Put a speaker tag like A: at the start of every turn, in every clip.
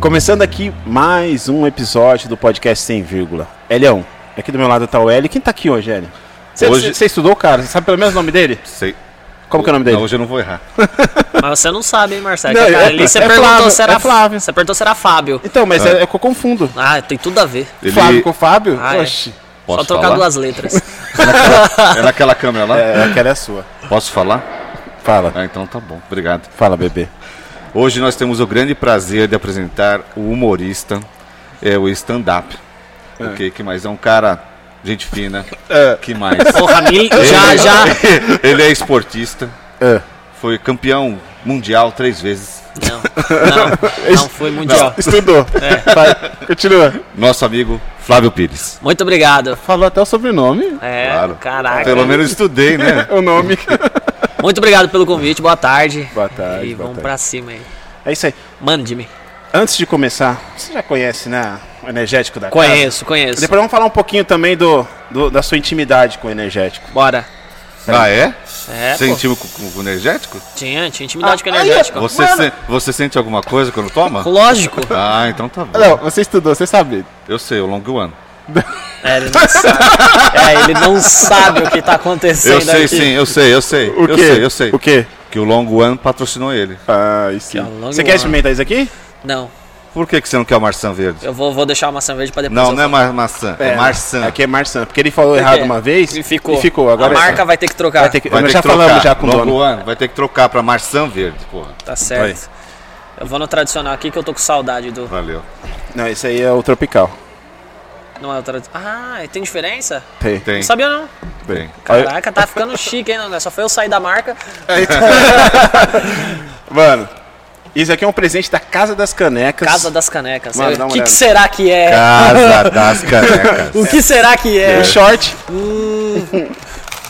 A: Começando aqui mais um episódio do podcast Sem Vírgula. Elião, aqui do meu lado tá o Hélio. Quem tá aqui hoje, Hélio? Você
B: Hoje-
A: estudou, cara? Você sabe pelo menos o nome dele?
B: Sei.
A: Como que é o nome dele?
B: Não, hoje eu não vou errar.
C: Mas você não sabe, hein, Marcelo?
A: Não,
C: Que a
A: é-
C: Alice
A: é
C: perguntou
A: Flávio,
C: se era
A: é Flávio.
C: Você perguntou se era Fábio.
A: Então, mas é, é que eu confundo.
C: Ah, tem tudo a ver.
B: Ele
A: Flávio com Fábio?
C: Ah, é.
A: Oxi.
B: Posso
C: Só trocar
B: falar?
C: duas letras.
B: é naquela câmera lá?
A: É, aquela é a sua.
B: Posso falar?
A: Fala.
B: Ah, então tá bom. Obrigado.
A: Fala, bebê.
B: Hoje nós temos o grande prazer de apresentar o humorista, é o stand-up. O que que mais? É um cara, gente fina.
A: É.
B: Que mais?
C: Ô, Ramil, já,
B: Ele- é-
C: já.
B: Ele é esportista.
A: É.
B: Foi campeão mundial três vezes.
C: Não, não, não foi mundial.
A: Estudou. É. Vai, continua.
B: Nosso amigo Flávio Pires.
C: Muito obrigado.
A: Falou até o sobrenome.
C: É,
B: Claro.
C: caraca.
B: Pelo menos estudei, né?
A: É O nome.
C: Muito obrigado pelo convite, boa tarde.
A: Boa tarde,
C: E
A: boa tarde.
C: vamos pra cima aí.
A: É isso aí.
C: Mande-me.
A: Antes de começar, você já conhece, né? O energético da casa?
C: Conheço, conheço.
A: Depois vamos falar um pouquinho também do, do- da sua intimidade com o energético.
C: Bora.
B: Ah, é?
C: É, pô.
B: Sentiu com, com, com energético?
C: Tinha, tinha intimidade com
A: Ah, aí é-
C: energética.
B: Você, se- você sente alguma coisa quando toma?
C: Lógico.
B: Ah, então tá bom.
A: você estudou, você sabe.
B: Eu sei, o Long One.
C: É, ele não sabe. É, ele não sabe o que tá acontecendo
B: Eu sei
C: aqui.
B: sim, eu sei, eu sei.
A: O
B: eu
A: quê?
B: sei, eu sei.
A: O quê?
B: Que o Long One patrocinou ele.
A: Ah, isso.
C: é o Long
A: Você quer
C: One.
A: experimentar isso aqui?
C: Não,
B: Por que, que você não quer o maçã verde?
C: eu vou, vou deixar a maçã verde pra depois.
B: Não,
C: eu
B: não é ma maçã, é, maçã.
A: Aqui é Marçã. Porque ele falou errado uma vez
C: E ficou.
A: E ficou. Agora é.
C: a marca vai ter que trocar.
A: vai ter que...
B: Vai ter
A: já
B: que trocar.
A: falamos já com o
B: Long
A: dono.
B: One vai ter que trocar pra maçã verde, porra.
C: Tá certo. Eu vou no tradicional aqui que eu tô com saudade do.
B: Valeu.
A: Não, esse aí é o Tropical.
C: Não é o tradicional. Ah, tem diferença?
A: Tem.
B: Tem,
C: Não sabia não.
B: tem.
C: Caraca, tá ficando chique, hein, André? Só foi eu sair da marca.
A: Mano, isso aqui é um presente da Casa das Canecas. Um
C: Casa das Canecas.
A: Mano, dá
C: o
A: uma
C: que,
A: olhada.
C: que será que é?
B: Casa das canecas.
C: O que será que é?
A: Um short.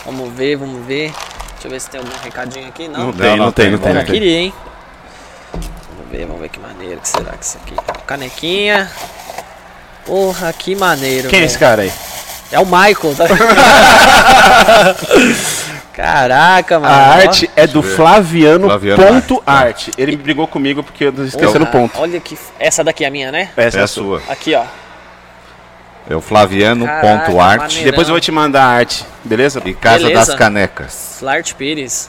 C: Vamos ver, vamos ver. Deixa eu ver se tem algum recadinho aqui. Não.
A: tem, não tem, não tem,
C: Cara,
A: não tem.
C: queria, hein? Vamos ver, vamos ver que maneiro que será que isso aqui. Canequinha. Porra, que maneiro.
A: Quem é
C: velho.
A: esse cara aí?
C: É o Michael. tá? Caraca, mano.
A: A
C: ó.
A: arte é do Flaviano,
B: Flaviano tá.
A: ponto arte. Ele brigou comigo porque eu esqueci no
C: Porra,
A: ponto.
C: Olha que. f- Essa daqui é a minha, né?
A: Essa
B: É a sua.
C: Aqui, ó.
B: É o flaviano.arte
C: Caraca,
A: Depois eu vou te mandar a arte, beleza?
B: e Casa
C: Beleza.
B: das Canecas.
C: Flart Pires.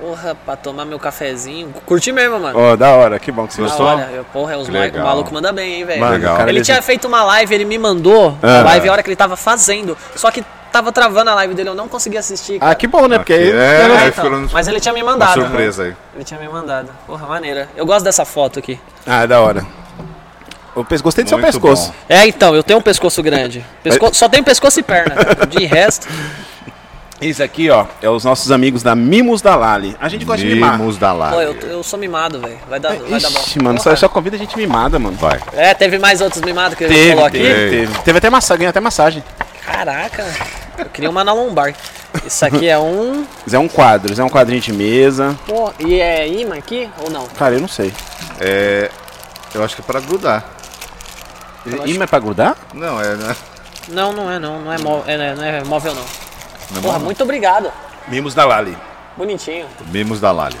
C: Porra, pra tomar meu cafezinho. Curti mesmo, mano.
A: Ó, da hora, que bom que você
C: Da
B: gostou?
C: hora. Eu, porra, é os
B: Que
C: Michael,
B: legal.
C: o maluco manda bem, hein, velho.
A: Mano,
B: Legal.
A: o cara,
C: Ele
A: ele-
C: tinha feito uma live, ele me mandou
A: Ah.
C: a live a hora que ele tava fazendo. Só que tava travando a live dele, eu não consegui assistir. cara.
A: Ah, que bom, né? Porque aí...
B: Aqui é,
C: É,
B: aí
C: então,
B: ficou no-
C: Mas ele tinha me
B: uma
C: mandado. né?
B: surpresa aí.
C: Ele tinha me mandado. Porra, maneira. Eu gosto dessa foto aqui.
A: Ah, da hora. Eu pes- gostei do seu
B: Muito
A: pescoço.
B: bom.
C: É, então, eu tenho um pescoço grande. Pesco... Só tenho pescoço e perna. De resto.
A: Isso aqui, ó, é os nossos amigos da Mimos da Lali. A gente gosta de mimar.
B: Mimos da Lari.
C: Pô, eu, eu sou mimado, velho. Vai dar, vai dar bom.
A: Ah, Ixi, mano, só,
C: Porra.
A: só convida a gente mimada, mano.
B: Vai.
C: É, teve mais outros mimados que ele falou
A: Teve,
C: aqui.
A: teve, teve. Teve até massagem, ganhou até massagem.
C: Caraca, eu queria uma na lombar. Isso aqui é um.
A: Isso é um quadro, isso é um quadrinho de mesa.
C: Pô, e é imã aqui ou não?
A: Cara, eu não sei.
B: É, eu acho que é pra grudar.
A: Imã é pra grudar?
B: Não, é. né?
C: Não, não é não. Não é, mó- é, né, não é móvel não.
B: Não é
C: Porra,
B: bom?
C: muito obrigado.
A: Mimos da Lali.
C: Bonitinho.
B: Mimos da Lali.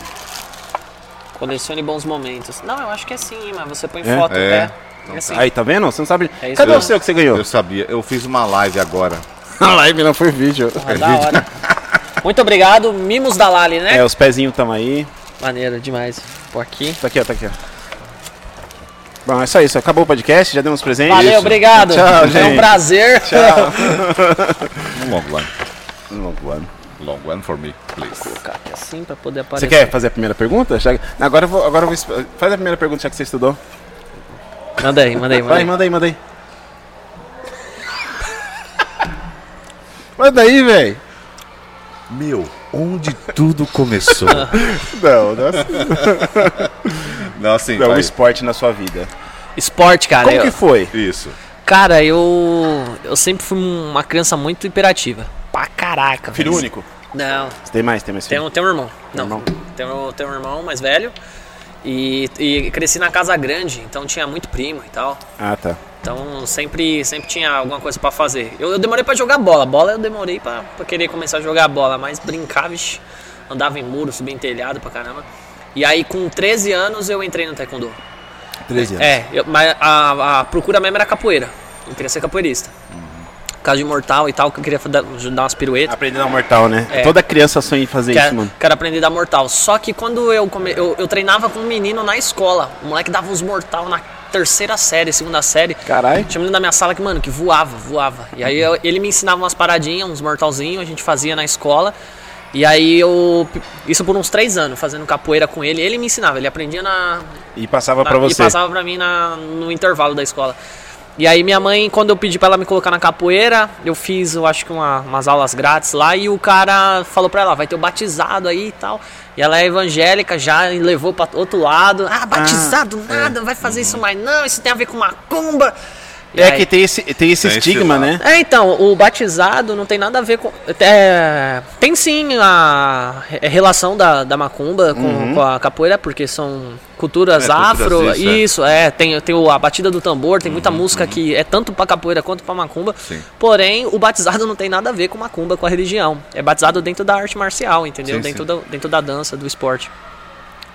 C: Colecione bons momentos. Não, eu acho que é sim, imã. Você põe
A: É?
C: foto,
B: É.
C: é. É assim.
A: Aí, tá vendo? Você não sabe.
C: É isso
A: Cadê
C: mesmo.
A: o seu que você ganhou?
B: Eu sabia, eu fiz uma live agora.
A: A live não foi vídeo.
C: Porra, da hora. Muito obrigado. Mimos da Lali, né?
A: É, os pezinhos estão aí.
C: Maneiro demais. Por aqui.
A: Tá aqui, ó, tá aqui, ó. Bom, é só isso. Acabou o podcast, já demos presente.
C: Valeu, obrigado.
A: Tchau, gente.
C: É um prazer. Tchau.
B: Um long one.
A: Longo ano.
B: Um Long one for me, please.
C: Colocar aqui assim pra poder
A: Você
C: aparecer.
A: quer fazer a primeira pergunta? Já- Agora eu vou, agora eu vou. esp- Faz a primeira pergunta já que você estudou.
C: Manda aí, manda aí, manda
A: Vai,
C: aí.
A: manda aí, manda aí. Manda aí, velho.
B: Meu, onde tudo começou?
A: Não, não é
B: Não, assim,
A: um
B: vai.
A: esporte na sua vida.
C: Esporte, cara.
A: Como
C: eu-
A: que foi?
B: Isso.
C: Cara, eu. Eu sempre fui uma criança muito hiperativa. Pra caraca.
A: Filho
C: velho.
A: único?
C: Não,
A: Você tem mais, tem mais
C: tem
A: filho?
C: um, tem um irmão. Não,
A: Irmão.
C: Tem, um, tem um irmão mais velho. E, e cresci na casa grande, então tinha muito primo e tal.
A: Ah, tá.
C: Então sempre, sempre tinha alguma coisa pra fazer. Eu, eu demorei pra jogar bola. Bola eu demorei pra, pra querer começar a jogar bola, mas brincava, vixi, andava em muro, subia em telhado pra caramba. E aí com 13 anos eu entrei no taekwondo.
A: 13 anos.
C: É, eu- mas a, a procura mesmo era capoeira. Eu queria ser capoeirista. Por causa de mortal e tal, que eu queria dar, dar umas piruetas.
A: Aprender a dar mortal, né?
C: É.
A: Toda criança sonha em fazer
C: Quero,
A: isso, mano.
C: quero aprender a dar mortal. Só que quando eu, come... eu eu treinava com um menino na escola, o moleque dava uns mortal na terceira série, segunda série.
A: Caralho.
C: Tinha um menino da minha sala que, mano, que voava, voava. E aí eu- ele me ensinava umas paradinhas, uns mortalzinhos, a gente fazia na escola. E aí eu. Isso por uns três anos, fazendo capoeira com ele. Ele me ensinava, ele aprendia na,
A: E passava
C: na-
A: pra você.
C: E passava pra mim na- no intervalo da escola. E aí minha mãe, quando eu pedi pra ela me colocar na capoeira, eu fiz, eu acho que uma- umas aulas grátis lá e o cara falou pra ela, vai ter o batizado aí e tal. E ela é evangélica já e levou pra outro lado. Ah, batizado nada, não vai fazer isso mais não, isso tem a ver com macumba. E
A: É
C: aí-
A: que tem esse, tem esse
B: Tem esse
A: estigma,
B: lado.
A: né?
C: é, então, o batizado não tem nada a ver com. é, tem sim a re- relação da, da macumba com, com a capoeira, porque são culturas
B: É, culturas
C: afro.
B: isso, é.
C: isso, é. Tem, tem o- a batida do tambor, tem muita música que é tanto pra capoeira quanto pra macumba.
B: Uhum, Sim.
C: Porém, o batizado não tem nada a ver com macumba, com a religião. É batizado dentro da arte marcial, entendeu?
B: Sim,
C: dentro,
B: sim.
C: Da, dentro da dança, do esporte.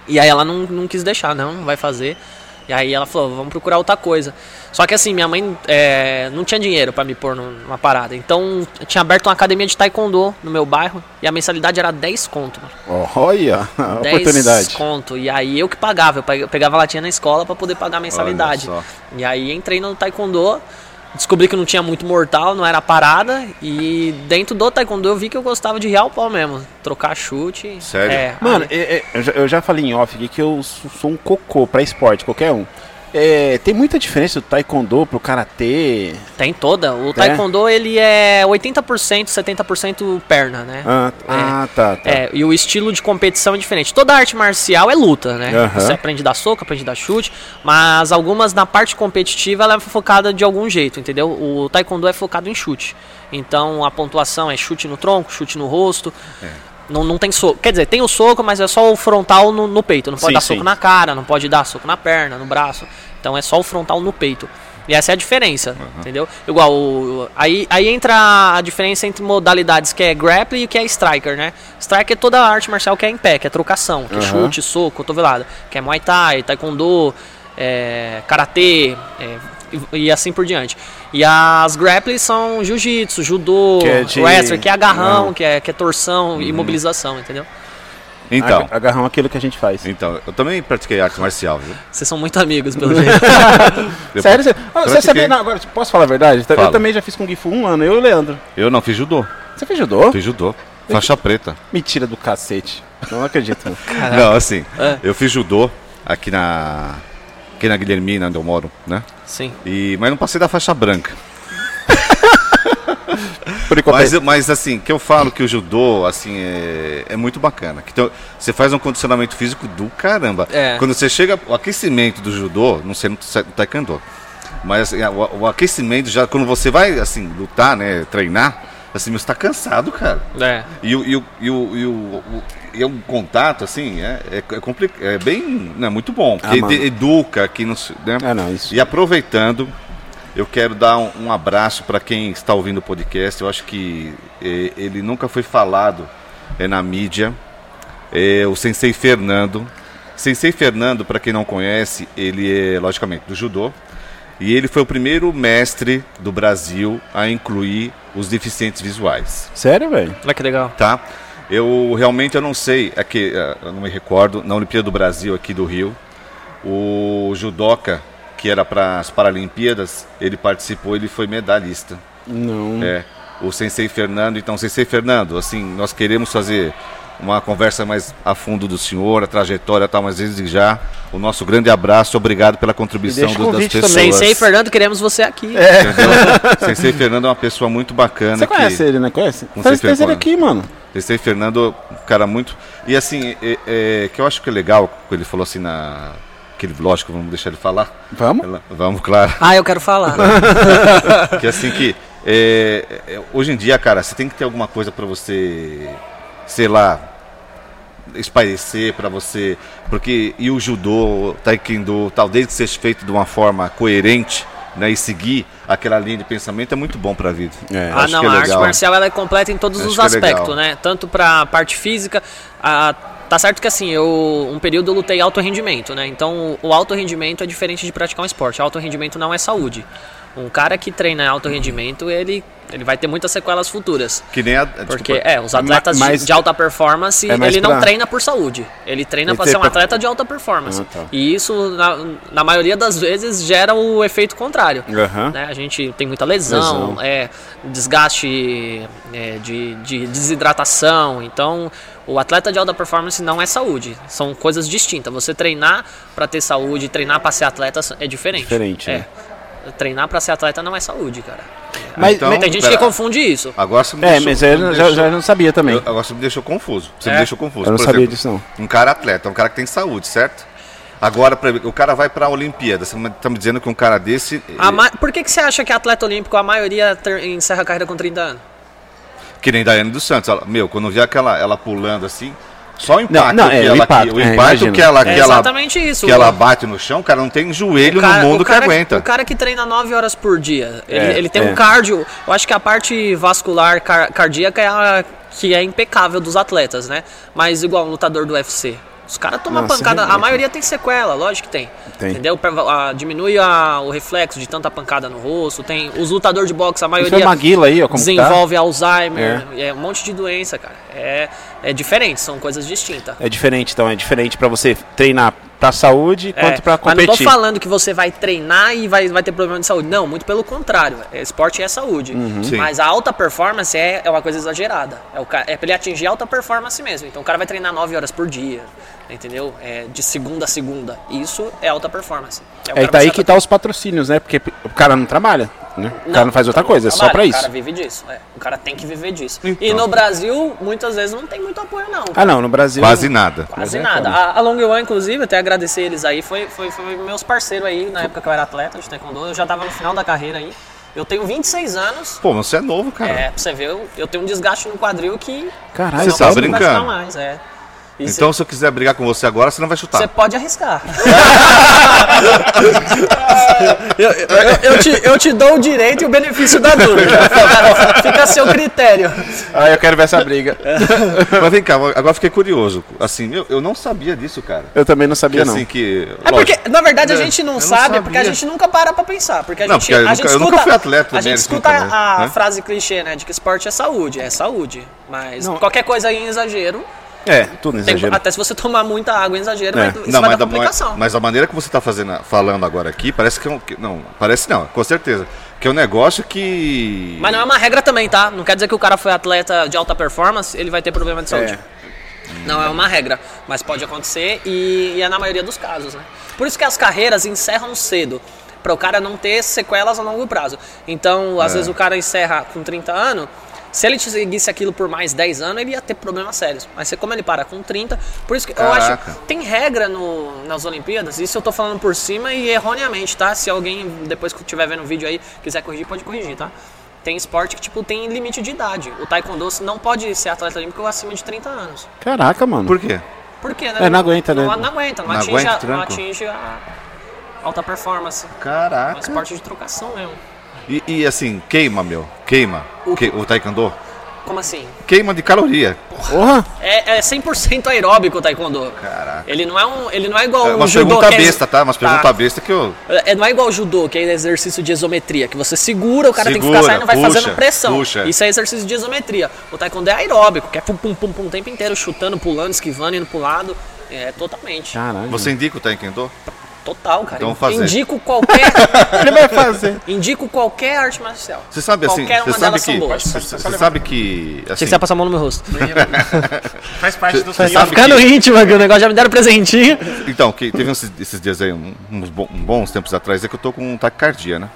C: E aí ela não, não quis deixar, não, não vai fazer. E aí ela falou, vamos procurar outra coisa. Só que assim, minha mãe é, não tinha dinheiro pra me pôr num- numa parada. Então eu tinha aberto uma academia de taekwondo no meu bairro e a mensalidade era 10 conto. Mano.
A: Olha a
C: 10
A: oportunidade.
C: conto. E aí eu que pagava, eu pe- eu pegava latinha na escola pra poder pagar a mensalidade.
B: Olha só.
C: E aí entrei no taekwondo, descobri que não tinha muito mortal, não era parada. E dentro do taekwondo eu vi que eu gostava de real pau mesmo. Trocar chute.
B: Sério?
C: É,
A: Mano, é- é, eu, já, eu já falei em off aqui que eu sou sou um cocô pra esporte, qualquer um. É, tem muita diferença do taekwondo pro karatê.
C: Tem toda. O taekwondo, ele é 80%, 70% perna, né?
A: Ah, ah, tá, tá.
C: É, e o estilo de competição é diferente. Toda arte marcial é luta, né?
A: Aham.
C: Você aprende da soco, aprende da chute, mas algumas na parte competitiva ela é focada de algum jeito, entendeu? O taekwondo é focado em chute. Então a pontuação é chute no tronco, chute no rosto.
A: É.
C: Não, não tem soco. Quer dizer, tem o soco, mas é só o frontal no, no peito. Não pode
A: Sim,
C: dar
A: sim.
C: soco na cara, não pode dar soco na perna, no braço. Então é só o frontal no peito. E essa é a diferença, entendeu? Igual, o- aí, aí entra a diferença entre modalidades que é grappling e o que é striker, né? Striker é toda a arte marcial que é em pé, que é trocação, que é
A: Aham.
C: chute, soco, cotovelada. Que é muay thai, taekwondo, é, karatê é, e, e assim por diante. E as grappling são jiu-jitsu, judô,
A: Que é de-
C: wrestling, que é agarrão,
A: Não. Uhum.
C: que, é, que é torção e mobilização, entendeu?
B: Então,
A: Aga- Agarrão é aquilo que a gente faz.
B: então, eu também pratiquei arte marcial, viu?
C: Vocês são muito amigos, pelo jeito.
B: Eu-
A: Sério? Você, Ah, você
B: Pratiquei.
A: sabia? Não, agora, posso falar a verdade?
B: Fala.
A: Eu também já fiz Kung Fu um ano, eu e o Leandro.
B: Eu não fiz judô.
A: Você fez judô?
B: Fiz judô. Faixa preta.
A: Mentira do cacete. Eu Não acredito.
B: Não, assim,
C: É.
B: eu fiz judô aqui na. Aqui na Guilhermina, onde eu moro, né?
C: Sim.
B: E, mas não passei da faixa branca.
A: Por enquanto. é-
B: Mas, eu- mas assim, que eu falo que o judô, assim, é, é muito bacana. Que teu- você faz um condicionamento físico do caramba.
C: É.
B: Quando você chega, o aquecimento do judô, não sei no ta- no taekwondo, mas assim, o, o aquecimento, já quando você vai, assim, lutar, né, treinar, assim, meu, você tá cansado, cara.
C: É.
B: E o, e o, e o, e o, o- e o contato, assim, é, é, é, compli- é bem, não, é muito bom. Porque
A: Ah, mano.
B: ed- educa aqui no... s- Né?
A: Ah, não, isso.
B: E aproveitando, eu quero dar um, um abraço para quem está ouvindo o podcast. Eu acho que eh, ele nunca foi falado é, na mídia. É, o Sensei Fernando. Sensei Fernando, para quem não conhece, ele é, logicamente, do judô. E ele foi o primeiro mestre do Brasil a incluir os deficientes visuais
A: Sério, velho?
C: Olha que legal.
B: tá? Eu realmente eu não sei, é que eh, eu não me recordo, na Olimpíada do Brasil aqui do Rio, o judoca que era para as Paralimpíadas, ele participou, ele foi medalhista.
A: Não.
B: É, o Sensei Fernando, então Sensei Fernando, assim, nós queremos fazer uma conversa mais a fundo do senhor, a trajetória e tal, mas desde já o nosso grande abraço, obrigado pela contribuição
A: deixa o
B: do, das
A: convite
B: pessoas.
A: também. né?
C: Sensei Fernando, queremos você aqui.
B: entendeu? Sensei Fernando é uma pessoa muito bacana
A: Você
B: que-
A: conhece ele, né? Conhece?
B: Não
A: Faz
B: sei se
A: fez ele
B: eu
A: aqui, mano.
B: Esse Fernando, um cara muito. E assim, é, é, que eu acho que é legal, que ele falou assim na. Aquele, lógico, vamos deixar ele falar.
A: Vamos?
B: Ela- Vamos, claro.
C: Ah, eu quero falar.
B: Que assim que. é, é, hoje em dia, cara, você tem que ter alguma coisa pra você. Sei lá. Espairecer pra você. Porque. E o judô, o taekwondo, tal, desde que seja feito de uma forma coerente, né, e seguir aquela linha de pensamento é muito bom para a vida.
A: É.
B: Eu
C: Ah,
B: acho
C: não,
B: que é
C: a arte
B: legal.
C: marcial ela é completa em todos
B: Acho
C: os
B: que é
C: aspectos,
B: legal.
C: né? Tanto pra parte física, a- tá certo que assim, eu um período eu lutei alto rendimento, né? Então o alto rendimento é diferente de praticar um esporte. Alto rendimento não é saúde. Um cara que treina alto rendimento, ele, ele vai ter muitas sequelas futuras.
B: Que nem a,
C: Porque,
B: desculpa.
C: é, os atletas de-
A: mais-
C: de alta performance,
A: é mais
C: ele não
A: pra-
C: treina por saúde. Ele treina
A: Ele
C: pra
A: tem
C: ser um
A: pra-
C: atleta de alta performance.
A: Ah, tá.
C: E isso, na, na maioria das vezes, gera o efeito contrário.
A: Aham.
C: né? A gente tem muita lesão,
A: Uhum. Lesão.
C: é, desgaste é, de, de desidratação. Então, o atleta de alta performance não é saúde. São coisas distintas. Você treinar pra ter saúde, treinar pra ser atleta é diferente.
A: Diferente,
C: É.
A: né?
C: Treinar pra ser atleta não é saúde, cara.
A: Mas-
B: Então,
C: Tem gente
B: pera-
C: que confunde isso.
B: Agora você me
A: É,
B: deixou-
A: mas
B: me
A: eu já,
B: deixou-
A: já não sabia também.
B: eu- agora você me deixou confuso. Você
C: É?
B: me deixou confuso.
A: Eu não
B: Por
A: sabia
B: exemplo,
A: disso, não.
B: Um cara atleta, um cara que tem saúde, certo? Agora, por exemplo, o cara vai para a Olimpíada. Você está me dizendo que um cara desse.
C: A ma- Por que, que você acha que é atleta olímpico, a maioria ter- encerra a carreira com 30 anos?
B: Que nem Daiane dos Santos. Ela- meu, quando eu vi aquela ela pulando assim, só o impacto.
A: não, é, o
B: que ela,
A: impacto,
B: que- o
A: é,
B: impacto
A: imagino.
B: que ela, que
C: É
B: ela,
C: exatamente isso.
B: que ela bate no chão, cara, não tem joelho
C: cara-
B: no mundo
C: cara, é
B: que aguenta.
C: O cara que treina 9 horas por dia, ele,
A: É,
C: ele tem
A: é.
C: um cardio. Eu acho que a parte vascular car- cardíaca é a que é impecável dos atletas, né? Mas igual um lutador do UFC. Os caras tomam
A: Nossa,
C: pancada. A
A: realmente. né?
C: maioria tem sequela, lógico que tem.
A: Tem.
C: Entendeu? Pra- a- diminui a- o reflexo de tanta pancada no rosto. Tem os lutadores de boxe, a
A: Isso foi
C: maioria
A: Maguila aí, ó, como que tá?
C: desenvolve Alzheimer. É. um monte de doença, cara. É, é diferente, são coisas distintas.
A: É diferente, então. É diferente pra você treinar pra saúde quanto
C: É,
A: pra
C: Mas não tô
A: competir.
C: falando que você vai treinar e vai, vai ter problema de saúde. Não, muito pelo contrário. Esporte é saúde.
B: Sim.
C: Mas a alta performance é, é uma coisa exagerada. É, o, ca- é pra ele atingir alta performance mesmo. Então o cara vai treinar 9 horas por dia. Entendeu? É, de segunda a segunda. Isso é alta performance. o
A: É
C: cara
A: e tá
C: vai
A: aí
C: ser
A: que
C: atleta-
A: tá os patrocínios, né? Porque o cara não trabalha, né? o cara não faz outra coisa, é só
C: trabalha,
A: pra
C: O
A: isso.
C: cara vive disso. é. O cara tem que viver disso. E
B: Então.
C: no Brasil, muitas vezes, não tem muito apoio, não.
A: Ah, não, no Brasil.
B: Quase nada.
C: um Quase
A: é
C: nada.
A: foda.
C: A, a Long One, inclusive, até agradecer eles aí, foi, foi, foi meus parceiros aí na época que eu era atleta de Taekwondo. Eu já tava no final da carreira aí. Eu tenho 26 anos.
B: Pô, mas você é novo, cara.
C: É, pra você ver, eu, eu tenho um desgaste no quadril que.
A: Caralho,
B: Você
C: eu não
B: tá
C: consigo
B: brincando?
C: praticar mais, é. E
B: Então, tá. se eu quiser brigar com você agora, você não vai
C: Você
B: chutar.
C: você pode arriscar. eu, eu- eu te, eu te dou o direito e o benefício da dúvida. Fica, fica a seu critério.
A: Ah, eu quero ver essa briga.
B: Mas vem cá, agora eu fiquei curioso. Assim, eu, eu não sabia disso, cara.
A: Eu também não sabia,
B: Que
A: não.
B: assim que.
C: É porque,
B: lógico,
C: na verdade, a
B: né?
C: gente não
B: Eu
C: sabe,
B: sabia.
C: porque a gente nunca para pra pensar. Porque a
B: Não, porque
C: gente,
B: eu
C: a
B: nunca-
C: gente
B: eu nunca
C: escuta,
B: fui atleta
C: A
B: também,
C: gente
B: eles
C: escuta
B: nunca, né?
C: a
B: Né?
C: frase clichê, né? De que esporte é saúde. É saúde. Mas
A: Não.
C: qualquer coisa aí em exagero.
A: É, tudo
C: tem-
A: exagero.
C: até se você tomar muita água em exagero,
A: É.
C: vai, isso
B: Não,
C: vai
B: mas, da,
C: dar complicação.
B: mas a maneira que você está fazendo, falando agora aqui, parece que é um. que- não, parece não, com certeza. Que é um negócio que.
C: Mas não é uma regra também, tá? Não quer dizer que o cara foi atleta de alta performance, ele vai ter problema
B: É.
C: de saúde. Não é uma regra, mas pode acontecer e, e é na maioria dos casos, né? Por isso que as carreiras encerram cedo, para o cara não ter sequelas a longo prazo. Então, às vezes o cara encerra com 30 anos, se ele seguisse aquilo por mais 10 anos, ele ia ter problemas sérios. Mas como ele para com 30, por isso que eu
B: Caraca.
C: acho tem regra no- nas Olimpíadas, isso eu tô falando por cima e erroneamente, tá? Se alguém, depois que estiver vendo o vídeo aí, quiser corrigir, pode corrigir, tá? Tem esporte que, tipo, tem limite de idade. O taekwondo não pode ser atleta olímpico acima de 30 anos.
A: Caraca, mano.
B: Por quê?
C: Por quê, né?
A: É, não aguenta, né?
C: Não, não aguenta, não,
B: Não
C: atinge,
B: aguenta o
C: a, não
B: tranco.
C: atinge a alta performance. É um
B: Caraca.
C: esporte de trocação mesmo.
B: E, e, assim, queima, meu. Queima.
C: O-
B: O, que, o taekwondo.
C: Como assim?
B: Queima de caloria.
A: Porra!
C: É, é 100% aeróbico o taekwondo.
B: Caraca.
C: Ele não é, um, ele não é igual
B: É
C: o
B: uma
C: judô.
B: pergunta
C: que é-
B: besta, tá? Umas perguntas besta que eu.
C: É, não é igual o judô, que é exercício de isometria, que você segura, o cara tem que
B: Segura,
C: ficar saindo e vai
B: puxa,
C: fazendo pressão.
B: puxa.
C: Isso é exercício de isometria. O taekwondo é aeróbico, que é pum pum pum pum o tempo inteiro, chutando, pulando, esquivando, indo pro lado. É totalmente.
A: Caralho.
B: Você indica o taekwondo?
C: Total, cara.
B: Tá. Então fazer.
C: Indico qualquer.
A: Ele vai fazer.
C: indico qualquer arte marcial.
B: Você sabe assim.
C: Qualquer
B: Você
C: uma
B: sabe
C: delas
B: que.
C: são boas.
B: Você você sabe que. Assim,
C: Achei que você ia passar a mão no meu rosto.
D: Faz parte do
B: Você
D: seu
B: sabe
C: Ficando
B: que,
C: íntima, que o negócio já me deram presentinho.
B: Então, que teve uns- esses dias aí, um- uns bo- um bons tempos atrás, é que eu tô com taquicardia, né?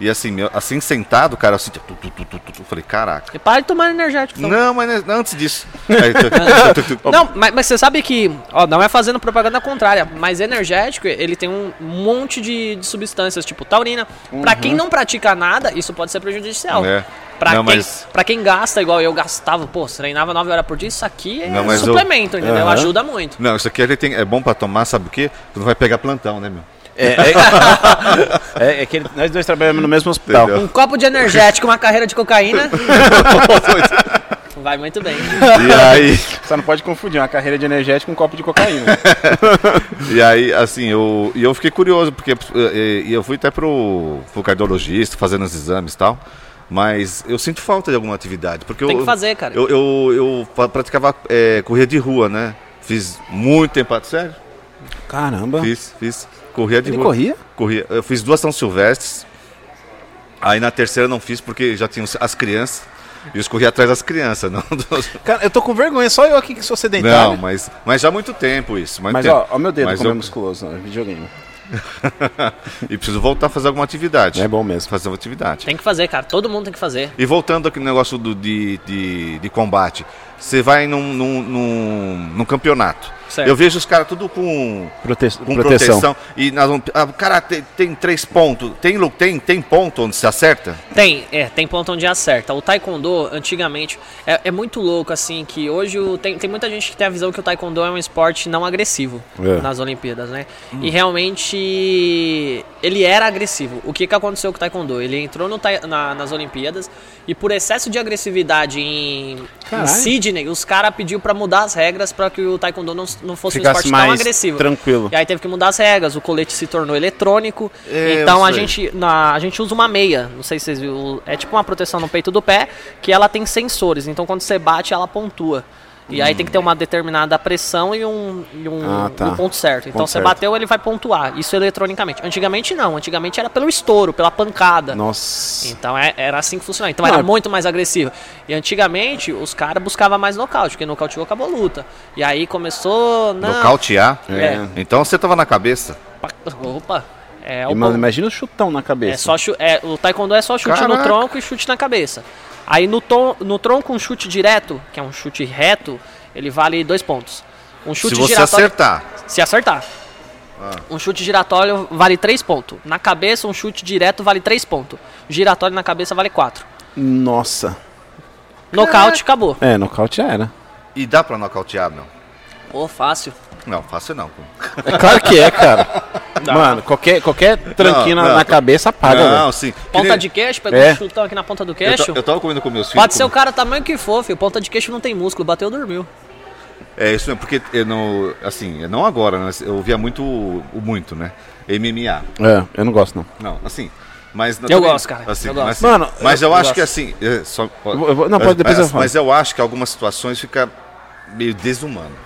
B: E assim, meu- assim sentado, cara, assim, tu, tu, tu, tu, tu, tu, falei, caraca.
C: E para de tomar energético. então.
B: Não, mas né, antes disso. Aí, tu- tu- tu- tu-
C: Não, mas, mas você sabe que, ó, não é fazendo propaganda contrária, mas energético, ele tem um monte de, de substâncias, tipo taurina. Pra quem não pratica nada, isso pode ser prejudicial.
B: Uhum. É.
C: Pra,
B: Não,
C: quem,
B: mas-
C: pra quem gasta, igual eu gastava, pô, você treinava 9 horas por dia, isso aqui é
B: Não, mas eu-
C: suplemento, entendeu?
A: Aham.
C: Ajuda muito.
B: Não, isso aqui a gente tem- é bom pra tomar, sabe o quê? Tu não vai pegar plantão, né, meu?
A: É, é, é que ele- nós dois trabalhamos no mesmo hospital.
B: Entendeu?
C: Um copo de energético, uma carreira de cocaína. Vai muito bem.
B: E aí,
A: Só não pode confundir uma carreira de energético com um copo de cocaína.
B: e aí assim, eu, e eu fiquei curioso, porque eh, e eu fui até pro, pro cardiologista, fazendo os exames e tal. Mas eu sinto falta de alguma atividade. Porque
C: Tem
B: eu,
C: que fazer, cara.
B: Eu, eu, eu fa- praticava eh, corrida de rua, né? Fiz muito tempo. ah, Sério?
A: Caramba.
B: Fiz, fiz. Corria de
A: Ele
B: rua.
A: corria?
B: Corria. Eu fiz duas São Silvestres. Aí na terceira não fiz porque já tinham as crianças. E eu corri atrás das crianças, não dos-
A: Cara, eu tô com vergonha, só eu aqui que sou
B: Não,
A: sedentário.
B: mas, mas já há muito tempo isso. muito
A: Então. mas
B: tempo.
A: ó, ó meu dedo
B: Mas
A: como
B: eu-
A: é musculoso, não, é videogame.
B: E preciso voltar a fazer alguma atividade.
A: É bom mesmo.
B: Fazer uma atividade.
C: Tem que fazer, cara. Todo mundo tem que fazer.
B: E voltando aqui no negócio do, de, de, de combate. Você vai num, num, num, num campeonato.
C: Certo.
B: Eu vejo os caras tudo com,
A: Prote-
B: com proteção. E nós vamos. Ah, cara, tem, tem três pontos. Tem, lu- tem, tem ponto onde se acerta?
C: Tem, é, tem ponto onde acerta. O Taekwondo, antigamente, é, é muito louco, assim, que hoje o- tem, tem muita gente que tem a visão que o Taekwondo é um esporte não agressivo
A: É. Hum.
C: nas Olimpíadas, né? E realmente ele era agressivo. O que, que aconteceu com o Taekwondo? Ele entrou no tai- na- nas Olimpíadas e por excesso de agressividade em, em
A: Caralho.
C: Sydney, os caras pediu pra mudar as regras pra que o Taekwondo não, não fosse um
A: Ficasse
C: esporte tão
A: mais
C: agressivo.
A: tranquilo.
C: E aí teve que mudar as regras, o colete se tornou eletrônico.
B: É,
C: então
B: eu
C: a
B: sei.
C: gente, na- a gente usa uma meia, não sei se vocês viram, é tipo uma proteção no peito do pé, que ela tem sensores, então quando você bate ela pontua. E aí tem que ter uma determinada pressão e um, e um,
A: Hum. Ah, tá.
C: e um ponto certo. Então
A: Ponto
C: você
A: certo.
C: bateu, ele vai pontuar. Isso eletronicamente. Antigamente não, antigamente era pelo estouro, pela pancada.
A: Nossa.
C: Então é- era assim que funcionava. Então
A: Não,
C: era
A: é-
C: muito mais agressivo. E antigamente os caras buscavam mais nocaute, porque nocauteou acabou a luta. E aí começou. Não,
B: Nocautear?
C: É.
B: Então você tava na cabeça.
C: Pa- Opa, é o
A: E, mano,
C: bom.
A: imagina o chutão na cabeça.
C: é só chu- é, o taekwondo é só chute
B: Caraca.
C: no tronco e chute na cabeça. Aí no, tom, no tronco um chute direto, que é um chute reto, ele vale dois pontos. Um chute
B: se você Ah.
C: giratório
B: acertar.
C: se acertar. Um chute giratório vale três pontos. Na cabeça um chute direto vale três pontos. Giratório na cabeça vale 4.
A: Nossa.
C: Nocaute acabou.
A: É, nocaute já era.
B: E dá pra nocautear, não?
C: Pô, fácil.
B: Não, fácil não.
A: É claro que é, cara. Mano, qualquer, qualquer tranquinho
B: Não,
A: na,
B: não.
A: na cabeça apaga,
B: Ah, não,
A: velho.
B: sim. Que
C: Ponta
B: nem-
C: de queixo, pegou
A: É.
C: um chutão aqui na ponta do
B: eu,
C: queixo.
B: ta- eu tava comendo com meus filhos.
C: Pode ser o cara tamanho que for, filho. Ponta de queixo não tem músculo, bateu, dormiu.
B: É isso mesmo, porque eu não. Assim, não agora, né? Eu via muito. o Muito, né? MMA.
A: É, eu não gosto, não.
B: Não, assim. Mas
C: Eu gosto, cara,
B: Assim,
C: eu gosto.
B: Mas,
A: Mano,
B: mas eu,
A: eu
B: acho
A: gosto.
B: que assim. é, só- pode-
A: vou- eu vou- não, pode,
B: mas-
A: depois eu
B: mas,
A: falo.
B: mas eu acho que algumas situações fica meio desumano.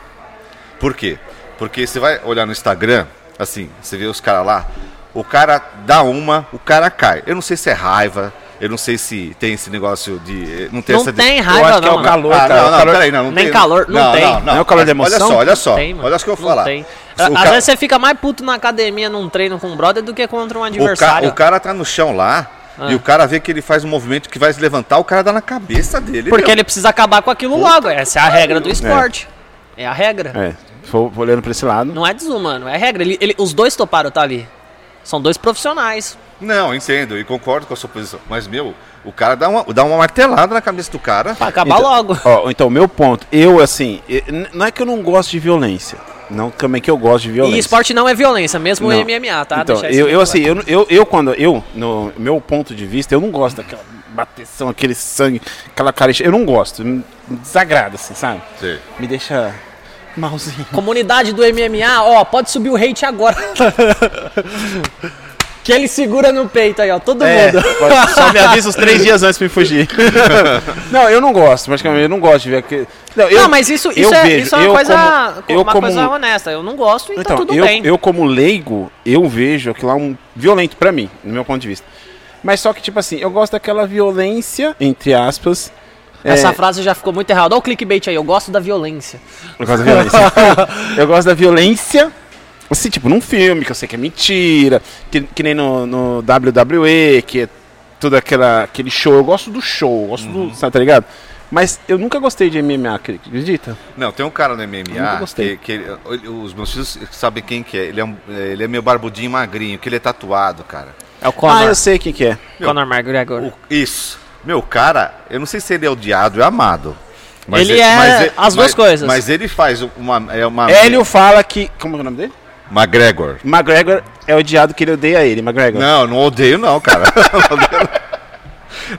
B: Por quê? Porque você vai olhar no Instagram, assim, você vê os caras lá, o cara dá uma, o cara cai. Eu não sei se é raiva, eu não sei se tem esse negócio de. Não tem
C: Não
B: essa de-
C: tem
A: eu
C: raiva,
A: acho que é
C: não.
A: o calor,
B: ah,
A: cara.
B: Não,
A: O
B: não,
A: calor-
B: peraí, não, não
C: Nem
B: tem.
C: calor, não tem.
A: Não é o calor da
B: Olha
A: emoção?
B: só, olha só.
C: Tem, mano.
B: olha só o que eu vou
C: Não
B: falar.
C: tem.
B: O
C: Às
B: ca-
C: vezes você fica mais puto na academia num treino com um brother do que contra um
B: o, ca
C: adversário.
B: o cara tá no chão lá
C: Ah.
B: e o cara vê que ele faz um movimento que vai se levantar, o cara dá na cabeça dele.
C: Porque
B: meu.
C: ele precisa acabar com aquilo logo. Essa é a regra do esporte. É, a regra.
A: É, vou vou olhando pra esse lado.
C: Não é desumano, é regra. Ele, ele- os dois toparam tá ali. São dois profissionais.
B: Não, entendo e concordo com a sua posição. Mas, meu, o cara dá uma, dá uma martelada na cabeça do cara.
C: Pra acabar
A: Então-
C: logo.
A: Ó, então, meu ponto, eu assim, e- n- não é que eu não gosto de violência. Não, também que eu gosto de violência.
C: E esporte não é violência, mesmo
A: Não.
C: o MMA, tá?
A: Então,
C: Deixar isso
A: eu,
C: bem
A: eu
C: claro.
A: assim, eu, eu, eu quando. Eu, no meu ponto de vista, eu não gosto daquela bateção, aquele sangue, aquela cara. enche- Eu não gosto. Me desagrada, assim, sabe?
B: Sim.
A: Me deixa malzinho.
C: Comunidade do MMA, ó, pode subir o hate agora. que ele segura no peito aí, ó, todo
B: É.
C: mundo.
A: É, pode- só me avisa os três dias antes pra me fugir. não, eu não gosto, praticamente, eu não gosto de ver aquele. Não, eu-
C: não, mas isso, isso,
A: eu
C: é,
A: vejo,
C: isso é uma
A: eu
C: coisa,
A: como- eu
C: uma
A: como-
C: coisa honesta. Eu não gosto, então,
A: Então,
C: tudo
A: eu,
C: bem.
A: eu como leigo, eu vejo aquilo lá um violento pra mim, no meu ponto de vista. Mas só que, tipo assim, eu gosto daquela violência, entre aspas.
C: Essa
A: é,
C: frase já ficou muito errada. Olha o clickbait aí, eu gosto da violência.
A: Eu gosto da violência. eu gosto da violência. Assim, tipo, num filme que eu sei que é mentira, que, que nem no, no WWE, que é tudo aquela, aquele show. Eu gosto do show, eu gosto
C: Uhum.
A: do. Sabe, tá ligado? Mas eu nunca gostei de MMA, acredita?
B: Não, tem um cara no
A: Nunca
B: MMA
A: gostei.
B: que, que ele- ele- os meus filhos sabem quem que é. Ele é, um- é, ele é meio barbudinho magrinho, que ele é tatuado, cara.
C: É o
A: Ah,
C: Conor,
A: eu sei quem que é.
C: Conor McGregor.
B: O- isso. Meu, o cara, eu não sei se ele é odiado ou é amado.
C: Ele é as duas
B: mas-
C: coisas.
B: Mas ele faz uma. É uma
A: Hélio fala que. Como é o nome dele?
B: McGregor.
A: McGregor é odiado que ele odeia ele, McGregor.
B: Não, não odeio não, cara. Não odeio, não.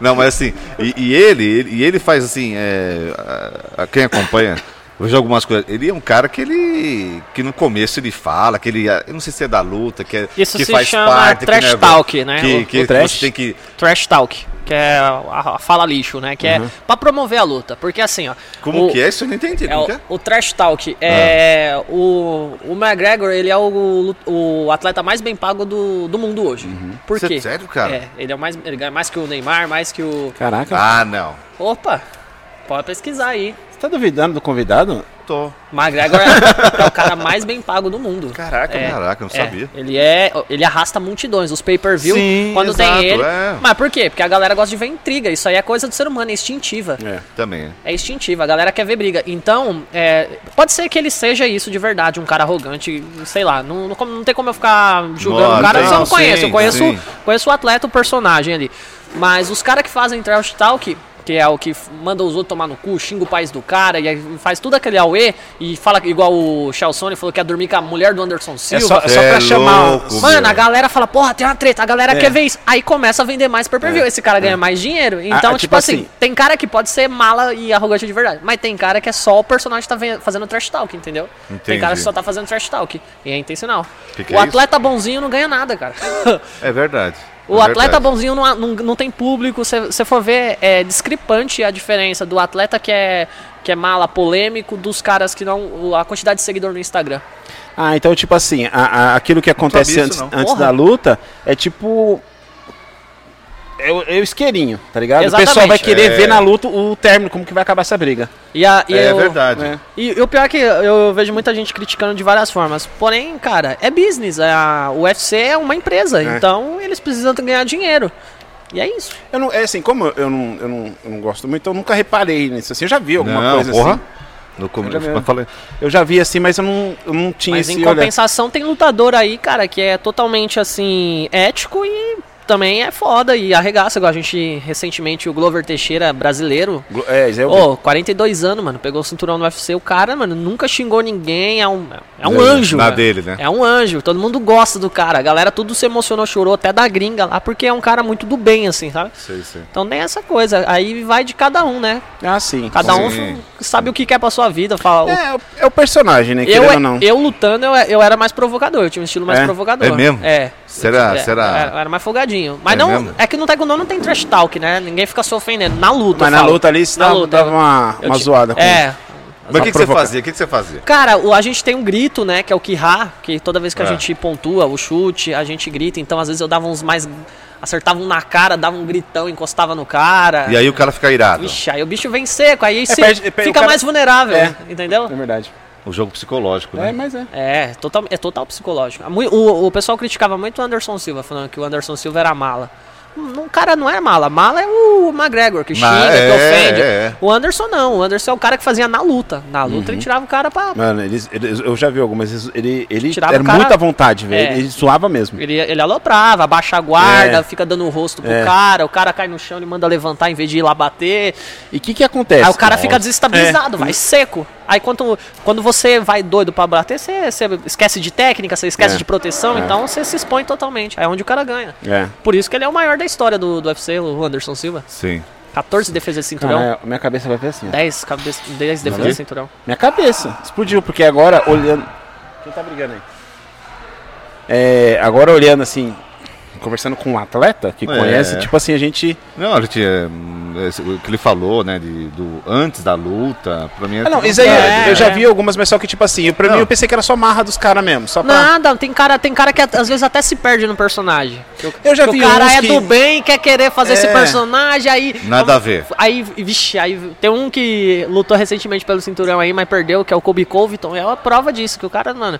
B: não, mas assim, e, e ele, ele, e ele faz assim, é, a- a- quem acompanha, vejo algumas coisas. Ele é um cara que ele, que no começo ele fala, que ele, eu não sei se é da luta, que, é,
C: Isso
B: que
C: se
B: faz
C: chama
B: parte,
C: trash
B: que, não é-
C: talk, né?
B: Que,
C: O-
B: que
A: o trash.
B: você tem que
C: Trash Talk, que é a, a fala lixo, né? Que é pra promover a luta. Porque assim, ó.
B: como
C: o-
B: que é isso? Eu não entendi.
C: É
B: como
C: o,
B: que é?
C: o Trash Talk. É, o, o McGregor, ele é o, o atleta mais bem pago do, do mundo hoje. Por
B: Cê-
C: quê?
B: sério, cara?
C: É, ele, é o mais, ele ganha mais que o Neymar, mais que o...
A: Caraca,
B: Ah, não.
C: Opa, pode pesquisar aí.
A: você tá duvidando do convidado?
B: Tô.
C: McGregor é, é o cara mais bem pago do mundo.
B: Caraca,
C: É,
B: caraca, eu não
C: é,
B: sabia.
C: ele é, ele arrasta multidões, os pay-per-view,
B: Sim,
C: quando
B: exato,
C: tem ele.
B: é.
C: Mas por quê? Porque a galera gosta de ver intriga, isso aí é coisa do ser humano, é instintiva.
A: É.
B: Também.
C: É instintiva, a galera quer ver briga. Então, é, pode ser que ele seja isso de verdade, um cara arrogante, sei lá. Não, não, como- não tem como eu ficar julgando
B: Não,
C: o cara,
B: não,
C: se eu não
B: sim,
C: conheço. eu conheço,
B: sim.
C: conheço o atleta, o personagem ali. Mas os caras que fazem trash talk, que é o que f- manda os outros tomar no cu, xinga o país do cara, e aí faz tudo aquele auê, e fala que- igual o Chalsone falou que ia dormir com a mulher do Anderson
A: É
C: Silva.
A: só, é só
B: Cê
A: pra
B: é
A: chamar.
B: louco,
A: Mano,
C: Mano, a galera fala, porra, tem uma treta, a galera
B: É.
C: quer ver isso. Aí começa a vender mais per view. Esse cara ganha mais dinheiro. Então,
A: ah,
C: tipo,
A: tipo
C: assim,
A: assim.
C: tem cara que pode ser mala e arrogante de verdade. Mas tem cara que é só o personagem que tá ven- fazendo trash talk, entendeu? Tem
B: Entendi.
C: cara que só tá fazendo trash talk. E é intencional.
B: Que que é
C: o
B: isso?
C: atleta bonzinho não ganha nada, cara.
B: É verdade.
C: O
B: é
C: atleta
B: verdade.
C: bonzinho não, não, não tem público. Se você for ver, é discrepante a diferença do atleta que é, que é mala, polêmico, dos caras que não. A quantidade de seguidor no Instagram.
A: Ah, então, tipo assim, a- a- aquilo que acontece
B: sabia
A: antes,
B: isso, não.
A: antes
C: Porra.
A: da luta é tipo. É o, é o isqueirinho, tá ligado?
C: Exatamente.
A: O pessoal vai querer
B: É.
A: ver na luta o término, como que vai acabar essa briga.
C: E a, e
B: É
C: o-
B: verdade.
A: É.
C: E, e o pior é que eu vejo muita gente criticando de várias formas. Porém, cara, é business. A o UFC é uma empresa. Então eles precisam ganhar dinheiro. E é isso.
A: Eu não, é assim, como eu- eu não, eu, não, eu não gosto muito, eu nunca reparei nisso. Assim, eu já vi alguma
B: não,
A: coisa
B: porra.
A: assim.
B: No começo,
A: Eu já vi.
B: eu falei,
A: Eu já vi assim, mas eu não, eu não tinha
C: Mas
A: esse
C: em
A: olhar.
C: compensação tem lutador aí, cara, que é totalmente assim, ético e também é foda e arregaça. Igual a gente recentemente, o Glover Teixeira brasileiro.
A: Glo- É, isso é o-
C: Ô, 42 anos, mano, pegou o cinturão no UFC. O cara, mano, nunca xingou ninguém. É um, é um
B: É,
C: anjo.
B: na
C: mano.
B: dele, né?
C: É um anjo. Todo mundo gosta do cara. A galera tudo se emocionou, chorou até da gringa lá, porque é um cara muito do bem, assim, sabe?
B: sei, sei.
C: Então nem essa coisa. Aí vai de cada um, né?
A: Ah, sim.
C: Cada um
B: Sim.
C: sabe o que quer pra sua vida. Fala,
A: É, o- é o personagem, né?
C: eu,
A: Querendo ou não.
C: eu lutando, eu, eu era mais provocador, eu tinha um estilo mais
A: É?
C: provocador.
B: É mesmo?
C: É.
B: Será-
C: É,
B: será?
C: Eu era, eu era mais folgadinho. Mas
B: É
C: não.
B: mesmo?
C: É que no Taekwondo não tem trash talk, né? Ninguém fica se ofendendo. Na luta.
A: mas
C: eu
A: na
C: falo.
A: luta ali você
C: Na
A: dava,
C: luta,
A: dava
C: eu-
A: uma,
C: eu
A: uma
C: ti-
A: zoada. com-
C: É.
B: Mas o que, que você
A: provocar.
B: fazia? O que, que você fazia?
C: Cara, o, a gente tem um grito, né? Que é o Kihá, que toda vez que a
B: É.
C: gente pontua o chute, a gente grita. Então, às vezes, eu dava uns mais. Acertava um na cara, dava um gritão, encostava no cara.
B: E aí É, o cara fica irado.
C: Vixe, aí o bicho vem seco, aí se-
A: perde- perde- o
C: fica
A: cara-
C: mais vulnerável,
A: É.
C: entendeu?
A: É verdade.
B: O jogo psicológico,
A: É,
B: né?
A: mas é.
C: É, total, é total psicológico. A mui- O, o pessoal criticava muito o Anderson Silva, falando que o Anderson Silva era mala. Hum, O cara não é mala, mala é o McGregor, que xinga,
B: Mas-
C: que
B: é,
C: ofende.
B: é, Uhum. é.
C: O Anderson não, o Anderson é o cara que fazia na luta. Na luta ele tirava o cara pra.
A: Mano, eles, eles- eu já vi algumas. eles- Ele, ele
C: Tirava
A: era
C: o cara-
A: muito à vontade, velho.
C: É.
A: Ele zoava mesmo.
C: Ele, ele aloprava, abaixa a guarda,
A: É.
C: fica dando o rosto pro
A: É.
C: cara, o cara cai no chão, ele manda levantar em vez de ir lá bater.
A: E o que que acontece? É.
C: Aí o cara fica
A: Nossa.
C: desestabilizado, vai seco. Aí quando, quando você vai doido pra bater, você, você esquece de técnica, você esquece
A: É.
C: de proteção,
A: É.
C: então você se expõe totalmente. Aí é onde o cara ganha.
A: É.
C: Por isso que ele é o maior da história do, do UFC, o Anderson Silva.
B: Sim.
C: 14 defesas de cinturão,
A: Cara, minha cabeça vai ver assim. ó.
C: 10, cabe- 10 defesas de cinturão.
A: Minha cabeça explodiu, porque agora olhando. Quem tá brigando aí? É, agora olhando assim, conversando com um atleta que
B: É.
A: conhece, tipo assim, a gente.
B: Não, ele tinha. hum, esse- O que ele falou, né? de- do antes da luta, pra mim é.
A: Ah, não,
B: tudo
A: isso aí
B: verdade,
A: eu
B: né?
A: já vi algumas, mas só que tipo assim, eu- pra
B: Não.
A: mim eu pensei que era só marra dos caras mesmo, só pra.
C: Nada, tem cara, tem cara que at- às vezes até se perde no personagem. Que o-
A: Eu já
C: que
A: vi
C: o cara
A: uns
C: é
A: que-
C: do bem, quer querer fazer esse
A: É.
C: personagem, aí.
B: Nada a ver.
C: Aí, vixe, aí tem um que lutou recentemente pelo cinturão aí, mas perdeu, que é o Kobe Covington. É uma prova disso, que o cara, mano.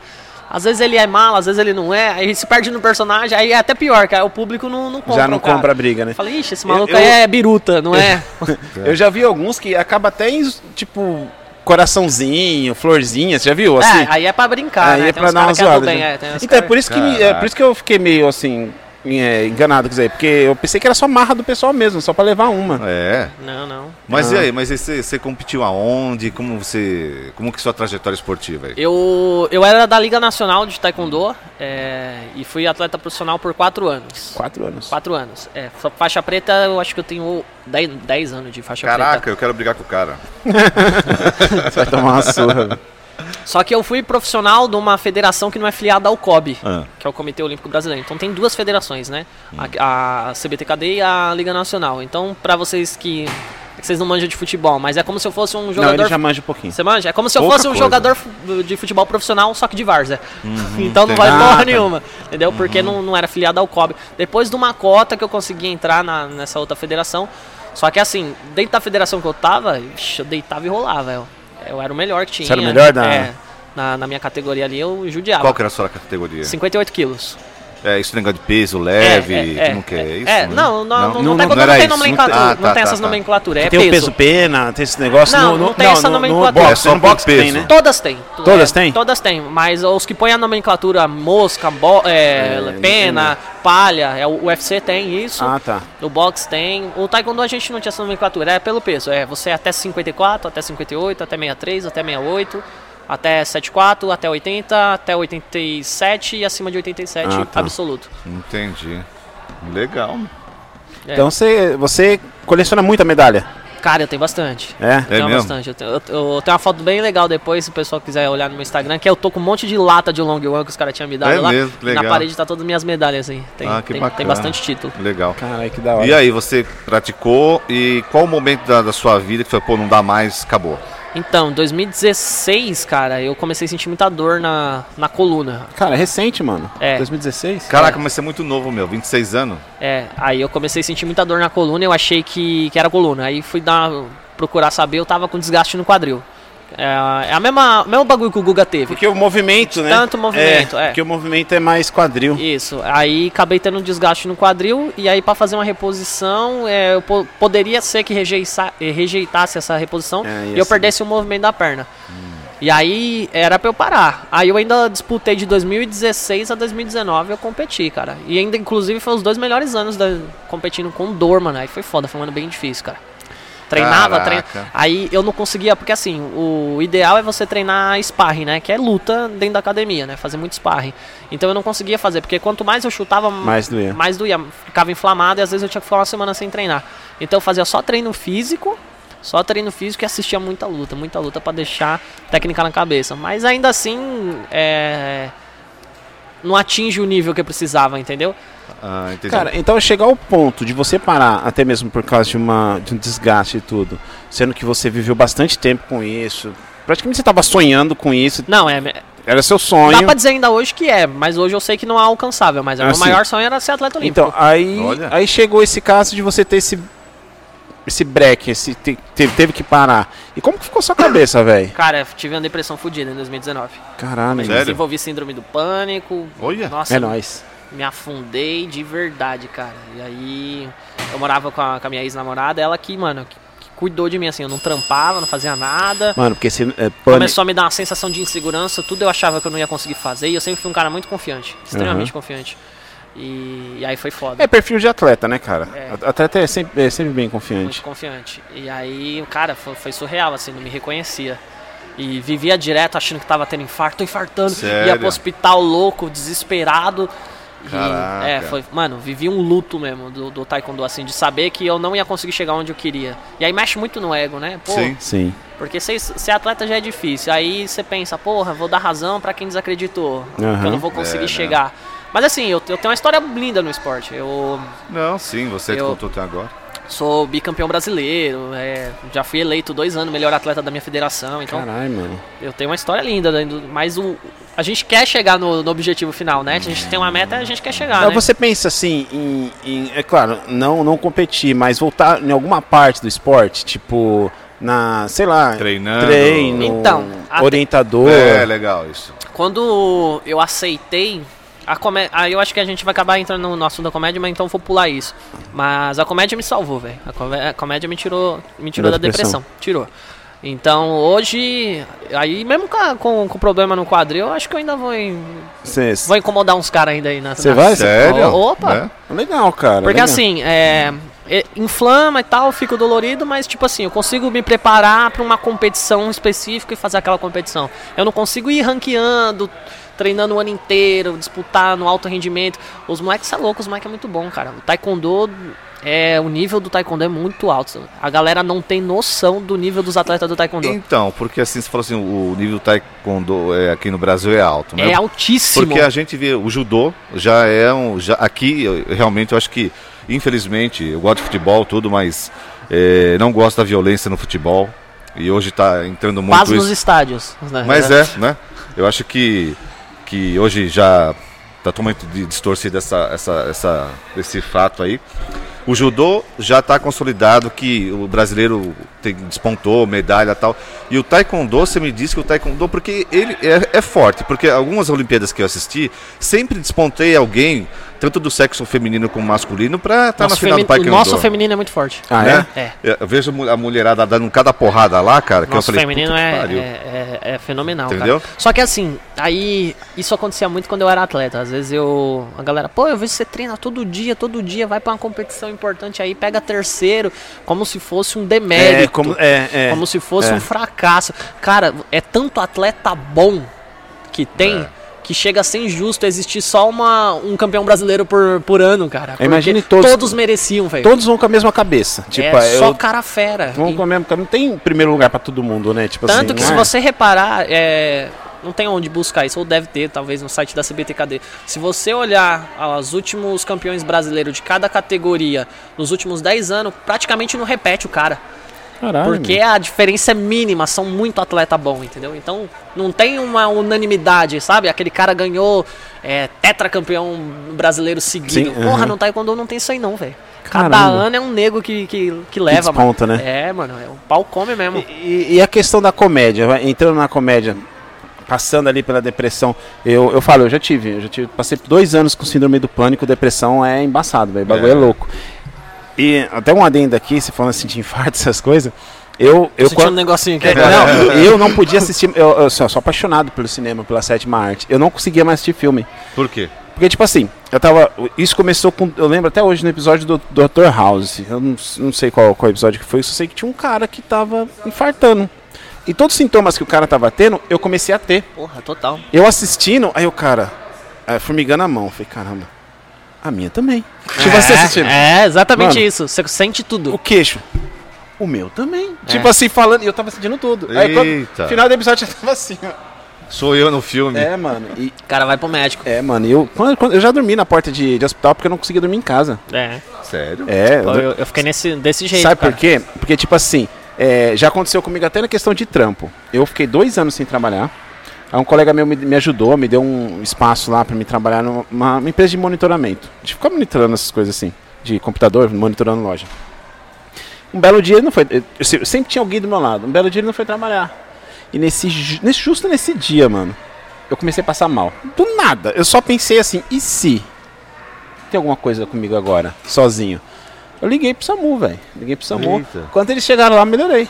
C: Às vezes ele é mala, às vezes ele não é, aí se perde no personagem, aí é até pior, cara. O público não, não compra.
A: Já não
C: o cara.
A: compra a briga, né?
C: Fala, ixi, esse maluco
A: Eu-
C: aí é biruta, não é?
A: Eu já vi alguns que acaba até em, tipo, coraçãozinho, florzinha, você já viu? Assim,
C: É, aí é pra brincar,
A: aí
C: né?
A: é
C: Tem
A: pra
C: uns
A: dar
C: cara
A: uma
C: que é do
A: zoada.
C: bem,
A: já.
C: é, tem uns
A: então é
C: cara-
A: por, isso que me- é por
B: Caraca.
A: isso que eu fiquei meio assim, é, enganado, quer dizer, porque eu pensei que era só marra do pessoal mesmo, só pra levar uma.
B: É.
C: Não, não.
B: Mas e aí, mas e você, você competiu aonde? Como você. Como que sua trajetória esportiva aí?
C: Eu, eu era da Liga Nacional de Taekwondo é, e fui atleta profissional por quatro anos.
A: Quatro anos.
C: Quatro anos. É, fa- faixa preta, eu acho que eu tenho 10, anos de faixa
B: Caraca, eu quero brigar com o cara.
A: Você vai tomar uma surra.
C: preta. Só que eu fui profissional de uma federação que não é filiada ao COB,
B: Ah.
C: que é o Comitê Olímpico Brasileiro. Então tem duas federações, né?
A: Hum.
C: A, a CBTKD e a Liga Nacional. Então, pra vocês que. é que Vocês não manjam de futebol, mas é como se eu fosse um
A: Não,
C: jogador.
A: ele já manja um pouquinho.
C: Você manja? É como se eu
A: Pouca
C: fosse um
A: coisa.
C: jogador fu- de futebol profissional, só que de várzea. então não vale
A: entendi. Ah,
C: porra
A: tá.
C: nenhuma. Entendeu? Porque não, não era filiado ao COB. Depois de uma cota que eu consegui entrar na- nessa outra federação. Só que assim, dentro da federação que eu tava, ixi, eu deitava e rolava. Eu, eu era o melhor que tinha.
A: Você era o melhor da-
C: É, na, na minha categoria ali eu judiava.
B: Qual que é? era a sua categoria?
C: 58 quilos.
B: É, isso negócio de peso leve,
C: é,
B: como que é, isso?
C: é,
B: né?
C: não, não, não,
A: Não,
C: tá-
A: não
C: não
B: era
C: tem
B: isso, não tem-
C: nomenclatura. Não
B: ah,
C: tem,
B: tá,
C: essas
B: tá, tá.
C: nomenclaturas. É
A: tem o
C: peso.
A: peso pena, tem esse negócio.
C: Não,
A: no,
C: não tem essa
A: no- no
C: nomenclatura.
A: boxe,
B: É só
A: no
B: por
A: boxe
B: peso.
A: tem, né?
C: Todas têm. Tu-
A: Todas
C: é,
A: têm?
C: Todas têm, mas os que põem a nomenclatura mosca, bo- é, pena, palha, é, o UFC tem isso,
A: Ah, tá.
C: o boxe tem. O taekwondo a gente não tinha essa nomenclatura, é pelo peso, é você é até 54, até 58, até 63, até 68, até 74, até 80, até 87 e acima de 87
A: Ah, tá.
C: absoluto.
B: Entendi. Legal.
C: É.
A: Então você, você coleciona muita medalha.
C: Cara, eu tenho bastante.
A: É.
B: É
C: tenho
B: mesmo?
C: bastante. Eu tenho, eu- eu tenho uma foto bem legal depois, se o pessoal quiser olhar no meu Instagram, que eu tô com um monte de lata de Long One que os caras tinham me dado
B: É
C: lá.
B: mesmo? Que
C: E
B: legal.
C: Na parede tá todas minhas medalhas aí. Tem,
B: Ah, que
C: tem,
B: bacana.
C: tem bastante título.
B: Legal.
A: Caralho, que da
B: E aí, você praticou e qual o momento da, da sua vida que foi, pô, não dá mais, acabou?
C: Então, 2016, cara, eu comecei a sentir muita dor na, na coluna.
A: Cara, é recente, mano.
C: É.
A: 2016?
B: Caraca, mas você é muito novo, meu, 26 anos.
C: É, aí eu comecei a sentir muita dor na coluna, eu achei que, que era coluna. Aí fui dar, procurar saber, eu tava com desgaste no quadril. É, é a mesma, o mesmo bagulho que o Guga teve.
A: Porque o movimento, né?
C: Tanto movimento, é.
A: Porque o movimento é mais quadril.
C: Isso, aí acabei tendo um desgaste no quadril e aí pra fazer uma reposição, é, eu po- poderia ser que rejeiça- eh, rejeitasse essa reposição
A: É, ia
C: e eu
A: ser. Hum.
C: perdesse o movimento da perna. E aí era pra eu parar. Aí eu ainda disputei de 2016 a 2019, eu competi, cara. E ainda inclusive foi os dois melhores anos da- competindo com dor, mano. Aí foi foda, foi um ano bem difícil, cara. Treinava,
B: Caraca.
C: treinava. Aí eu não conseguia, porque assim, o ideal é você treinar sparring, né? Que é luta dentro da academia, né? Fazer muito sparring. Então eu não conseguia fazer, porque quanto mais eu chutava,
A: Mais doía.
C: mais doía. Ficava inflamado e às vezes eu tinha que ficar uma semana sem treinar. Então eu fazia só treino físico, só treino físico e assistia muita luta, muita luta pra deixar técnica na cabeça. Mas ainda assim, é. Não atinge o nível que eu precisava, entendeu?
B: Ah, entendi.
A: Cara, então chegar ao ponto de você parar, até mesmo por causa de, uma, de um desgaste e tudo, sendo que você viveu bastante tempo com isso, praticamente você tava sonhando com isso,
C: Não, é.
A: era seu
C: Dá
A: sonho.
C: pra dizer ainda hoje que é, mas hoje eu sei que não é alcançável. Mas o meu
A: Assim.
C: maior sonho era ser atleta olímpico.
A: Então, aí,
B: Olha.
A: aí chegou esse caso de você ter esse esse break, esse te- te- teve que parar. E como que ficou sua cabeça, velho?
C: Cara, eu tive uma depressão fodida em 2019.
A: Caralho,
B: Sério?
C: Desenvolvi síndrome do pânico.
B: Olha.
C: Nossa,
A: é nóis.
C: me afundei de verdade, cara. E aí, eu morava com a, com a minha ex-namorada, ela que, mano, que, que cuidou de mim, assim. Eu não trampava, não fazia nada.
A: Mano, porque esse é, pânico,
C: Começou a me dar uma sensação de insegurança, tudo eu achava que eu não ia conseguir fazer. E eu sempre fui um cara muito confiante, extremamente
A: Uhum.
C: confiante. E, e aí foi foda.
A: É perfil de atleta, né, cara?
C: É.
A: A- Atleta é sempre, é sempre bem
C: Muito
A: confiante.
C: confiante. E aí, cara, foi, foi surreal, assim, não me reconhecia. E vivia direto achando que tava tendo infarto, tô infartando.
B: Sério?
C: Ia pro hospital louco, desesperado. E,
B: Caraca.
C: é, foi, mano, vivi um luto mesmo do, do Taekwondo, assim, de saber que eu não ia conseguir chegar onde eu queria. E aí mexe muito no ego, né? Pô,
B: Sim.
A: Sim.
C: porque ser, ser atleta já é difícil. Aí você pensa, porra, vou dar razão pra quem desacreditou.
A: Aham.
C: Que eu não vou conseguir
B: É, né?
C: chegar. Mas assim, eu, eu tenho uma história linda no esporte. Eu
B: Não, sim, você que
C: Eu-
B: contou até agora.
C: Sou bicampeão brasileiro, é, já fui eleito dois anos melhor atleta da minha federação, então
A: Caralho, mano.
C: eu tenho uma história linda, né, do- mas o, a gente quer chegar no, no objetivo final, né? A gente tem uma meta e a gente quer chegar,
A: Mas
C: né?
A: É, Você pensa assim em, em- é claro, não não competir, mas voltar em alguma parte do esporte, tipo na, sei lá,
B: Treinando.
A: treino,
C: Então, até-
A: orientador.
B: É, legal isso.
C: Quando eu aceitei, a comé- aí eu acho que a gente vai acabar entrando no- no assunto da comédia, mas então eu vou pular isso. Mas a comédia me salvou, velho. A, come- a comédia me tirou, me tirou da
A: Da depressão.
C: depressão. Tirou. Então hoje, aí mesmo com, a- com, com problema no quadril, eu acho que eu ainda vou, em-
A: Cê-
C: vou incomodar uns caras ainda aí na
A: Você
C: na-
A: vai?
B: Sério?
C: Ah, Opa!
B: É?
A: Legal, cara.
C: Porque
A: legal.
C: assim, é, e- inflama e tal, fico dolorido, mas tipo assim, eu consigo me preparar pra uma competição específica e fazer aquela competição. Eu não consigo ir ranqueando, treinando o ano inteiro, disputar no alto rendimento. Os moleques são loucos, os moleques é muito bom, cara. O taekwondo é o nível do taekwondo é muito alto. A galera não tem noção do nível dos atletas do taekwondo.
B: Então, porque assim, você falou assim, o nível taekwondo é, aqui no Brasil é alto, né?
C: É altíssimo.
B: Porque a gente vê o judô já é um. Já, aqui, eu- realmente, eu acho que, infelizmente, eu gosto de futebol, tudo, mas eh, não gosto da violência no futebol. E hoje está entrando muito
C: Quase
B: isso.
C: nos estádios. né?
B: Mas é, né? Eu acho que, que hoje já tá totalmente di- distorcido essa, essa, essa, esse fato aí. O judô já está consolidado que o brasileiro tem- despontou, medalha e tal. E o taekwondo, você me disse que o taekwondo, porque ele é, é forte, porque algumas Olimpíadas que eu assisti, sempre despontei alguém, tanto do sexo feminino como masculino, para estar
C: Nosso
B: Tá na final do
C: femi-
B: taekwondo.
C: o nosso feminino é muito forte.
A: Ah,
B: né?
A: é?
C: É.
B: Eu vejo a mulherada dando cada porrada lá, cara, que eu
C: Nosso
B: falei,
C: feminino
B: "Puta que
C: é,
B: pariu".
C: é, é- é fenomenal,
B: Entendeu?
C: cara. Só que assim, aí isso acontecia muito quando eu era atleta. Às vezes eu. A galera, pô, eu vejo você treina todo dia, todo dia, vai pra uma competição importante aí, pega terceiro, como se fosse um demérito.
A: É, como, é, é.
C: como se fosse
A: é.
C: um fracasso. Cara, é tanto atleta bom que tem.
A: É.
C: Que chega a ser injusto existir só uma, um campeão brasileiro por, por ano, cara. Porque
A: Imagine todos-
C: Todos mereciam, velho.
A: Todos vão com a mesma cabeça. Tipo,
C: é
A: eu.
C: só cara fera.
A: Vão com a mesma... Não tem primeiro lugar pra todo mundo, né? Tipo assim,
C: Tanto que
A: não
C: se
A: é?
C: você reparar, é, não tem onde buscar isso, ou deve ter, talvez, no site da CBTKD. Se você olhar ah, os últimos campeões brasileiros de cada categoria nos últimos 10 anos, praticamente não repete o cara.
A: Caralho,
C: Porque a diferença é mínima, são muito atleta bom, entendeu? Então não tem uma unanimidade, sabe? Aquele cara ganhou é, tetracampeão brasileiro seguido.
A: Sim,
C: Porra,
A: aham.
C: no Taekwondo não tem isso aí não, velho. Cada
A: Caramba.
C: ano é um nego que, que, que leva,
A: desponta,
C: mano.
A: né?
C: É, mano, é, o pau come mesmo.
A: E, e a questão da comédia, vai, entrando na comédia, passando ali pela depressão, eu, eu falo, eu já tive, eu já tive, passei dois anos com síndrome do pânico, depressão é embaçado, velho, o bagulho é.
B: É.
A: louco. E até um adendo aqui, se falando assim de infarto, essas coisas, eu, eu
C: Senti um negocinho aqui
A: É,
C: agora.
A: não, eu não podia assistir, eu, eu sou, sou apaixonado pelo cinema, pela sétima arte, eu não conseguia mais assistir filme.
B: Por quê?
A: Porque, tipo assim, eu tava. Isso começou com. Eu lembro até hoje no episódio do Dr. House. Eu não, não sei qual, qual episódio que foi, só sei que tinha um cara que tava infartando. E todos os sintomas que o cara tava tendo, eu comecei a ter.
C: Porra, total.
A: Eu assistindo, aí o cara. eh, formigando a mão. Falei, caramba. A minha também. Tipo você assistindo.
C: É, exatamente
A: Mano.
C: isso. Você sente
A: O
C: tudo.
A: queixo. O meu também.
C: É.
A: Tipo assim, falando. E eu tava sentindo tudo. Aí quando,
B: Eita.
A: no final do episódio eu tava assim, ó.
B: Sou eu no filme.
A: É, mano. E,
C: O cara vai pro médico.
A: é, mano. e Eu, quando, quando- eu já dormi na porta de, de hospital porque eu não conseguia dormir em casa.
C: É.
B: Sério?
A: É,
C: Eu, eu fiquei nesse, desse jeito.
A: Sabe
C: cara.
A: por quê? Porque, tipo assim, é, já aconteceu comigo até na questão de trampo. Eu fiquei dois anos sem trabalhar. Aí um colega meu me, me ajudou, me deu um espaço lá pra me trabalhar numa numa empresa de monitoramento. De ficar monitorando essas coisas assim, de computador, monitorando loja. Um belo dia ele não foi. Eu, se- eu sempre tinha alguém do meu lado. Um belo dia ele não foi trabalhar. E nesse, ju- nesse justo nesse dia, mano, eu comecei a passar mal. Do nada. Eu só pensei assim, e se? Tem alguma coisa comigo agora, sozinho. Eu liguei pro SAMU, velho. Liguei pro SAMU.
B: Eita.
A: Quando eles chegaram lá, melhorei.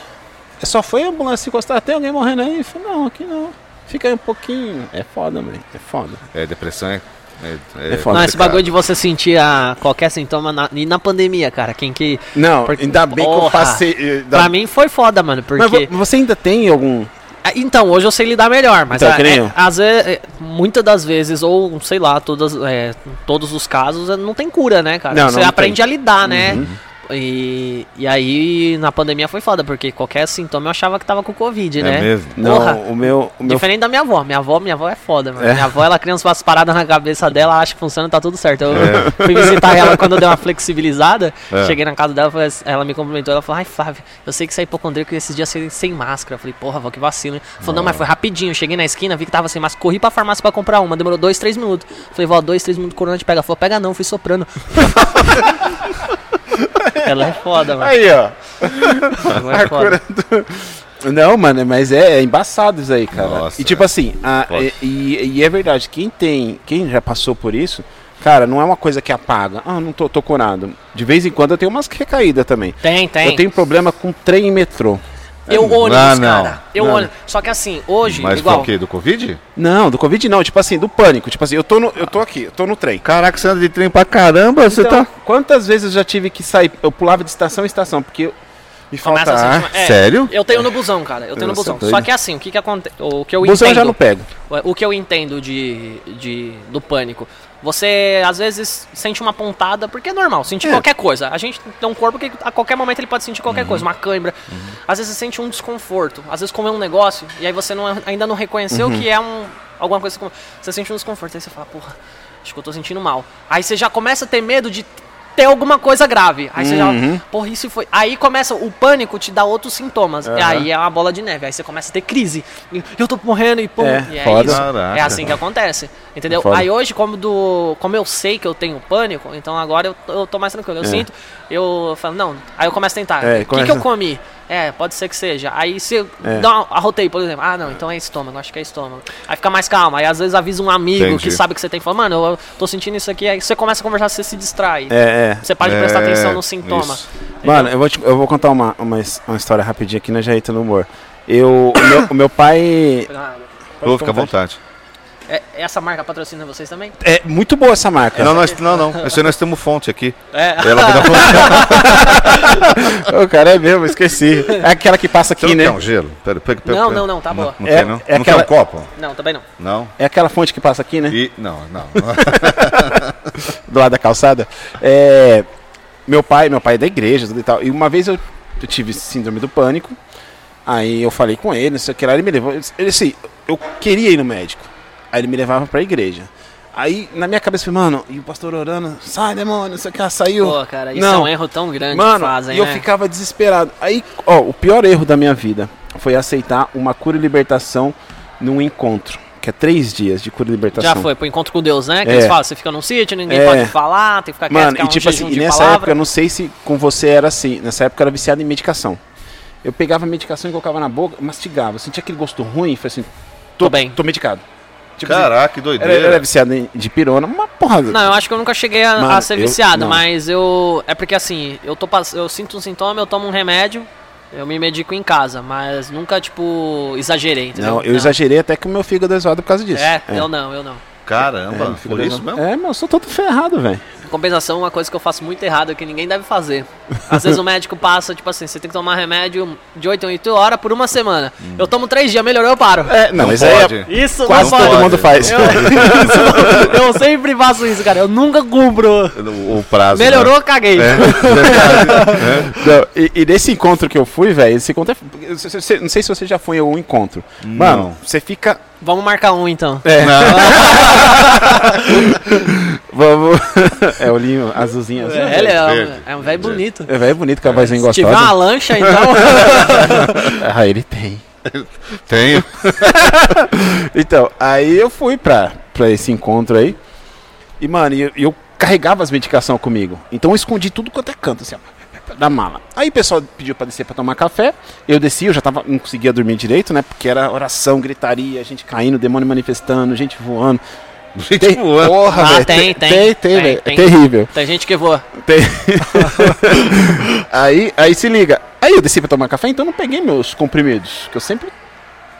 A: É, Só foi a ambulância encostar, tem alguém morrendo aí? Eu falei, não, aqui não. Fica aí um pouquinho. É foda, velho. É foda.
B: É, depressão é. É,
A: É foda.
C: Não, esse bagulho de você sentir a, qualquer sintoma na, e na pandemia, cara. Quem que.
A: Não,
C: Porque-
A: ainda bem que
C: Porra.
A: eu passei. eh, da-
C: Pra mim foi foda, mano.
A: Mas
C: Porque.
A: vo- você ainda tem algum.
C: Ah, Então, hoje eu sei lidar melhor, mas
A: Então,
C: ah,
A: que nem
C: é,
A: eu.
C: às vezes, muitas das vezes, ou sei lá, todas, é, todos os casos, eh, não tem cura, né, cara?
A: Não, não
C: Você
A: tem. Uhum.
C: aprende a lidar, né? E, e aí, na pandemia foi foda, porque qualquer sintoma eu achava que tava com Covid,
B: É
C: né?
B: mesmo?
A: Não,
C: Porra.
A: o meu. O meu
C: Diferente da minha avó. Minha avó, minha avó é foda, mano.
A: É.
C: Minha avó, ela cria umas paradas na cabeça dela, acha que funciona, tá tudo certo. Eu fui visitar ela quando deu uma flexibilizada.
B: É.
C: Cheguei na casa dela, falei assim- ela me cumprimentou. Ela falou, ai, Flávio, eu sei que você é hipocondríaco e esses dias você sem máscara. Eu falei, porra, vó, que vacilo. hein?" Ela Falou, não, mas foi rapidinho. Cheguei na esquina, vi que tava sem máscara. Corri pra farmácia pra comprar uma. Demorou dois, três minutos. Falei, vó, dois, três minutos, corona te pega. Ela Falou, pega não, fui soprando. ela é foda, mano.
A: Aí, ó.
C: Ela é foda.
A: Não, mano, mas é, é embaçado isso aí, cara.
B: Nossa,
A: e tipo assim, a-
B: Foda.
A: e, e é verdade, quem tem, quem já passou por isso, cara, não é uma coisa que apaga. Ah, não tô, tô curado. De vez em quando eu tenho umas recaídas também.
C: Tem, tem.
A: Eu tenho problema com trem e metrô.
C: Eu ônibus,
B: Ah, não.
C: cara. Eu
A: Não.
C: ônibus. Só que assim, hoje,
B: Mas é? foi
C: igual.
B: o quê? Do Covid?
A: Não, do Covid não, tipo assim, do pânico. Tipo assim, eu tô, no, eu tô aqui, eu tô no trem.
B: Caraca, você anda de trem pra caramba, você
A: Então,
B: tá.
A: Quantas vezes eu já tive que sair? Eu pulava de estação em estação, porque eu- me
C: Começa
A: falta
C: a
A: ar.
C: sentir- é,
B: Sério?
C: Eu tenho no busão, cara. Eu tenho no
B: Nossa,
C: busão.
B: doido.
C: Só que assim, o que que acontece? O que eu
A: Busão eu
C: entendo.
A: já não pego.
C: O que eu entendo de, de do pânico. Você às vezes sente uma pontada, porque é normal, sentir qualquer coisa. A gente tem um corpo que a qualquer momento ele pode sentir qualquer coisa, uma câimbra. Às vezes você sente um desconforto, às vezes comer um negócio e aí você não- ainda não reconheceu que é um alguma coisa que você sente um desconforto, aí você fala, porra, acho que eu tô sentindo mal. Aí você já começa a ter medo de ter alguma coisa grave. Aí você já, porra, isso foi. Aí começa o pânico te dá outros sintomas. E aí é uma bola de neve, aí você começa a ter crise. E eu tô morrendo e pum,
A: É,
C: e é
A: foda. É
C: isso.
B: Caraca.
C: É assim que acontece. Entendeu?
A: Foda.
C: Aí hoje, como, do, como eu sei que eu tenho pânico, então agora eu, eu tô mais tranquilo. Eu sinto, eu falo, não. Aí eu começo a tentar.
A: É,
C: o que,
A: começa- É.
C: que eu comi? É, pode ser que seja. Aí se eu dá uma, arrotei, por exemplo, ah, não, então é estômago, acho que é estômago. Aí fica mais calma. Aí às vezes avisa um amigo que
B: Entendi.
C: sabe que você tem, fala, mano, eu, eu tô sentindo isso aqui. Aí você começa a conversar, você se distrai.
A: É, é.
C: Você para de
B: É,
C: prestar atenção no sintoma.
B: isso.
A: Mano, eu vou, te- eu vou contar uma, uma, his- uma história rapidinha aqui, nós já entra no humor. Eu, o, meu, o meu pai.
B: Vou ficar à vontade.
C: É- essa marca patrocina vocês também?
A: É muito boa essa marca.
B: Não, nós, não, não. Eu sei, nós temos fonte aqui.
C: É.
B: Ela vai dar fonte.
A: O cara é mesmo, esqueci. É aquela que passa aqui,
B: Você não
A: né?
B: quer um gelo? Pera, pega, pega,
C: Não,
B: pega.
C: não, não, tá boa.
B: Não,
A: É-
B: quer, não?
A: é
B: não
A: aquela-
B: quer um copo?
C: Não, também não.
B: Não.
A: É aquela fonte que passa aqui, né?
B: E. Não, não.
A: do lado da calçada. É, meu pai, meu pai é da igreja tudo e tal. E uma vez eu, eu tive síndrome do pânico. Aí eu falei com ele, não sei o que lá, ele me levou. Ele assim, eu queria ir no médico. Aí ele me levava pra igreja. Aí na minha cabeça eu falei, mano, e o pastor orando, sai demônio, não sei o que lá, saiu.
C: Pô, cara, isso é um erro tão grande
A: Mano,
C: que fazem,
A: e eu
C: né?
A: ficava desesperado. Aí, ó, o pior erro da minha vida foi aceitar uma cura e libertação num encontro, que é três dias de cura e libertação.
C: Já foi, pro encontro com Deus, né? Que
A: É.
C: eles falam, você fica num sítio, ninguém
A: É.
C: pode falar, tem que ficar
A: Mano, e
C: quieto, ficar um
A: tipo assim,
C: jejum
A: e
C: de
A: nessa época,
C: palavra.
A: eu não sei se com você era assim, nessa época eu era viciado em medicação. Eu pegava a medicação e colocava na boca, mastigava, eu sentia aquele gosto ruim, e falei assim, tô,
C: Tô bem.
A: tô medicado. Tipo assim,
B: Caraca, que
A: era, eu era
B: doideira.
A: viciado em, de pirona, uma porra.
C: Não, eu acho que eu nunca cheguei a, a
A: Mano,
C: ser
A: eu-
C: viciado,
A: não.
C: mas eu. É porque assim, eu, tô, pass- eu sinto um sintoma, eu tomo um remédio, eu me medico em casa, mas nunca, tipo, exagerei, entendeu?
A: Não, eu exagerei até que o meu fígado é zoado por causa disso.
C: É, eu não, eu não.
B: Caramba,
A: meu
B: por
A: fígado é
B: isso
A: zoado.
B: mesmo?
A: É, meu, eu sou todo ferrado, velho.
C: Em compensação, uma coisa que eu faço muito errado, que ninguém deve fazer. Às vezes o médico passa, tipo assim, você tem que tomar remédio de 8 em 8 horas por uma semana. Eu tomo 3 dias, melhorou, eu paro.
A: É, não,
B: Não
A: mas
B: pode.
A: aí é-
C: Isso
A: quase
C: não
A: todo
C: pode.
A: mundo faz.
C: Eu, isso- eu sempre faço isso, cara. Eu nunca cumpro.
B: O, o prazo. né?
C: Melhorou, caguei.
B: É, verdade.
A: Não, e, e nesse encontro que eu fui, velho, esse encontro é. eu se- se- se- Não sei se você já foi a um encontro. Mano, você fica.
C: Vamos marcar um então.
B: É. Não,
A: Vamos. é o linho azulzinho. azul.
C: É, ele é,
B: verde,
C: um- é um velho bonito.
A: É, velho, bonito com a vozinha
C: Se tiver uma
A: gostosa.
C: lancha, então.
A: Ah, ele tem.
B: tenho.
A: Então, aí eu fui pra, pra esse encontro aí. E, mano, e eu, e eu carregava as medicações comigo. Então eu escondi tudo quanto é canto, assim, ó, da mala. Aí o pessoal pediu pra descer pra tomar café. Eu desci, eu já tava, não conseguia dormir direito, né? Porque era oração, gritaria, gente caindo, demônio manifestando, gente voando.
B: Gente
A: Tem-
B: voando.
A: Porra,
C: Ah,
A: velho,
C: tem, tem,
A: Tem,
C: tem,
A: tem, velho. É
C: tem.
A: terrível.
C: Tem gente que voa.
A: Tem. aí, aí se liga. Aí eu desci pra tomar café, então eu não peguei meus comprimidos, que eu sempre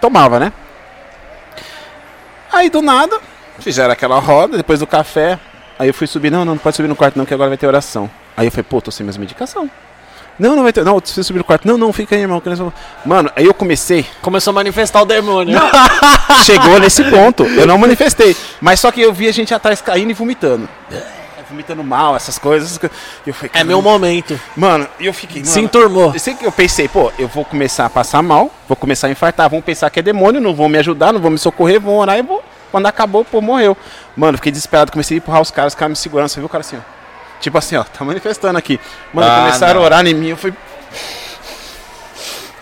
A: tomava, né? Aí do nada, fizeram aquela roda, depois do café. Aí eu fui subir, não, não, não pode subir no quarto não, que agora vai ter oração. Aí eu falei, pô, tô sem minhas medicação. Não, não vai ter, não, eu preciso subir no quarto. Não, não, fica aí, irmão. que nós vamos- Mano, aí eu comecei,
C: Começou a manifestar o demônio.
A: chegou nesse ponto, eu não manifestei. Mas só que eu vi a gente atrás caindo e vomitando. É, Vomitando mal, essas coisas. essas coisas. E eu falei,
C: É meu
A: "Caramba."
C: momento.
A: Mano, e eu fiquei.
C: Se
A: Mano,
C: enturmou.
A: eu sei que eu pensei, pô, eu vou começar a passar mal, vou começar a infartar, vão pensar que é demônio, não vão me ajudar, não vão me socorrer, vão orar e vou. Quando acabou, pô, morreu. Mano, eu fiquei desesperado, comecei a empurrar os caras, os caras me segurando, você viu o cara assim, ó. Tipo assim, ó, tá manifestando aqui. Mano,
B: Ah,
A: começaram
B: não.
A: a orar em mim, eu fui.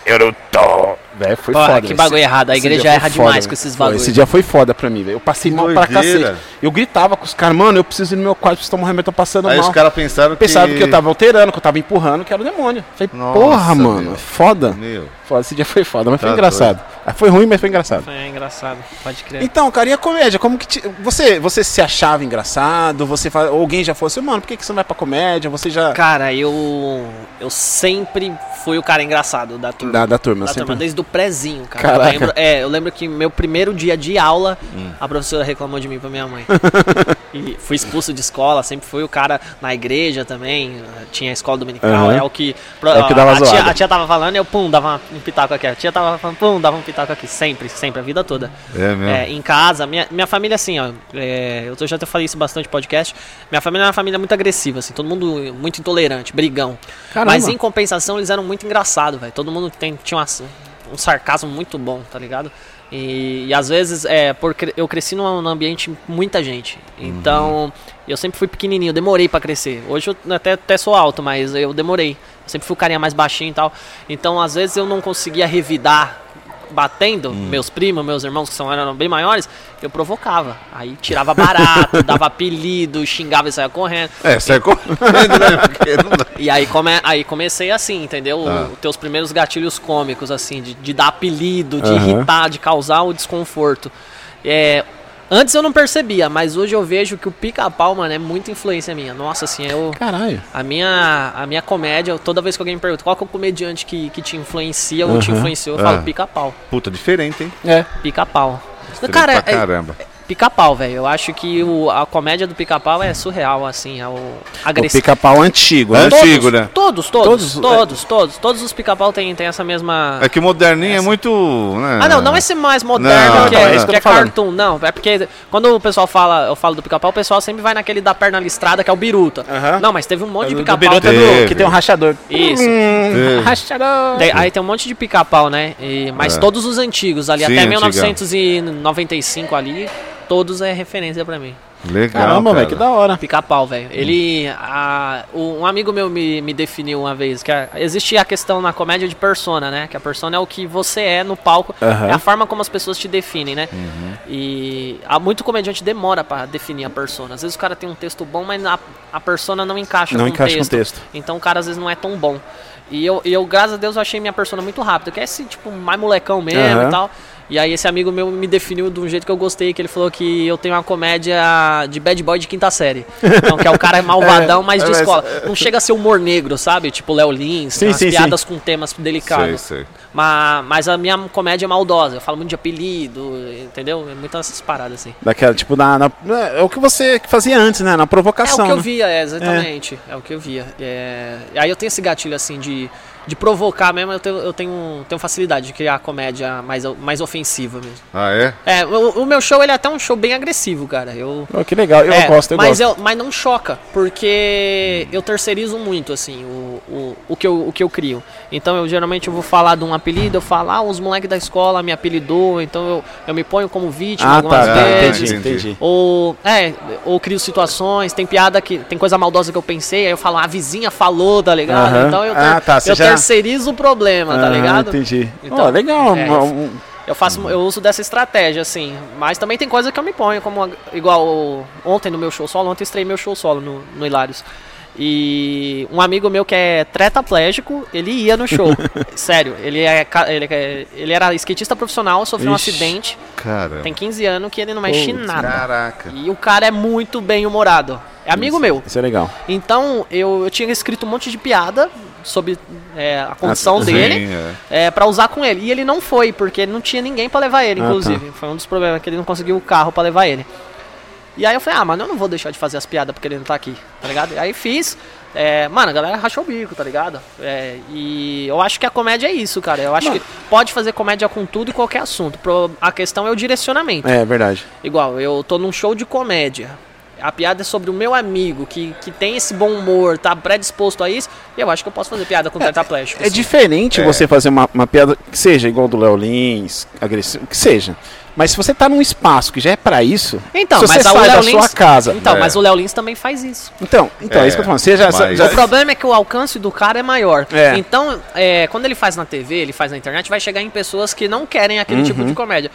A: Eu não tô. Véi, foi
C: Porra,
A: foda.
C: que
A: véi.
C: bagulho errado. A
A: esse
C: igreja
A: dia foi
C: erra demais
A: véi.
C: com esses
A: Pô,
C: bagulho.
A: Esse dia foi foda pra mim, velho. Eu passei mal pra
B: doideira.
A: cacete. Eu gritava com os caras, mano, eu preciso ir no meu quarto, vocês estão morrendo, eu tô passando
B: Aí
A: mal.
B: os caras pensaram que...
A: Pensavam que eu tava alterando, que eu tava empurrando, que era o demônio. Falei,
B: Nossa,
A: porra,
B: meu.
A: mano, é foda.
B: Meu,
A: Foda, esse dia foi foda, mas
B: Tá
A: foi engraçado. Ah, Foi ruim, mas foi engraçado.
C: É engraçado, pode crer.
A: Então, cara, e a comédia? Como que te- você, você se achava engraçado? Você fa- ou alguém já falou assim, mano, por que, que você não vai pra comédia? Você já.
C: Cara, eu. Eu sempre fui o cara engraçado da turma.
A: Da, da turma, assim, né?
C: Da
A: sempre.
C: turma, Tá, desde o prezinho, cara.
A: Caraca. Hum.
C: Eu lembro, é, eu lembro que meu primeiro dia de aula, a professora reclamou de mim pra minha mãe. e fui expulso de escola, sempre fui o cara na igreja também. Tinha a escola dominical,
A: Aham.
C: é o que.
A: É o que dava
C: a, tia,
A: zoada.
C: a tia tava falando, eu pum, dava um pitaco aqui. A tia tava falando, pum, dava um pitaco aqui. Sempre, sempre, a vida toda.
B: é mesmo.
C: É, em casa, minha, minha família, assim, ó. é, eu tô- já até falei isso bastante no podcast. Minha família é uma família muito agressiva, assim, todo mundo muito intolerante, brigão.
A: Caramba.
C: Mas em compensação, eles eram muito engraçados, velho. Todo mundo tem, tinha uma- um sarcasmo muito bom, tá ligado? E, e às vezes, é, por, cre- eu cresci num, num ambiente com muita gente. Então, eu sempre fui pequenininho, eu demorei pra crescer. Hoje eu até, até sou alto, mas eu demorei. Eu sempre fui o carinha mais baixinho e tal. Então, às vezes, eu não conseguia revidar batendo meus primos, meus irmãos que são, eram bem maiores, eu provocava. Aí tirava barato, dava apelido, xingava e saia correndo.
B: É, sai correndo, né? Porque não dá.
C: E aí, come, aí comecei assim, entendeu? O-
B: Ah.
C: Os teus primeiros gatilhos cômicos, assim, de, de dar apelido, de
A: Aham.
C: irritar, de causar o desconforto. É, antes eu não percebia, mas hoje eu vejo que o pica-pau, mano, é muita influência minha. Nossa, assim, eu.
A: Caralho.
C: A minha, a minha comédia, toda vez que alguém me pergunta qual que é o comediante que, que te influencia ou te
A: Aham.
C: influenciou, eu falo
B: Ah.
C: pica-pau,
B: Puta, diferente, hein?
A: É.
C: pica-pau.
B: Diferente
C: Cara,
B: pra
C: é,
B: caramba.
C: pica-pau, velho. Eu acho que o, a comédia do pica-pau é surreal, assim, é o
A: O
C: agressivo.
A: pica-pau antigo, né?
B: Antigo. né?
C: Todos, todos,
A: Todos, é.
C: todos, todos, todos, os pica-pau têm tem essa mesma.
B: É que moderninho é
C: Essa.
B: muito... né?
C: Ah, não, não esse mais moderno
B: Não,
C: que,
B: não,
C: é,
B: é isso
A: que
C: que é
A: eu tô falando.
C: cartoon, não. É porque quando o pessoal fala, eu falo do pica-pau, o pessoal sempre vai naquele da perna listrada, que é o biruta.
A: Aham.
C: Não, mas teve um monte de
A: Do- do
C: pica-pau.
A: Biruta
B: também.
A: do- que tem um rachador.
C: Isso.
A: Hum,
B: É.
A: rachador.
C: Tem- aí tem um monte de pica-pau, né? E- mas
B: É.
C: todos os antigos ali,
B: Sim,
C: até
B: antigão.
C: 1995 ali, todos é referência pra mim.
B: Legal,
A: Caramba,
B: cara.
A: velho, que da hora.
C: Pica-pau, velho. Ele. a- o- um amigo meu me, me definiu uma vez que a- existe a questão na comédia de persona, né? Que a persona é o que você é no palco,
A: Aham. Uhum.
C: é a forma como as pessoas te definem, né? E há muito comediante demora pra definir a persona. Às vezes o cara tem um texto bom, mas a, a persona não encaixa
A: Não
C: com o
A: encaixa com o
C: texto.
A: texto.
C: Então o cara às vezes não é tão bom. E eu, e eu graças a Deus, eu achei minha persona muito rápida, que é esse tipo mais molecão mesmo
A: Aham.
C: e tal. E aí esse amigo meu me definiu de um jeito que eu gostei, que ele falou que eu tenho uma comédia de bad boy de quinta série. Então, que é o cara malvadão, mas de
A: mas- é.
C: escola. Não chega a ser humor negro, sabe? Tipo Léo Lins,
A: Sim,
C: umas
A: sim, sim.
C: piadas com temas
B: Sei,
C: delicados.
B: sei.
C: Mas, mas a minha comédia é maldosa, eu falo muito de apelido, entendeu? É muitas essas paradas assim.
A: Daquela, tipo, na, na- é o que você fazia antes, né? Na provocação.
C: É o que eu
A: né?
C: via, é, exatamente. É. o que eu via. É, Aí eu tenho esse gatilho, assim, de, de provocar mesmo. Eu tenho, eu tenho, tenho facilidade de criar comédia mais, mais ofensiva mesmo.
B: Ah, é?
C: É, o, o meu show, ele é até um show bem agressivo, cara. Eu,
A: Ó, que legal, eu
C: é,
A: gosto, eu
C: mas
A: gosto.
C: Eu, mas não choca, porque eu terceirizo muito, assim, o, o, o, que eu, o que eu crio. Então, eu geralmente eu vou falar de um apelido, eu falo, ah, os moleques da escola me apelidou, então eu, eu me ponho como vítima
A: Ah,
C: algumas
A: tá, tá,
C: vezes.
A: entendi,
B: entendi.
A: entendi.
C: Ou, é, ou crio situações, tem piada que. Tem coisa maldosa que eu pensei, aí eu falo, "Ah, a vizinha falou, tá ligado?
A: Aham.
C: Então eu, ter-
A: Ah, tá, você
C: eu
A: já-
C: terceirizo o problema, tá
A: Ah,
C: ligado?
A: Entendi.
C: Então,
A: Ó, legal.
C: é,
A: um- um-
C: Eu faço, eu uso dessa estratégia, assim. Mas também tem coisa que eu me ponho, como a- igual o- ontem no meu show solo, ontem eu estrei meu show solo no, no Hilários. E um amigo meu que é tretaplégico, ele ia no show. Sério, ele, é, ca- ele, é- ele era skatista profissional, sofreu
A: Ixi.
C: um acidente,
B: Caramba.
C: tem 15 anos que ele não mexe em
A: Putz,
C: nada.
B: Caraca.
C: E o cara é muito bem humorado. É amigo meu.
A: Isso é legal.
C: Então eu, eu tinha escrito um monte de piada sobre é, a condição
A: Ah, sim.
C: dele
B: Sim, é.
C: é, para usar com ele. E ele não foi, porque não tinha ninguém pra levar ele,
A: Ah,
C: inclusive. Foi um dos problemas que ele não conseguiu o carro pra levar ele. E aí eu falei, ah, mano, eu não vou deixar de fazer as piadas porque ele não tá aqui, tá ligado? E aí fiz. é, mano, a galera rachou o bico, tá ligado? É, e eu acho que a comédia é isso, cara. Eu acho que pode fazer comédia com tudo e qualquer assunto. Pro- a questão é o direcionamento.
A: É, verdade.
C: Igual, eu tô num show de comédia. A piada é sobre o meu amigo que, que tem esse bom humor, tá predisposto a isso, e eu acho que eu posso fazer piada com tetraplégico. assim.
A: É diferente você fazer uma, uma piada que seja igual do Léo Lins, agressivo, que seja. Mas se você tá num espaço que já é pra isso,
C: Então,
A: se
C: mas
A: você
C: a- o
A: sai
C: Léo
A: da
C: Lins-
A: sua casa.
C: Então,
B: É.
C: mas o Léo Lins também faz isso.
A: Então, então é, isso que eu tô falando. Você já,
B: mas-
A: já-
C: O problema é que o alcance do cara é maior.
A: É.
C: Então, é, quando ele faz na TV, ele faz na internet, vai chegar em pessoas que não querem aquele tipo
A: Uhum.
C: de comédia.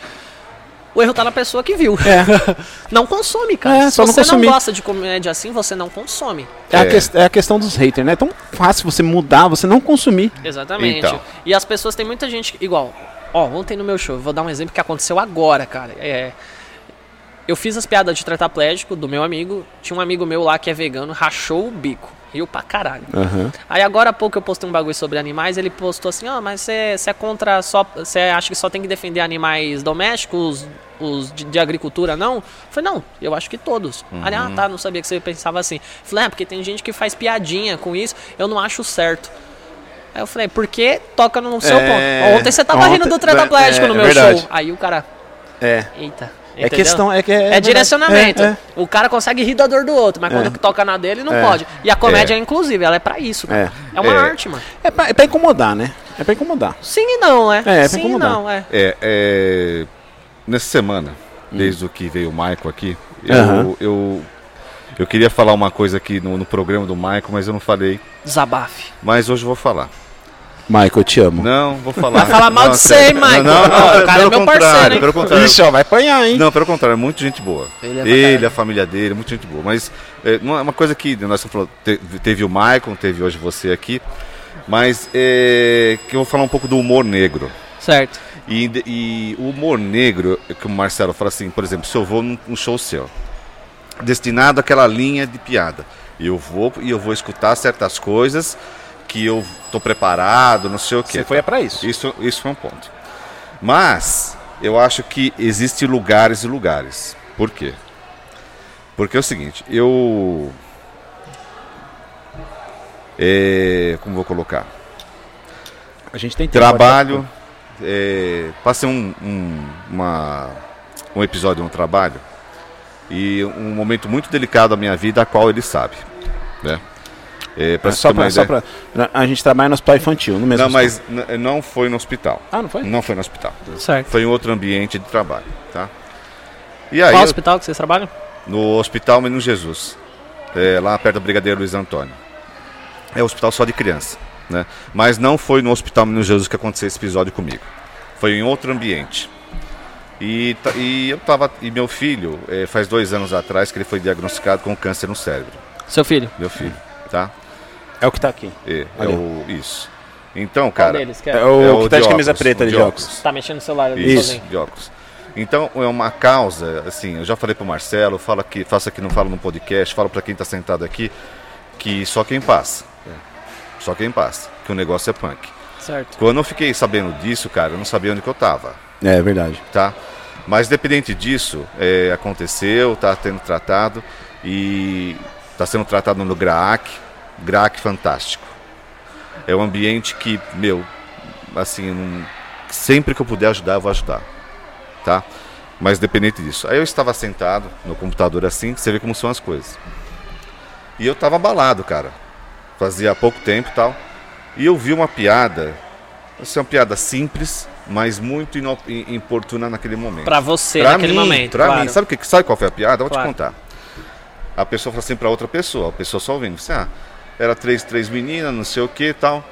C: O erro tá na pessoa que viu. Não consome, cara.
A: É,
C: Se
A: só não
C: você não,
A: consumir.
C: gosta de comédia assim, você não consome.
A: é, a
B: É.
A: ques- é a questão dos haters, né? É tão fácil você mudar, você não consumir.
C: Exatamente.
B: Então.
C: E as pessoas têm muita gente. que- Igual, ó, ontem no meu show, vou dar um exemplo que aconteceu agora, cara. É, eu fiz as piadas de tetraplégico do meu amigo. Tinha um amigo meu lá que é vegano, rachou o bico. Riu pra caralho. Aí agora há pouco eu postei um bagulho sobre animais, ele postou assim, ó, mas você é contra só. Você acha que só tem que defender animais domésticos, os de, de agricultura, não? Eu falei, não, eu acho que todos. Aí,
A: Uhum.
C: ah, tá, não sabia que você pensava assim. Eu falei, é, porque tem gente que faz piadinha com isso, eu não acho certo. Aí eu falei, por que toca no seu
A: É,
C: ponto? Ontem você tava rindo
A: ontem-
C: do tetraplégico
A: é,
C: no
A: é
C: meu
A: verdade.
C: show. Aí o cara,
A: É.
C: eita.
A: É
C: entendeu?
A: questão. É, que
C: É,
A: verdade.
C: direcionamento.
A: É, é.
C: O cara consegue rir da dor do outro, mas quando toca na dele, não
A: É.
C: pode. E a comédia, inclusive, ela é pra isso. Cara. É. uma
B: É.
C: arte, mano.
A: É pra, é pra incomodar, né? É pra incomodar.
C: Sim e não, né?
A: É, é pra
C: Sim e
A: incomodar.
C: não, é.
B: É, é, nessa
C: Hum.
B: semana, desde o que veio o Michael aqui, eu,
A: Aham.
B: eu, eu queria falar uma coisa aqui no, no programa do Michael, mas eu não falei.
C: Desabafe.
B: Mas hoje eu vou falar.
A: Michael, eu te amo.
B: Não, vou falar.
C: Vai falar mal
B: Não,
C: de
B: sério.
C: você, hein, Michael?
B: Não, não,
C: Ó, o cara é
B: pelo
C: meu parceiro,
B: contrário,
C: hein?
B: pelo contrário.
A: Ixi, ó, vai apanhar, hein?
B: Não, pelo contrário, é muito gente boa.
C: Ele é pra
B: Ele,
C: caralho.
B: a família dele, muita gente boa. Mas é não é uma coisa que nós estamos falando, te- teve o Michael, teve hoje você aqui, mas é, que eu vou falar um pouco do humor negro.
C: Certo.
B: E, de- e o humor negro, é que o Marcelo fala assim, por exemplo, se eu vou num, num show seu, destinado àquela linha de piada, eu vou e eu vou escutar certas coisas que eu tô preparado, não sei o quê.
A: Você foi é pra isso.
B: Isso, isso foi um ponto. Mas eu acho que existe lugares e lugares. Por quê? Porque é o seguinte, eu. É, como vou colocar?
A: A gente tem um tempo
B: Trabalho. é, passei um, um, uma- um episódio no trabalho e um momento muito delicado da minha vida, a qual ele sabe. Né? É, pra
A: agora.
B: se
A: Só
B: ter uma
A: pra, só
B: ideia-
A: pra, A gente trabalha no hospital infantil, no mesmo
B: Não, mas Hum. n- não foi no hospital.
A: Ah, não foi?
B: Não foi no hospital.
C: Certo.
B: Foi em outro ambiente de trabalho, tá? E aí,
C: Qual
B: eu-
C: hospital que vocês trabalham?
B: no Hospital Menino Jesus, é, lá perto do Brigadeiro Luiz Antônio. É um hospital só de criança, né? Mas não foi no Hospital Menino Jesus que aconteceu esse episódio comigo. Foi em outro ambiente. E, ta- e eu tava e meu filho é, faz dois anos atrás que ele foi diagnosticado com câncer no cérebro,
C: Seu filho.
B: meu filho, tá?
A: É o que tá aqui.
B: É, é
A: Ali.
B: o- isso. Então,
C: Qual
B: cara,
C: deles? Quer?
A: É o,
B: é
A: que tá de
B: óculos,
A: camisa preta
B: o
A: ali, de óculos.
C: Tá mexendo no celular ali
B: Isso,
C: sozinho.
B: de óculos. Então, é uma causa, assim, eu já falei pro Marcelo, falo aqui, faço aqui, não falo no podcast, falo para quem tá sentado aqui, que só quem passa. Só quem passa, que o negócio é punk.
C: Certo.
B: Quando eu fiquei sabendo disso, cara, eu não sabia onde que eu tava,
A: É, é verdade.
B: tá? Mas dependente disso, é, aconteceu, tá tendo tratado e tá sendo tratado no GRAAC, GRAAC fantástico. É um ambiente que, meu, assim, eu não- sempre que eu puder ajudar, eu vou ajudar, tá? Mas dependente disso. Aí eu estava sentado no computador assim, você vê como são as coisas. E eu estava abalado, cara. Fazia pouco tempo e tal. E eu vi uma piada, assim, uma piada simples, mas muito ino- i- importuna naquele momento.
C: Pra você,
B: Pra
C: naquele
B: mim,
C: momento.
B: pra
C: claro.
B: mim. Sabe, o que, sabe qual foi a piada? Eu Vou
C: Claro.
B: te contar. A pessoa fala assim pra outra pessoa, a pessoa só ouvindo. Assim, ah, era três, três meninas, não sei o que e tal.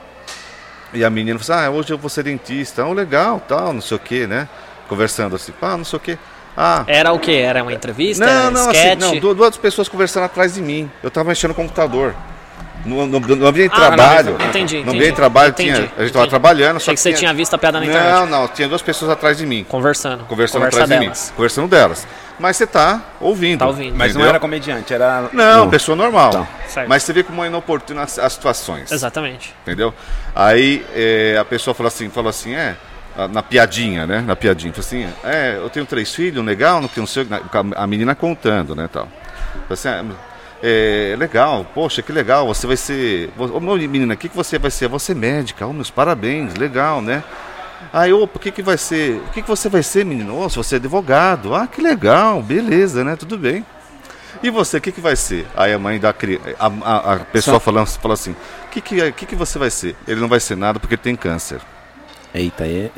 B: E a menina falou assim, ah, hoje eu vou ser dentista. Oh, legal, tal, não sei o que, né? Conversando assim, pá, não sei o que. Ah,
C: Era o quê? Era uma entrevista?
B: não,
C: Era
B: não,
C: um É, sketch?
B: assim, não, du- duas, pessoas conversando atrás de mim. Eu tava mexendo no computador. No, no, no ambiente de
C: Ah, não,
B: trabalho.
C: mas- entendi,
B: No ambiente
C: entendi.
B: de trabalho,
C: Entendi,
B: tinha, a gente tava
C: entendi.
B: trabalhando, só
C: Achei que você tinha visto a piada na internet.
B: Não, não, tinha duas pessoas atrás de mim.
C: Conversando.
B: Conversando
C: Conversa
B: atrás
C: delas.
B: de mim. Conversando delas. Mas você tá ouvindo.
C: Tá ouvindo.
A: Mas não
B: entendeu?
A: era comediante, era.
B: Não, pessoa normal.
A: Tá.
C: Certo.
B: Mas você vê como é inoportuna as, as situações.
C: Exatamente.
B: Entendeu? Aí é, a pessoa falou assim, falou assim, é. a- Na piadinha, né? Na piadinha. Falou assim, é, eu tenho três filhos, legal, não tenho sei. o que", na- A menina contando, né? Tal. Falou assim, "Ah, é, legal, poxa, que legal, você vai ser. vo- Ô, meu, menina, o que, que você vai ser? Você médica, ô, meus parabéns, legal, né? Aí, opa, o que, que vai ser? O que, que você vai ser, menino? "Ô, se você é advogado. Ah, que legal, beleza, né? Tudo bem. E você, o que, que vai ser? Aí a mãe da criança, a, a, a pessoa falando, fala assim: o que que, é- que, que você vai ser? Ele não vai ser nada porque ele tem câncer.
A: Eita, é.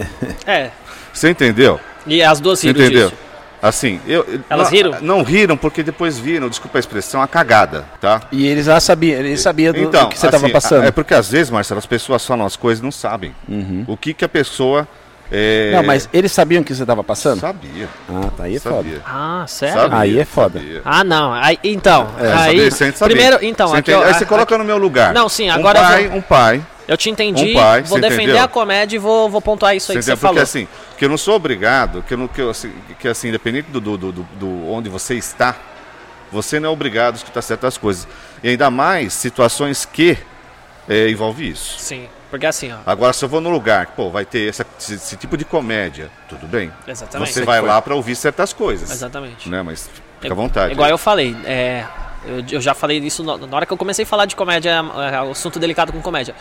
C: É.
B: Você entendeu?
C: E as duas
B: Você
C: riram
B: entendeu?
C: disso.
B: Assim, eu.
C: Elas
B: não,
C: riram?
B: Não riram porque depois viram, desculpa a expressão, a cagada, tá?
A: E eles já sabiam, eles sabiam do, do que você estava
B: assim,
A: passando. Uhum.
B: É porque às vezes, Marcelo, as pessoas falam as coisas e não sabem. O que, que a pessoa. é,
A: Não, mas eles sabiam que você estava passando?
B: Sabia.
A: Ah, tá, aí é
B: sabia,
A: foda.
C: Ah, sério?
B: sabia,
A: Aí é foda.
B: sabia.
C: Ah, não. Aí, então, aí.
B: É, Saber, sem saber.
C: primeiro, então,
B: Você
C: aqui,
B: entende?
C: ó,
B: aí você
C: a-
B: coloca no meu lugar.
C: Não, sim,
B: Um
C: agora eu
B: pai,
C: vou-
B: um pai.
C: Eu te entendi,
B: Um pai,
C: vou
B: você
C: defender
B: entendeu?
C: a comédia e vou, vou pontuar isso aí que
B: Você
C: você
B: entendeu? Porque
C: falou.
B: assim, que eu não sou obrigado, que eu não, que eu, assim, que assim, independente do, do, do, do onde você está, você não é obrigado a escutar certas coisas. E ainda mais situações que é, envolve isso.
C: Sim, porque assim, ó.
B: Agora, se eu vou num lugar que, pô, vai ter essa- esse, esse tipo de comédia, tudo bem.
C: Exatamente.
B: Ah, Você vai lá para ouvir certas coisas.
C: Exatamente.
B: Né? Mas fica
C: É-
B: à vontade.
C: Igual eu falei, é, eu, eu já falei isso na, na hora que eu comecei a falar de comédia, é, é um assunto delicado com comédia.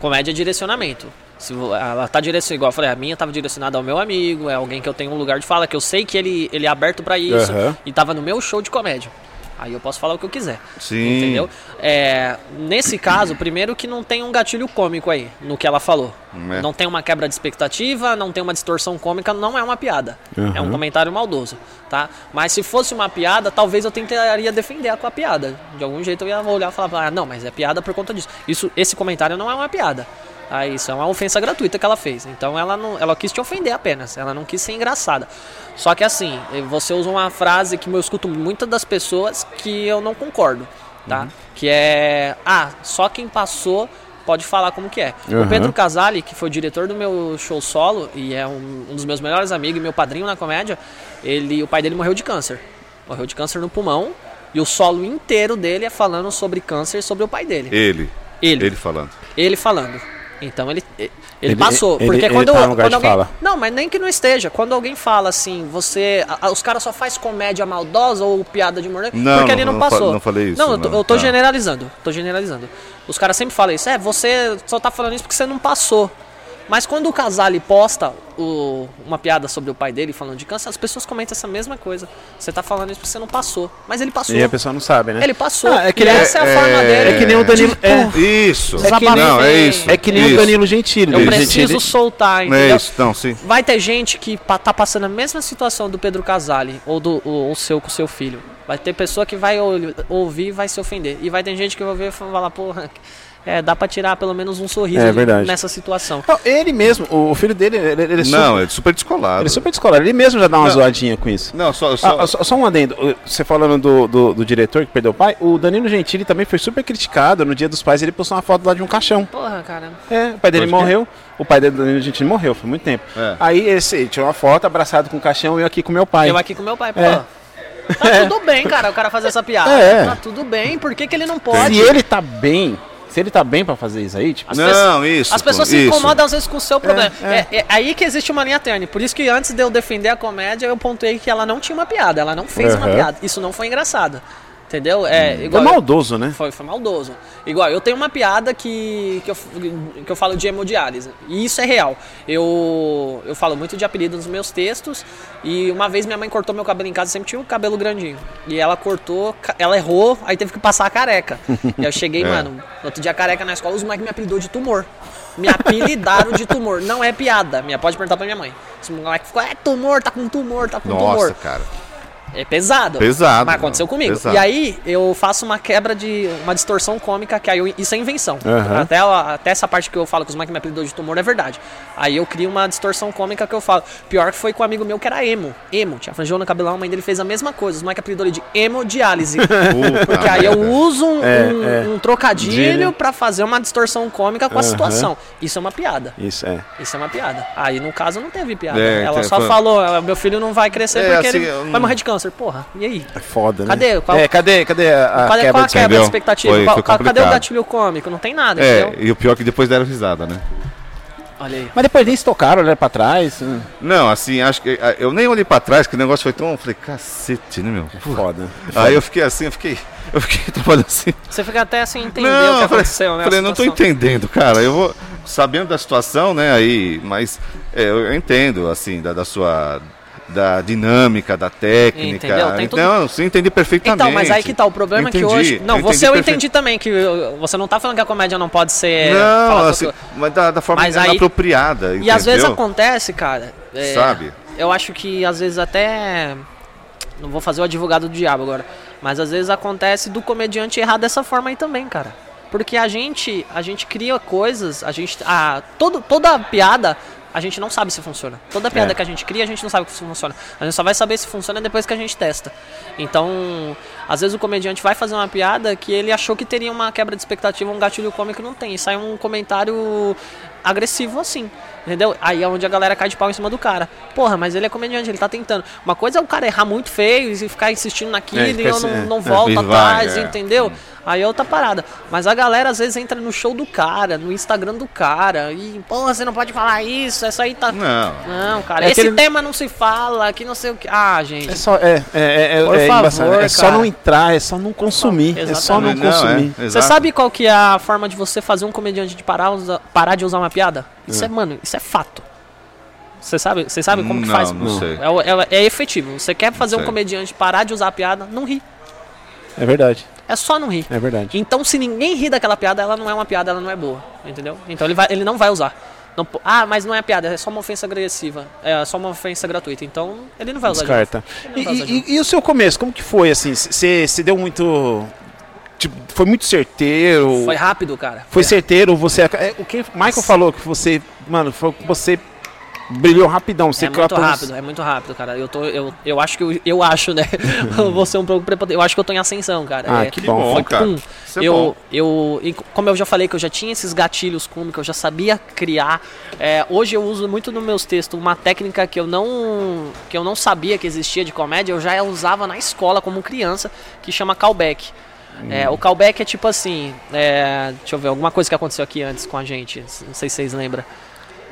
C: Comédia é direcionamento. Se vo- ela tá direcionada, igual eu falei, a minha tava direcionada ao meu amigo, é alguém que eu tenho um lugar de fala, que eu sei que ele, ele é aberto pra isso,
A: Aham.
C: e tava no meu show de comédia. Aí eu posso falar o que eu quiser.
B: Sim.
C: Entendeu? É, nesse caso, primeiro que não tem um gatilho cômico aí no que ela falou.
B: É.
C: Não tem uma quebra de expectativa, não tem uma distorção cômica, não é uma piada. É um
A: Uhum.
C: comentário maldoso, tá? Mas se fosse uma piada, talvez eu tentaria defender com a piada. De algum jeito eu ia olhar e falar, ah, não, mas é piada por conta disso. Isso, esse comentário não é uma piada. Ah, isso é uma ofensa gratuita que ela fez. Então ela não, ela quis te ofender apenas. Ela não quis ser engraçada. Só que assim, eh, você usa uma frase que eu escuto muitas das pessoas que eu não concordo, tá? Que é, ah, só quem passou pode falar como que é. O
A: Uhum.
C: Pedro Casale, que foi o diretor do meu show solo e é um, um dos meus melhores amigos e meu padrinho na comédia, ele, o pai dele morreu de câncer. Morreu de câncer no pulmão e o solo inteiro dele é falando sobre câncer e sobre o pai dele.
B: Ele,
C: Ele,
B: ele,
C: ele,
B: falando.
C: falando. Então ele ele,
A: Ele-
C: passou,
A: ele-
C: porque
A: ele
C: quando,
A: tá no lugar
C: quando
A: de
C: alguém
A: fala.
C: Não, mas nem que não esteja, quando alguém fala assim, você a- a- os caras só faz comédia maldosa ou piada de morder,
B: Não,
C: porque ele
B: não,
C: não
B: não fa-
C: passou.
B: não falei isso,
C: Não, eu tô,
B: não,
C: eu tô
B: tá.
C: generalizando, tô generalizando. Os caras sempre falam isso, é, você só tá falando isso porque você não passou. Mas quando o Casale posta o- uma piada sobre o pai dele falando de câncer, as pessoas comentam essa mesma coisa. Você tá falando isso porque você não passou. Mas ele passou.
A: E a pessoa não sabe, né?
C: Ele passou.
A: Ah, é que
C: e
A: ele-
C: essa é, a forma dele. tipo,
A: É que nem o Danilo. É,
B: Isso.
A: É que nem-
B: não, é isso.
A: é que nem o
B: isso.
A: Danilo Gentili.
C: Eu
A: Danilo
C: preciso
A: Gentili-
C: soltar,
B: Não é
C: entendeu?
B: isso, não, sim.
C: Vai ter gente que pa- tá passando a mesma situação do Pedro Casale ou do ou, ou seu com seu filho. Vai ter pessoa que vai ol- ouvir e vai se ofender. E vai ter gente que vai ouvir e falar, porra, é, dá pra tirar pelo menos um sorriso
A: É verdade.
C: nessa situação.
A: Não, ele mesmo, o o filho dele, ele, ele é
B: Não,
A: super,
B: é super descolado.
A: ele é super descolado. Ele mesmo já dá uma zoadinha com isso.
B: Não, só. só...
A: Ah, ah, só, só um adendo, o- você falando do, do, do diretor que perdeu o pai, o Danilo Gentili também foi super criticado. No dia dos pais, ele postou uma foto lá de um caixão.
C: Porra, cara.
A: É, o pai dele
B: Pode crer.
A: morreu, o pai dele, do Danilo Gentili morreu, foi muito tempo.
B: É.
A: Aí esse, ele tirou uma foto abraçado com o caixão e eu aqui com meu pai.
C: Eu aqui com meu pai, pô.
A: É.
C: Tá tudo bem, cara, o cara fazer essa piada.
A: É.
C: Tá tudo bem, por que, que ele não pode?
A: Se ele tá bem, se ele tá bem pra fazer isso aí, tipo,
C: As
B: Não,
C: pessoas-
B: isso,
C: As pessoas
B: pô,
C: se
B: isso.
C: incomodam às vezes com o seu problema. É,
A: é.
C: é aí que existe uma linha tênue. Por isso que antes de eu defender a comédia, eu pontuei que ela não tinha uma piada. Ela não fez uma
A: Aham.
C: piada. Isso não foi engraçado. Entendeu? É,
A: foi
C: igual,
A: maldoso, né?
C: foi, foi maldoso. Igual, eu tenho uma piada que, que, eu, que eu falo de hemodiálise. E isso é real. Eu, eu falo muito de apelido nos meus textos. E uma vez minha mãe cortou meu cabelo em casa, sempre tinha um cabelo grandinho. E ela cortou, ca- ela errou, aí teve que passar a careca. e eu cheguei, mano, no outro dia careca na escola, os moleques me apelidou de tumor. Me apelidaram de tumor. Não é piada. Minha, pode perguntar pra minha mãe. Esse moleque ficou, é tumor, tá com tumor, tá com
B: Nossa,
C: tumor.
B: cara.
C: É pesado.
B: Pesado,
C: Mas aconteceu
B: não.
C: comigo.
B: Pesado.
C: E aí eu faço uma quebra de. uma distorção cômica, que aí eu- isso é invenção.
A: Aham.
C: Até, a- até essa parte que eu falo que os moleques me apelidou de tumor é verdade. Aí eu crio uma distorção cômica que eu falo. Pior que foi com um amigo meu que era emo. Emo. Tinha franjão no cabelão, a mãe dele fez a mesma coisa. Os moleques apelidou ele de hemodiálise.
B: Puta
C: Porque aí eu
B: merda.
C: uso um,
A: É,
C: um-
A: é.
C: um trocadilho
A: Gíria.
C: pra fazer uma distorção cômica com a
A: Aham.
C: situação. Isso é uma piada.
A: Isso, é.
C: Isso é uma piada. Aí no caso não teve piada.
B: É,
C: né? Ela
B: então,
C: só
B: quando-
C: falou, "Ah, meu filho não vai crescer
B: É,
C: porque
B: assim,
C: ele
B: eu não-
C: vai morrer de câncer. Porra, e aí?
A: É foda, né?
C: Cadê? Qual-
A: É, cadê, cadê a, a
C: Qual é
A: quebra
C: qual a
A: de
C: quebra
B: entendeu?
C: de expectativa?
B: Foi-
C: Qual-
B: foi
C: qual- cadê o
B: complicado.
C: gatilho cômico? Não tem nada,
B: É,
C: entendeu?
B: e o pior é que depois deram risada, né?
C: Olha aí.
A: Mas depois nem se tocaram, olharam pra trás. hum,
B: Não, assim, acho que. Eu nem olhei pra trás, que o negócio foi tão. Eu falei, cacete, né, meu?
A: Foda.
B: Aí eu fiquei assim, eu fiquei. Eu fiquei trabalhando assim.
C: Você fica até sem entender
B: não,
C: o que
B: eu falei,
C: aconteceu, né? a
B: falei, não tô
C: situação.
B: entendendo, cara. Eu vou. Sabendo da situação, né, aí. Mas é, eu eu entendo, assim, da, da sua. da dinâmica, da técnica.
C: Entendeu? Tem tudo-
B: Então, você entende perfeitamente.
C: Então, mas aí que tá, o problema é que
B: Entendi,
C: hoje. Não,
B: eu
C: você eu
B: perfe-
C: entendi também, que uh, você não tá falando que a comédia não pode ser.
B: Não,
C: falar
B: assim,
C: sobre-
B: mas da, da forma
C: Mas aí-
B: inapropriada.
C: E às vezes
B: entendeu?
C: acontece, cara. é,
B: Sabe?
C: Eu acho que às vezes até. Não vou fazer o advogado do diabo agora. Mas às vezes acontece do comediante errar dessa forma aí também, cara. Porque a gente, a gente cria coisas, a gente. A, todo, toda piada, a gente não sabe se funciona. Toda piada
B: É.
C: que a gente cria, a gente não sabe se funciona. A gente só vai saber se funciona depois que a gente testa. Então, às vezes o comediante vai fazer uma piada que ele achou que teria uma quebra de expectativa, um gatilho cômico não tem. E sai um comentário agressivo assim. Entendeu? Aí é onde a galera cai de pau em cima do cara. Porra, mas ele é comediante, ele tá tentando. Uma coisa é o cara errar muito feio e ficar insistindo naquilo
A: É, ele
C: e
A: fica
C: eu
A: assim,
C: não,
A: é.
C: não volto
B: e vai,
C: atrás,
B: é.
C: entendeu? Aí é outra parada. Mas a galera às vezes entra no show do cara, no Instagram do cara, e, porra, você não pode falar isso, essa aí tá.
B: Não.
C: Não, cara,
A: É
C: esse
A: aquele-
C: tema não se fala, que não sei o que. Ah, gente.
A: É só, é, é, é,
C: Por
A: é
C: favor,
A: embaçado. É só
C: cara.
A: não entrar, é só não consumir, é só não
B: Não, é,
A: consumir.
C: Você
B: exato.
C: sabe qual que é a forma de você fazer um comediante de parar, usa- parar de usar uma piada? Isso é, mano, isso é fato. Você sabe, você sabe como que
B: Não,
C: faz?
B: não sei.
C: É, o- é- é efetivo. Você quer fazer um
B: sei.
C: comediante parar de usar a piada, não ri.
A: É, verdade,
C: É só não rir.
A: é verdade.
C: Então, se ninguém ri daquela piada, ela não é uma piada, ela não é boa, entendeu? Então ele, vai, ele não vai usar. Não po- ah, mas não é piada, é só uma ofensa agressiva, é só uma ofensa gratuita. Então ele não vai usar. de novo.
A: Descarta. E,
C: Não tá usando.
A: e- e- e o seu começo, como que foi assim? Você se deu muito. Tipo, foi muito certeiro?
C: Foi rápido, cara.
A: Foi certeiro, você. é, o que o Michael falou que você. Mano, foi que você brilhou rapidão. Você
C: é muito
A: captou-
C: rápido, é muito rápido, cara. Eu tô, eu, eu acho que eu, eu acho, né? Eu Vou ser um pouco prepotente. Eu acho que eu tô em ascensão, cara.
A: Ah,
C: É,
A: que
B: Que
A: bom.
B: bom,
A: foi-
B: cara.
C: um,
B: Isso é bom.
C: eu, eu, e como eu já falei que eu já tinha esses gatilhos cômicos, eu já sabia criar. É, hoje eu uso muito nos meus textos uma técnica que eu não que eu não sabia que existia de comédia, eu já usava na escola como criança, que chama callback.
B: Hum.
C: É, o callback é tipo assim, é, deixa eu ver, alguma coisa que aconteceu aqui antes com a gente, não sei se vocês lembram.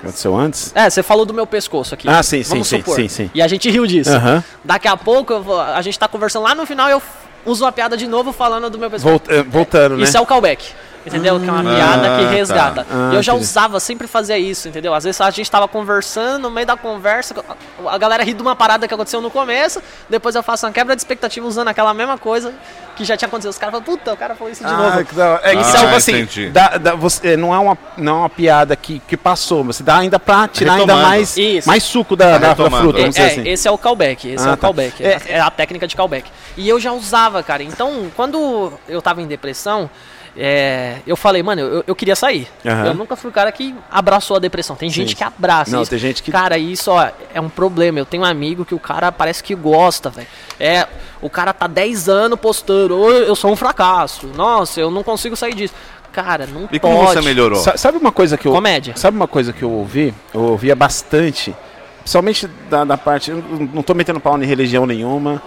A: Aconteceu antes?
C: É, você falou do meu pescoço aqui.
A: Ah, sim, sim,
C: Vamos
A: sim,
C: supor.
A: sim, sim.
C: E a gente riu disso.
A: Aham.
C: Daqui a pouco eu vou- a gente tá conversando lá no final eu f- uso a piada de novo falando do meu pescoço.
A: Volt- eh, voltando, né?
C: Isso é o callback. Entendeu? que é uma piada que
B: tá.
C: resgata.
A: Ah,
C: e eu já
A: entendi.
C: usava, sempre fazia isso, entendeu? Às vezes a gente tava conversando, no meio da conversa, a- a galera ri de uma parada que aconteceu no começo, depois eu faço uma quebra de expectativa usando aquela mesma coisa que já tinha acontecido. Os caras falam, puta, o cara falou isso de
A: Ah,
C: novo.
A: que da hora. É, isso é
B: Ah,
A: algo assim.
B: entendi.
A: dá- dá- você, é, não, é uma, não é uma piada que, que passou, mas você dá ainda pra tirar ainda
B: Retomando.
A: mais,
C: Isso.
A: mais suco da, da- da
B: retomando.
A: fruta.
C: É,
A: Vamos dizer
C: é,
A: assim.
C: esse é o callback, esse
A: Ah,
C: é o
A: tá.
C: callback,
A: É,
C: é, é a técnica de callback. E eu já usava, cara. Então, quando eu tava em depressão, é, eu falei, mano, eu, eu queria sair.
A: Aham.
C: Eu nunca fui o cara que abraçou a depressão. Tem gente
A: Sim.
C: que abraça.
A: Não,
C: isso.
A: tem gente que-
C: Cara, isso ó, é um problema. Eu tenho um amigo que o cara parece que gosta, velho. É, o cara tá 10 anos postando, "Ô, eu sou um fracasso. Nossa, eu não consigo sair disso. Cara, não
B: E
C: pode.
B: como você melhorou?
A: Sa- Sabe uma coisa que eu.
C: Comédia.
A: Sabe uma coisa que eu ouvi? Eu ouvia bastante. Principalmente da, da parte. Eu não não tô metendo pau em religião nenhuma.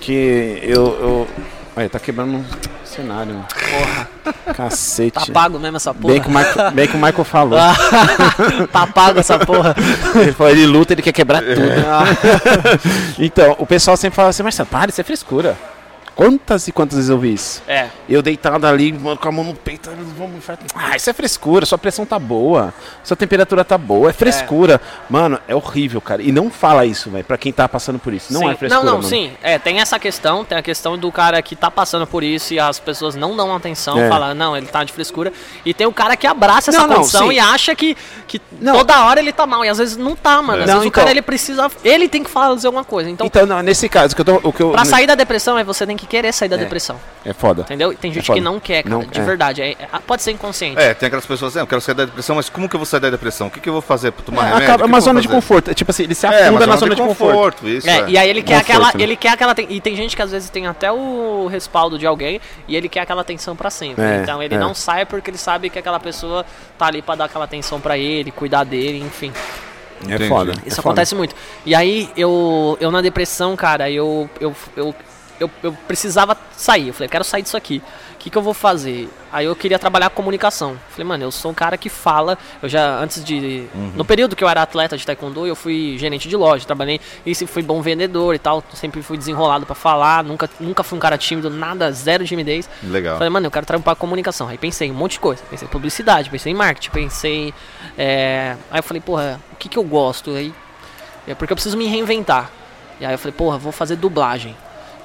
A: Que eu. eu olha, tá quebrando um cenário. mano.
C: Porra,
A: Cacete.
C: tá pago mesmo essa porra.
A: bem, que o Michael, bem que o Michael falou.
C: tá pago essa porra.
A: Ele falou, ele luta, ele quer quebrar tudo. então, o pessoal sempre fala assim, Marcelo, para, isso é frescura. Quantas e quantas vezes eu vi isso?
C: É.
A: Eu deitado ali, mano, com a mão no peito, vamos Ah, isso é frescura, sua pressão tá boa, sua temperatura tá boa, é frescura. Mano, é horrível, cara. E não fala isso, velho, pra quem tá passando por isso. Não
C: Sim.
A: é frescura,
C: Não, não,
A: mano.
C: sim. É, tem essa questão, tem a questão do cara que tá passando por isso e as pessoas não dão atenção,
A: É.
C: falam, não, ele tá de frescura. E tem o cara que abraça essa
A: Não, não,
C: condição
A: sim.
C: e acha que, que
A: Não.
C: toda hora ele tá mal. E às vezes não tá, mano. Às
A: Não,
C: vezes o
A: então-
C: cara ele precisa. Ele tem que fazer alguma coisa. Então,
A: Então, não, nesse caso, que eu tô, o que eu...
C: pra sair da depressão, é você tem que querer sair da depressão.
A: É foda.
C: Entendeu? E Tem gente
A: foda.
C: que não quer, cara,
A: Não-
C: de
A: é.
C: verdade. É- é- pode ser inconsciente.
B: É, tem aquelas pessoas assim, eu quero sair da depressão, mas como que eu vou sair da depressão? O que, que eu vou fazer? Tomar
A: É,
B: remédio?
A: acaba- é uma
B: O que que eu vou
A: zona de
B: fazer?
A: conforto. É tipo assim, ele se
B: É,
A: afunda
B: uma
A: na zona de conforto.
B: isso.
C: É, e aí ele quer
A: Conforto,
C: aquela,
A: né?
C: ele quer aquela, ten- e tem gente que às vezes tem até o respaldo de alguém e ele quer aquela atenção pra sempre.
A: É,
C: então ele
A: é.
C: não sai porque ele sabe que aquela pessoa tá ali pra dar aquela atenção pra ele, cuidar dele, enfim.
A: É
B: Entendi.
A: foda.
C: Isso
A: é foda.
C: acontece muito. E aí eu, eu na depressão, cara, eu eu, eu, eu eu precisava sair. Eu falei, eu quero sair disso aqui. O que, que eu vou fazer? Aí eu queria trabalhar com comunicação. Eu Falei, mano, eu sou um cara que fala. Eu já, antes de.
A: Uhum.
C: No período que eu era atleta de taekwondo, eu fui gerente de loja, trabalhei. E se- fui bom vendedor e tal. Sempre fui desenrolado pra falar. Nunca, nunca fui um cara tímido, nada, zero timidez.
B: Legal.
C: Falei, mano, eu quero trampar com comunicação. Aí pensei em um monte de coisa. Pensei em publicidade, pensei em marketing, pensei. eh, é, Aí eu falei, porra, o que, que eu gosto? Aí... É porque eu preciso me reinventar. E aí eu falei, porra, vou fazer dublagem.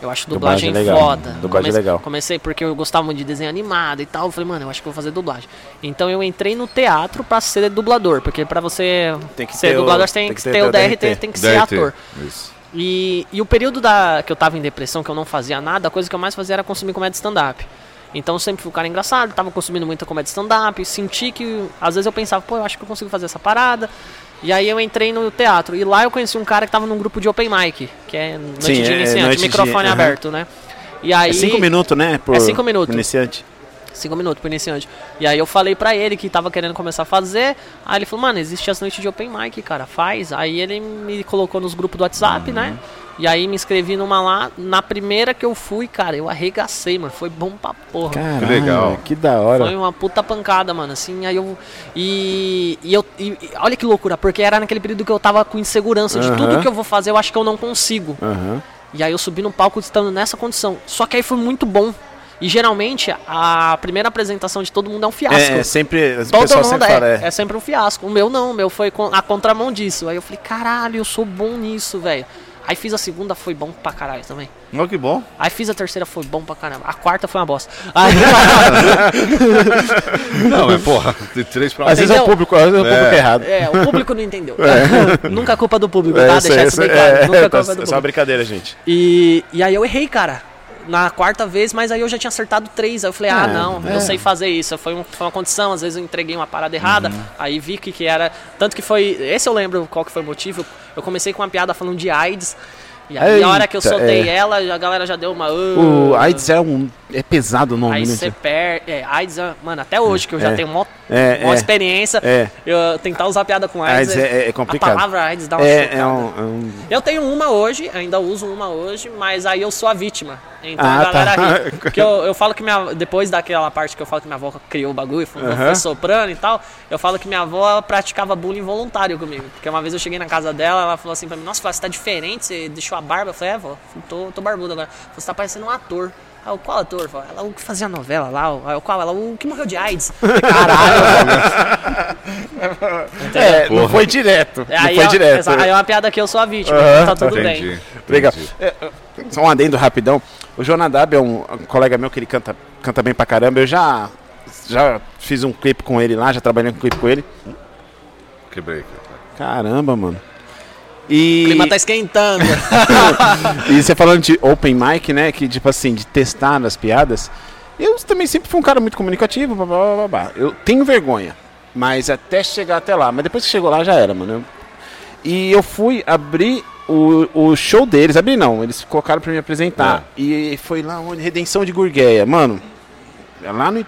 C: Eu acho
E: Dublagem
C: dublagem,
E: é legal.
C: foda.
E: Dublagem é legal.
C: Comecei porque eu gostava muito de desenho animado e tal. Eu falei, mano, eu acho que eu vou fazer dublagem. Então eu entrei no teatro pra ser dublador, porque pra você
E: Tem que
C: ser
E: ter o-
C: dublador você tem, que ter, o DRT, tem que ser
B: DRT,
C: é ator.
B: Isso.
C: E, e o período da, que eu tava em depressão, que eu não fazia nada, a coisa que eu mais fazia era consumir comédia stand-up. Então eu sempre fui um cara engraçado, tava consumindo muita comédia stand-up, senti que. Às vezes eu pensava, pô, eu acho que eu consigo fazer essa parada. E aí eu entrei no teatro. E lá eu conheci um cara que tava num grupo de open mic, que é noite
E: Sim,
C: de
E: é
C: iniciante,
E: noite de-
C: microfone
E: aham.
C: aberto, né? E aí.
E: É cinco minutos, né? Por,
C: É cinco minutos.
E: por Iniciante.
C: Cinco minutos pro iniciante. E aí eu falei pra ele que tava querendo começar a fazer. Aí ele falou, mano, existe as noites de open mic, cara, faz. Aí ele me colocou nos grupos do WhatsApp, né? E aí me inscrevi numa lá. Na primeira que eu fui, cara, eu arregacei, mano. Foi bom pra porra.
E: Caralho,
B: legal.
E: Que da hora.
A: um
C: Foi uma puta pancada, mano, assim, aí eu... E, e eu... e- e olha que loucura, porque era naquele período que eu tava com insegurança de tudo
E: Aham.
C: que eu vou fazer, eu acho que eu não consigo.
E: Aham.
C: E aí eu subi no palco estando nessa condição. Só que aí foi muito bom. E geralmente a primeira apresentação de todo mundo é um fiasco.
E: É, é sempre. O
C: Todo
E: pessoal
C: mundo
E: sempre
C: é,
E: fala.
C: é sempre um fiasco. O meu não, o meu foi con- a contramão disso. Aí eu falei, caralho, eu sou bom nisso, velho. Aí fiz a segunda, foi bom pra caralho também.
B: Não, que bom.
C: Aí fiz a terceira, foi bom pra caramba. A quarta foi uma bosta. Aí,
B: Não, é porra, de três pra um.
E: Às vezes é o
C: Entendeu?
E: público, às vezes é o público errado.
C: é, o público não entendeu. Nunca é culpa do público,
E: É,
C: tá?
E: isso
C: Deixar
E: aí,
C: isso
E: isso aí,
C: bem claro.
E: é,
C: Nunca
E: tá,
C: é culpa do
E: é só uma
C: público.
E: brincadeira, gente.
C: E, e aí eu errei, cara. Na quarta vez, mas aí eu já tinha acertado três. Aí eu falei, ah,
E: É,
C: não, eu sei fazer isso. Foi, um- foi uma condição, às vezes eu entreguei uma parada errada.
E: Uhum.
C: Aí vi que, que era. Tanto que foi. Esse eu lembro qual que foi o motivo. Eu comecei com uma piada falando de AIDS. E aí a hora que eu
E: Eita,
C: soltei
E: é.
C: ela, a galera já deu uma.
A: O AIDS é um. É pesado o nome,
C: Aí
A: né?
C: você perde. É, AIDS, é- mano, até hoje que eu já
E: É.
C: tenho mó,
E: É,
C: mó
E: é.
C: experiência.
E: É.
C: Eu tentar usar piada com AIDS.
E: AIDS é, é- é complicado.
C: A palavra AIDS dá uma
E: é,
C: chocada.
E: é um. é um-
C: Eu tenho uma hoje, ainda uso uma hoje, mas aí eu sou a vítima. Então
E: Ah,
C: a galera
E: tá.
C: ri. Porque eu, eu falo que minha. Depois daquela parte que eu falo que minha avó criou o bagulho, foi, um foi soprando e tal, eu falo que minha avó praticava bullying voluntário comigo. Porque uma vez eu cheguei na casa dela, ela falou assim pra mim, nossa, Flávio, você tá diferente, você deixou a barba. Eu falei, é, vó, tô, tô barbudo agora. Ela falou, Você tá parecendo um ator. Ah, o qual ator? vó? Ela, o que fazia novela lá, o, ah, o qual? Ela, o que morreu de AIDS. Caralho, vó.
E: É, não foi direto. não
C: Aí
E: foi
C: é-
E: direto.
C: exa- aí é uma piada que eu sou a vítima,
E: Aham.
C: tá tudo
B: Entendi.
C: bem.
B: entendi.
E: Legal. É,
A: Só um adendo rapidão. O Jonadab é um um colega meu que ele canta, canta bem pra caramba. Eu já, já fiz um clipe com ele lá, já trabalhei um clipe com ele.
B: Quebrei. cara.
A: Caramba, mano.
C: O
A: E,
C: clima tá esquentando.
A: e você falando de open mic, né? Que tipo assim, de testar as piadas. Eu também sempre fui um cara muito comunicativo, blá, blá, blá, blá, blá. Eu tenho vergonha, mas até chegar até lá. Mas depois que chegou lá já era, mano. Eu- E eu fui abrir o, o show deles. Abri não, eles colocaram pra me apresentar. E foi lá onde? Redenção de Gurgueia. Mano, é lá no.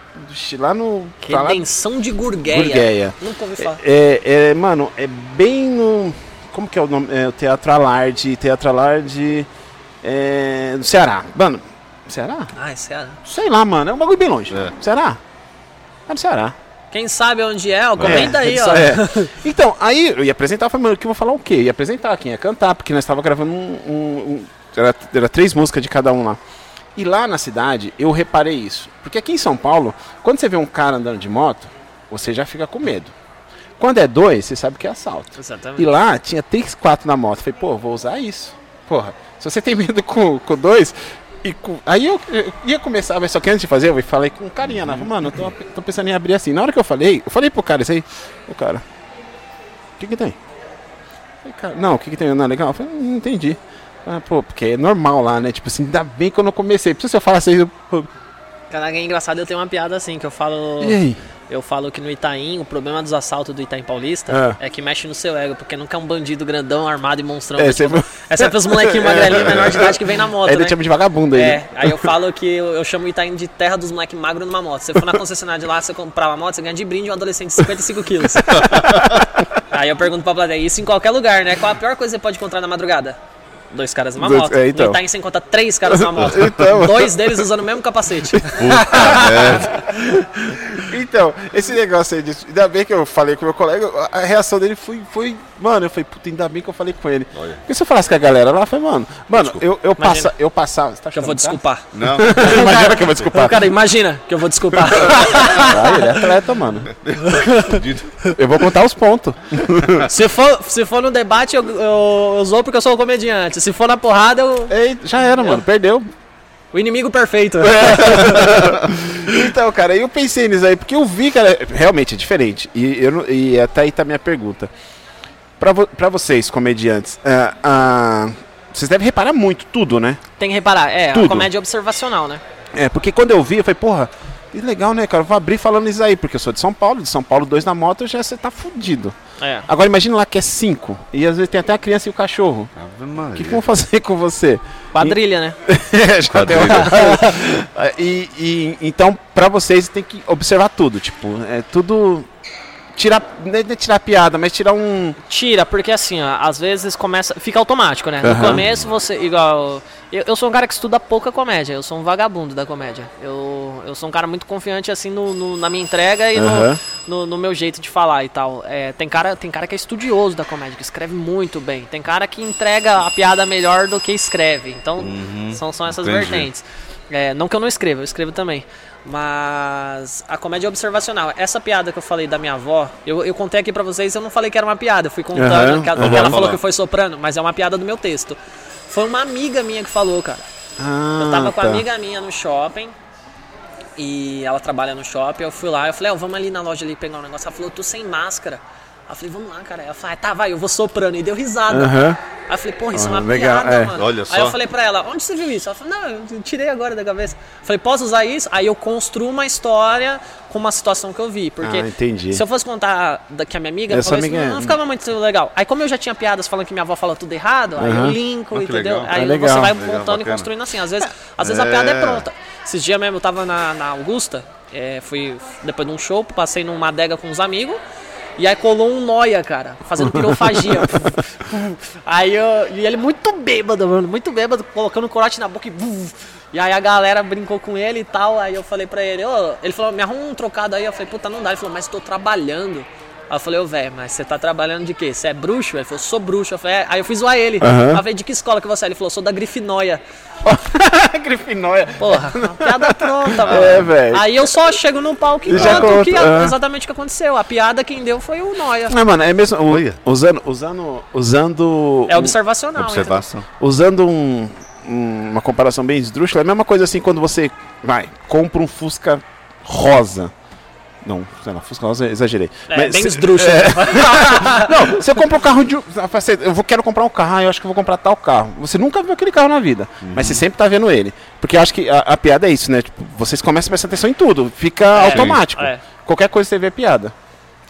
A: Lá no. pra lá-
C: Redenção de Gurgueia.
A: Gurgueia.
C: Nunca ouvi falar.
A: É, é, mano, é bem no. Como que é o nome? É, o Teatro Alarde. Teatro Alarde. É, do Ceará. Mano, Ceará?
C: Ah, é sério.
A: Sei lá, mano. É um bagulho bem longe.
B: É.
A: Ceará? É do Ceará.
C: Quem sabe onde é, ó, comenta aí, ó.
A: É. Então, aí eu ia apresentar, eu falei, mano, que eu vou falar o quê? Eu ia apresentar quem ia cantar, porque nós estávamos gravando um. um- um- era, era três músicas de cada um lá. E lá na cidade, eu reparei isso. Porque aqui em São Paulo, quando você vê um cara andando de moto, você já fica com medo. Quando é dois, você sabe que é assalto.
C: Exatamente.
A: E lá tinha três, quatro na moto. Falei, pô, vou usar isso. Porra, se você tem medo com, com dois. E com- Aí eu, eu ia começar, mas só que antes de fazer, eu falei com um carinha lá. falei, Mano, eu tô, tô pensando em abrir assim. Na hora que eu falei, eu falei pro cara isso aí. O cara, o que que tem? Falei, cara, não, o que que tem? Não, é legal. Eu falei, não entendi. Ah, pô, porque é normal lá, né? Tipo assim, ainda bem que eu não comecei. Porque se eu falasse isso, eu...
C: Caraca, é engraçado, eu tenho uma piada assim, que eu falo...
A: E aí?
C: Eu falo que no Itaim, o problema dos assaltos do Itaim
A: Ah.
C: Paulista é, que mexe no seu ego, porque nunca é um bandido grandão, armado e monstrão.
A: É,
C: mas, tipo,
A: sempre-
C: É sempre os molequinhos magrelinhos, menor de idade, que vem na moto,
A: ainda
C: né?
A: chama de vagabundo aí.
C: É,
A: né?
C: aí eu falo que eu, eu chamo o Itaim de terra dos moleques magros numa moto. Você for na concessionária de lá, você comprar uma moto, você ganha de brinde um adolescente de 55 quilos. aí eu pergunto pra plateia, isso em qualquer lugar, né? Qual a pior coisa que você pode encontrar na madrugada? Dois caras numa
A: Dois-
C: moto.
A: é, então.
C: No Itaim você encontra três caras numa moto.
A: Então.
C: Dois deles usando o mesmo capacete.
A: Então, esse negócio aí disso, ainda bem que eu falei com o meu colega, a a reação dele foi, foi mano, eu falei, puta, ainda bem que eu falei com ele.
B: Olha.
A: Porque se eu falasse com a galera lá, eu falei, mano, mano, eu, eu, passa, eu passava, você tá
C: Que eu vou
A: chorando,
C: desculpar.
B: Não,
A: tá? Imagina que eu vou desculpar.
C: Cara, imagina que eu vou desculpar.
A: Ah, ele é atleta, mano. Eu vou contar os pontos.
C: se, for, se for no debate, eu, eu, eu zoo porque eu sou o comediante. fácil. Se for na porrada, eu-
A: Ei, já era, mano. Perdeu.
C: o inimigo perfeito.
A: É. Então, cara, eu pensei nisso aí, porque eu vi, cara, realmente é diferente. E, eu, não- e até aí tá a minha pergunta. Pra, vo- pra vocês, comediantes, ah, ah, vocês devem reparar muito tudo, né?
C: Tem que reparar. É,
A: Tudo.
C: a comédia observacional, né?
A: É, porque quando eu vi, eu falei, porra, que legal, né, cara? Eu vou abrir falando isso aí, porque eu sou de São Paulo, de São Paulo, dois na moto, já você tá fudido.
C: É.
A: Agora imagina lá que é cinco, e às vezes tem até a criança e o cachorro.
B: Ave
A: O
B: Maria.
A: que, que vão fazer com você? É,
C: Quadrilha, né?
A: Já deu.
B: Quadrilha.
A: e, e- então, pra vocês, tem que observar tudo. Tipo, é tudo. Tirar. Não é tirar piada, mas tirar um.
C: Tira, porque assim, ó, às vezes começa. Fica automático, né?
A: Aham.
C: No começo você. Igual. Eu, eu sou um cara que estuda pouca comédia, eu sou um vagabundo da comédia. Eu, eu sou um cara muito confiante, assim, no, no- na minha entrega e no-
A: Aham.
C: no, no meu jeito de falar e tal. É, tem, cara, tem cara que é estudioso da comédia, que escreve muito bem. Tem cara que entrega a piada melhor do que escreve. Então,
A: Uhum.
C: são, são essas
B: entendi.
C: vertentes. É, não que eu não escreva, eu escrevo também. Mas a comédia observacional. Essa piada que eu falei da minha avó, eu, eu contei aqui pra vocês, eu não falei que era uma piada, eu fui contando.
A: Aham,
C: que ela-
B: aham.
C: que ela falou
B: Falar.
C: que foi soprano, mas é uma piada do meu texto. Foi uma amiga minha que falou, cara. Eu tava com
A: Ah,
C: uma
A: tá.
C: amiga minha no shopping. E ela trabalha no shopping. Eu fui lá, eu falei, ó, vamos ali na loja ali pegar um negócio. Ela falou, eu tô sem máscara. Aí Eu falei, vamos lá, cara. Ela falou, ah, tá, vai, eu vou soprando. E deu risada.
A: Aham.
C: Aí eu falei, porra, isso é
A: Ah,
C: uma
A: legal,
C: piada,
A: é.
C: mano.
B: Olha
C: Aí eu
B: só.
C: falei pra ela, onde você viu isso? Ela falou, não, eu tirei agora da cabeça. Eu falei, posso usar isso? Aí eu construo uma história com uma situação que eu vi. Porque
A: Ah, entendi.
C: se eu fosse contar da que a minha amiga
A: Essa
C: falou isso,
A: amiga é-
C: não, não ficava muito legal. Aí como eu já tinha piadas falando que minha avó fala tudo errado, aí eu
A: Aham.
C: linko,
B: Ah, que
C: entendeu?
B: legal.
C: Aí
A: Ah,
C: você
A: legal.
C: vai
B: Legal,
C: montando e
B: bacana.
C: construindo assim. Às vezes, às vezes a piada é pronta. Esses dias mesmo eu tava na, na Augusta, é, fui depois de um show, passei numa adega com uns amigos. E aí colou um noia, cara, fazendo pirofagia. aí eu. E ele muito bêbado, mano, muito bêbado, colocando o corote na boca e. E aí a galera brincou com ele e tal. Aí eu falei pra ele, ô, ele falou, me arruma um trocado aí. Eu falei, puta, não dá. Ele falou, mas tô trabalhando. Aí eu falei, ô, velho, mas você tá trabalhando de quê? Você é bruxo? Ele falou, sou bruxo. Eu falei, "É." aí eu fui zoar ele. Aí eu falei, de que escola que você é? Ele falou, sou da Grifinóia.
A: tá. Grifinóia.
C: Porra, uma piada pronta, mano.
A: É, velho.
C: Aí eu só chego num palco e
A: Já
C: conto o que,
A: conta, é.
C: exatamente o que aconteceu. A piada quem deu foi o Noia.
A: Ah, mano, é mesmo. o-
B: Olha.
A: usando. Usando. Usando.
C: É
A: um-
C: observacional.
B: Observação.
A: usando um- um- uma comparação bem esdrúxula, é a mesma coisa assim quando você vai, compra um Fusca rosa. Não, sei lá, Fusca rosa, exagerei.
C: entendeu? É,
A: Mas
C: bem
A: cê-
C: esdrúxulo.
A: não, você compra um carro de. um- Você, eu vou- quero comprar um carro, ah, eu acho que eu vou comprar tal carro. Você nunca viu aquele carro na vida,
C: Uhum.
A: mas você sempre tá vendo ele. Porque eu acho que a, a piada é isso, né? Tipo, vocês começam a prestar atenção em tudo, fica automático.
C: é.
A: Qualquer coisa você vê é piada.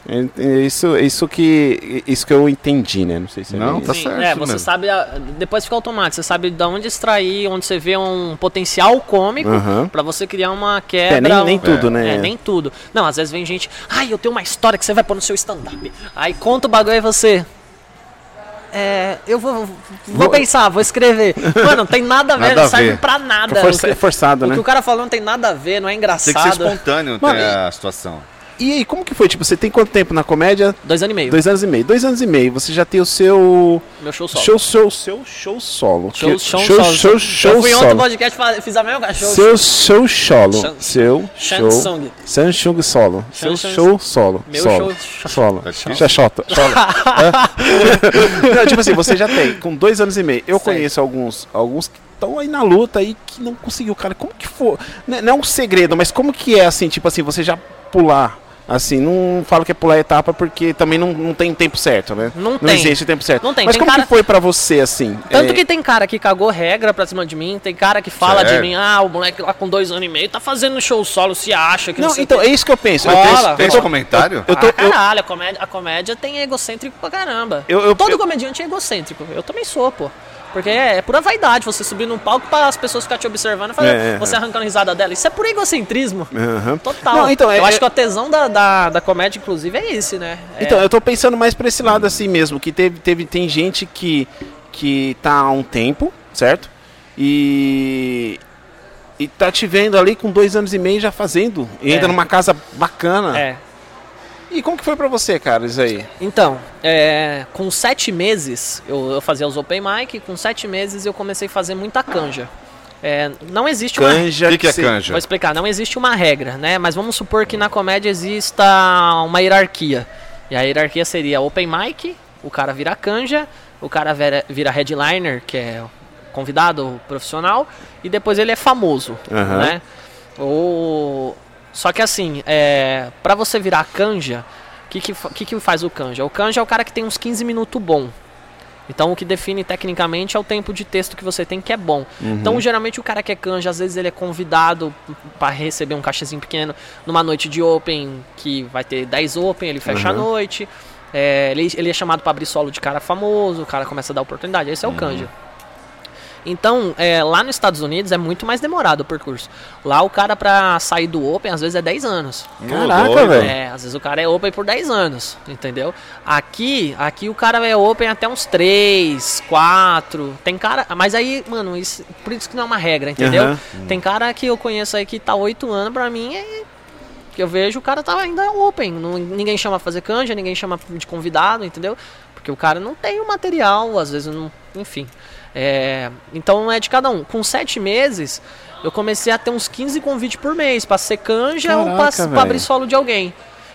A: É- é Isso, isso, que, isso que eu entendi, né? Não sei se é
B: Não,
A: bem
B: tá
A: isso.
C: Sim,
B: certo
C: é, você
B: mesmo.
C: sabe, a- depois fica automático, você sabe de onde extrair, onde você vê um potencial cômico
A: Aham.
C: pra você criar uma quebra.
A: É, nem, nem
C: um-
A: tudo, né?
C: É, nem tudo. Não, às vezes vem gente, ai, eu tenho uma história que você vai pôr no seu stand-up. Aí conta o bagulho e você. É, eu vou, vou, pensar, vou escrever. Mano, não tem nada a ver,
B: Nada
C: não
B: a
C: serve
B: ver.
C: pra nada.
A: É força-
C: O que-
A: é forçado,
C: o
A: né?
C: que o cara falou não tem nada a ver, não é
B: Tem
C: engraçado.
B: que ser espontâneo
A: Mano,
B: até a situação.
A: E aí, como que foi? Tipo, você tem quanto tempo na comédia?
C: Dois anos e meio.
A: Dois anos e meio. Dois anos e meio, você já tem o seu.
C: Meu show só.
A: Show, show, seu show solo.
C: show,
A: Que-
C: show,
A: show,
C: solo.
A: show,
C: eu
A: show
C: fui ontem no
A: solo.
C: podcast e fiz a mesma coisa. show,
A: Seu show solo.
C: Shan-
A: Seu show.
C: Shansung.
A: Samsung solo. Seu
C: Shan- Shan-
A: show solo.
C: Meu
A: solo.
C: show-
A: Solo.
B: Tá difícil.
A: Xaxota. Solo. Hã? Não, tipo assim, você já tem, com dois anos e meio. Eu
C: Certo.
A: conheço alguns, alguns que estão aí na luta aí que não conseguiu, cara. Como que foi? Não é- não é um segredo, mas como que é assim, tipo assim, você já pular. Assim, não falo que é pular etapa porque também não, não tem tempo certo, né?
C: Não tem.
A: existe o tempo certo.
C: Não tem.
A: Mas
C: Tem
A: como
C: cara-
A: que foi pra você, assim?
C: Tanto
A: É,
C: que tem cara que cagou regra pra cima de mim, tem cara que fala de
B: Sério?
C: mim, ah, o moleque lá com dois anos e meio tá fazendo show solo, se acha que não,
A: Não,
C: sei o
A: então,
C: quê.
A: é isso que eu penso.
C: Rola.
A: eu penso,
B: Tem
A: eu
B: esse
A: tô-
B: comentário?
A: eu tô-
C: ah,
A: eu-
C: caralho, a, comédia, a comédia tem egocêntrico pra caramba.
A: Eu- eu-
C: Todo
A: eu-
C: comediante é egocêntrico, eu também sou, pô. Porque é, é pura vaidade você subir num palco pra as pessoas ficarem te observando e fazer,
A: É, é,
C: você arrancando risada dela. Isso é puro egocentrismo.
A: Aham.
C: Total.
A: Não, então, é-
C: eu
A: é-
C: acho que o tesão da, da, da comédia, inclusive, é esse, né? É-
A: Então, eu tô pensando mais pra esse lado assim mesmo, que teve, teve tem gente que que tá há um tempo, certo? E e tá te vendo ali com dois anos e meio já fazendo, e
C: É.
A: ainda numa casa bacana.
C: é.
A: E como que foi pra você, cara, isso aí?
C: Então, é, com sete meses, eu, eu fazia os open mic, com sete meses eu comecei a fazer muita canja. É, não existe uma...
A: Canja,
B: O que, que é
A: se-
B: canja?
C: Vou explicar, não existe uma regra, né? Mas vamos supor que na comédia exista uma hierarquia. E a hierarquia seria open mic, o cara vira canja, o cara vera- vira headliner, que é convidado profissional, e depois ele é famoso,
F: Aham.
C: né? Ou... Só que assim, é... pra você virar canja, o que que, fa- que que faz o canja? O canja é o cara que tem uns 15 minutos bom. Então o que define tecnicamente é o tempo de texto que você tem que é bom. Então geralmente o cara que é canja, às vezes ele é convidado para receber um cachezinho pequeno numa noite de open que vai ter 10 open, ele fecha a noite. É, ele, ele é chamado para abrir solo de cara famoso, o cara começa a dar oportunidade. Esse é o canja. Então, é, lá nos Estados Unidos é muito mais demorado o percurso. Lá o cara pra sair do Open às vezes é 10 anos.
B: Ô,
A: Caraca,
B: Hum, doido. né?
A: velho.
C: É, às vezes o cara é open por 10 anos, entendeu? Aqui, aqui o cara é open até uns 3, 4. Tem cara. Mas aí, mano, isso, por isso que não é uma regra, entendeu?
F: Aham.
C: Tem cara que eu conheço aí que tá 8 anos, pra mim é. Que eu vejo o cara tá ainda open. não- ninguém chama pra fazer canja, ninguém chama de convidado, entendeu? Porque o cara não tem o material, às vezes não. Enfim. É, então é de cada um. Com 7 meses. Eu comecei a ter uns 15 convites por mês pra ser canja ou pra,
A: Caraca,
C: pra abrir
A: velho.
C: solo de alguém.